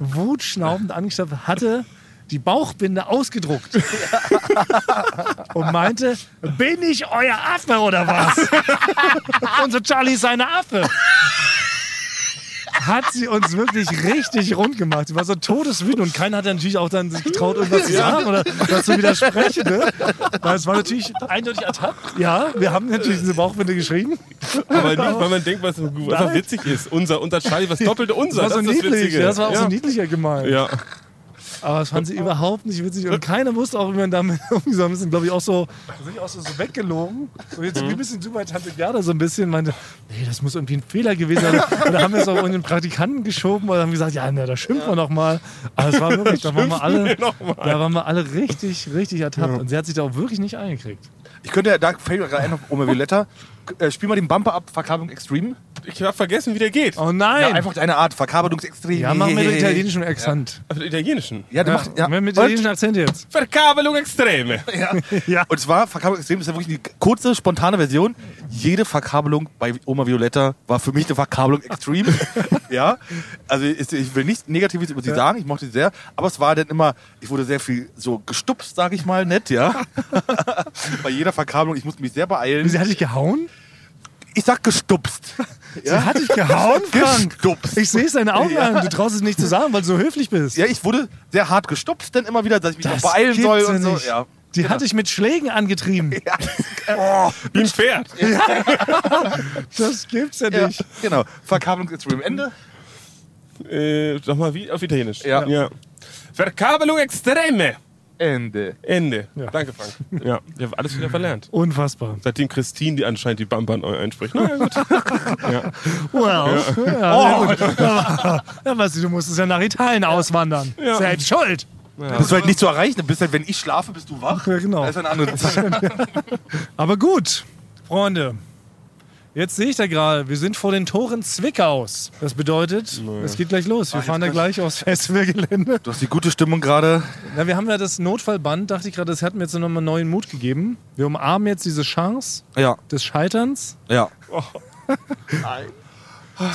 [SPEAKER 1] wutschnaubend angestapft, hatte die Bauchbinde ausgedruckt und meinte, bin ich euer Affe oder was? und so, Charlie ist eine Affe. Hat sie uns wirklich richtig rund gemacht. Sie war so todeswütend und keiner hat natürlich auch dann sich getraut, irgendwas zu sagen oder was zu widersprechen. Ne? Weil es war natürlich eindeutig ertappt. Ja, wir haben natürlich diese Bauchbinde geschrieben.
[SPEAKER 3] Aber nicht, weil man denkt, was einfach witzig ist. Unser, unser Charlie, was doppelte unser.
[SPEAKER 1] Das war so
[SPEAKER 3] ist das
[SPEAKER 1] niedlich.
[SPEAKER 3] Witzige.
[SPEAKER 1] Das war auch
[SPEAKER 3] ja.
[SPEAKER 1] so niedlicher gemeint.
[SPEAKER 3] Ja.
[SPEAKER 1] Aber das fand sie überhaupt nicht witzig. Und keiner wusste auch, wie man damit umgeht. Wir sind, glaube ich, auch so, sind auch so, so weggelogen. Und jetzt wie ein bisschen super Tante Gerda so ein bisschen meinte, nee, das muss irgendwie ein Fehler gewesen sein. Oder haben wir es auf irgendeinen Praktikanten geschoben oder haben gesagt, ja, na, da schimpfen wir noch mal. Aber es war wirklich, da waren wir alle, da waren wir alle richtig, richtig ertappt. Und sie hat sich da auch wirklich nicht eingekriegt.
[SPEAKER 5] Ich könnte ja, da fällt mir gerade ein, Oma Violetta, äh, spiel mal den Bumper ab, Verkabelung Extreme.
[SPEAKER 3] Ich habe vergessen, wie der geht.
[SPEAKER 1] Oh
[SPEAKER 5] Ja,
[SPEAKER 1] nein!
[SPEAKER 5] einfach eine Art Verkabelungsextrem.
[SPEAKER 1] Ja, machen wir den italienischen Akzent.
[SPEAKER 3] Auf den Also italienischen.
[SPEAKER 5] Ja, du
[SPEAKER 1] Ja.
[SPEAKER 5] machst- ja.
[SPEAKER 1] Mit, mit
[SPEAKER 5] Und-
[SPEAKER 1] italienischen Akzent jetzt.
[SPEAKER 3] Verkabelung Extreme.
[SPEAKER 5] Und zwar, Verkabelung Extrem ist ja wirklich die kurze, spontane Version. Jede Verkabelung bei Oma Violetta war für mich eine Verkabelung Extrem. ja. Also ist, ich will nichts Negatives über sie sagen, ich mochte sie sehr. Aber es war dann immer, ich wurde sehr viel so gestupst, sage ich mal, nett, ja. bei jeder Verkabelung, ich musste mich sehr beeilen.
[SPEAKER 1] Sie hat dich gehauen?
[SPEAKER 5] Ich sag gestupst.
[SPEAKER 1] Sie hat dich gehauen, Frank?
[SPEAKER 5] Gestupst.
[SPEAKER 1] Ich sehe es in deinen Augen an. Du traust es nicht zu sagen, weil du so höflich bist.
[SPEAKER 5] Ja, ich wurde sehr hart gestupst dann immer wieder, dass ich mich
[SPEAKER 1] Das
[SPEAKER 5] noch beeilen
[SPEAKER 1] gibt's
[SPEAKER 5] soll
[SPEAKER 1] ja
[SPEAKER 5] und so.
[SPEAKER 1] nicht.
[SPEAKER 5] Ja.
[SPEAKER 1] Die
[SPEAKER 5] Genau.
[SPEAKER 1] hatte ich mit Schlägen angetrieben.
[SPEAKER 3] Wie ein Pferd.
[SPEAKER 1] Das gibt's ja,
[SPEAKER 5] Ja,
[SPEAKER 1] nicht.
[SPEAKER 5] genau. Verkabelung ist am Ende.
[SPEAKER 3] Äh, Nochmal wie auf Italienisch.
[SPEAKER 5] Ja.
[SPEAKER 3] Verkabelung Extreme.
[SPEAKER 5] Ende.
[SPEAKER 3] Ende. Danke, Frank. Ja, ich habe alles wieder verlernt.
[SPEAKER 1] Unfassbar.
[SPEAKER 3] Seitdem Christine, die anscheinend die Bumper neu einspricht. Na ja, gut.
[SPEAKER 1] Wow. Ja.
[SPEAKER 5] Oh.
[SPEAKER 1] sehr gut. ja, was, du musstest ja nach Italien auswandern. Selbst schuld.
[SPEAKER 5] Bist du halt nicht zu erreichen. Du Bist halt, wenn ich schlafe, bist du wach.
[SPEAKER 1] Ja, genau.
[SPEAKER 5] Das ist eine andere Zeit.
[SPEAKER 1] Aber gut, Freunde. Jetzt sehe ich da gerade, wir sind vor den Toren Zwickaus. Das bedeutet, es geht gleich
[SPEAKER 5] Ah,
[SPEAKER 1] los. Wir fahren da gleich aufs Festivalgelände.
[SPEAKER 5] Du hast die gute Stimmung gerade.
[SPEAKER 1] Na, wir haben ja das Notfallband, dachte ich gerade, das hat mir jetzt nochmal neuen Mut gegeben. Wir umarmen jetzt diese Chance
[SPEAKER 5] Ja,
[SPEAKER 1] des Scheiterns.
[SPEAKER 5] ja.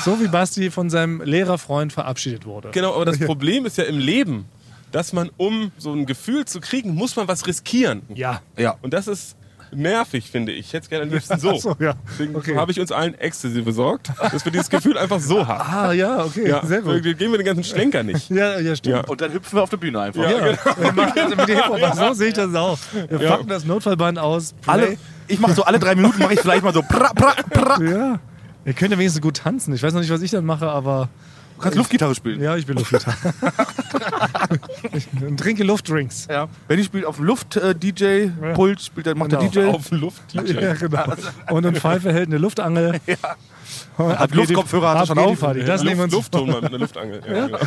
[SPEAKER 1] So wie Basti von seinem Lehrerfreund verabschiedet wurde.
[SPEAKER 3] Genau, aber das Problem ist ja im Leben, dass man, um so ein Gefühl zu kriegen, muss man was riskieren.
[SPEAKER 1] Ja.
[SPEAKER 5] Ja.
[SPEAKER 3] Und das ist nervig, finde ich. Ich hätte es gerne am liebsten so.
[SPEAKER 1] Ach so, ja.
[SPEAKER 3] Deswegen
[SPEAKER 1] Okay.
[SPEAKER 3] habe ich uns allen Ecstasy besorgt, dass wir dieses Gefühl einfach so haben.
[SPEAKER 1] Ah, ja, okay.
[SPEAKER 3] Ja,
[SPEAKER 1] Sehr gut.
[SPEAKER 3] Wir geben wir den ganzen Schlenker nicht.
[SPEAKER 1] Ja, ja, stimmt.
[SPEAKER 3] Ja.
[SPEAKER 5] Und dann hüpfen wir auf der Bühne einfach.
[SPEAKER 1] Ja, wir machen das mit der Hip-Hop. So sehe ich das auch. Wir
[SPEAKER 3] genau. Ja.
[SPEAKER 1] packen das Notfallband aus.
[SPEAKER 5] Alle,
[SPEAKER 1] Play.
[SPEAKER 5] ich mache so alle drei Minuten, mache ich vielleicht mal so pra, pra, pra. Du
[SPEAKER 1] Ja. Ihr könnt ja wenigstens gut tanzen. Ich weiß noch nicht, was ich dann mache, aber
[SPEAKER 5] kannst Luftgitarre spielen.
[SPEAKER 1] ja, ich bin Luftgitarre. Und trinke Luftdrinks.
[SPEAKER 5] Ja. Benny spielt auf äh, Luft-DJ-Pult, spielt dann macht
[SPEAKER 1] Genau.
[SPEAKER 5] der DJ.
[SPEAKER 3] Auf Luft.
[SPEAKER 1] Ja, genau. Und ein Pfeife hält eine Luftangel. Ja.
[SPEAKER 5] Hat Luftkopfhörer, hat er schon
[SPEAKER 1] auf.
[SPEAKER 5] auf.
[SPEAKER 1] Party. Das nehmen wir
[SPEAKER 3] Luft,
[SPEAKER 1] uns.
[SPEAKER 3] Lufttonmann mit einer Luftangel. Ja, genau.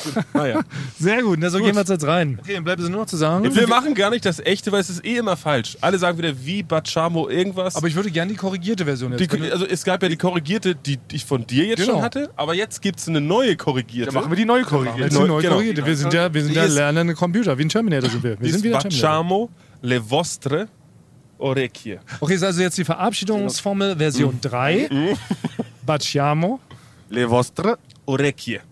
[SPEAKER 3] naja.
[SPEAKER 1] Sehr gut, na, so gehen wir jetzt rein.
[SPEAKER 7] Okay, dann bleibt es nur noch zu sagen.
[SPEAKER 3] Wir machen gar nicht das echte, weil es ist eh immer falsch. Alle sagen wieder wie Bachamo irgendwas.
[SPEAKER 7] Aber ich würde gerne die korrigierte Version jetzt.
[SPEAKER 3] die, also es gab ja die korrigierte, die, die ich von dir jetzt
[SPEAKER 7] Genau.
[SPEAKER 3] schon hatte, aber jetzt gibt es eine neue korrigierte.
[SPEAKER 5] Dann machen wir die neue korrigiert.
[SPEAKER 1] Jetzt die
[SPEAKER 3] Neu-
[SPEAKER 1] neue
[SPEAKER 3] genau.
[SPEAKER 1] korrigierte. Wir sind ja, wir sind ja
[SPEAKER 3] ist-
[SPEAKER 1] lernende Computer, wie ein Terminator sind wir. Wir
[SPEAKER 3] Dies
[SPEAKER 1] sind wieder Terminator.
[SPEAKER 3] Bachamo le vostre orecchie.
[SPEAKER 1] Okay, ist also jetzt die
[SPEAKER 3] Mhm.
[SPEAKER 1] Verabschiedungsformel Version 3. Baciamo.
[SPEAKER 5] Le Vostre.
[SPEAKER 3] Orecchie.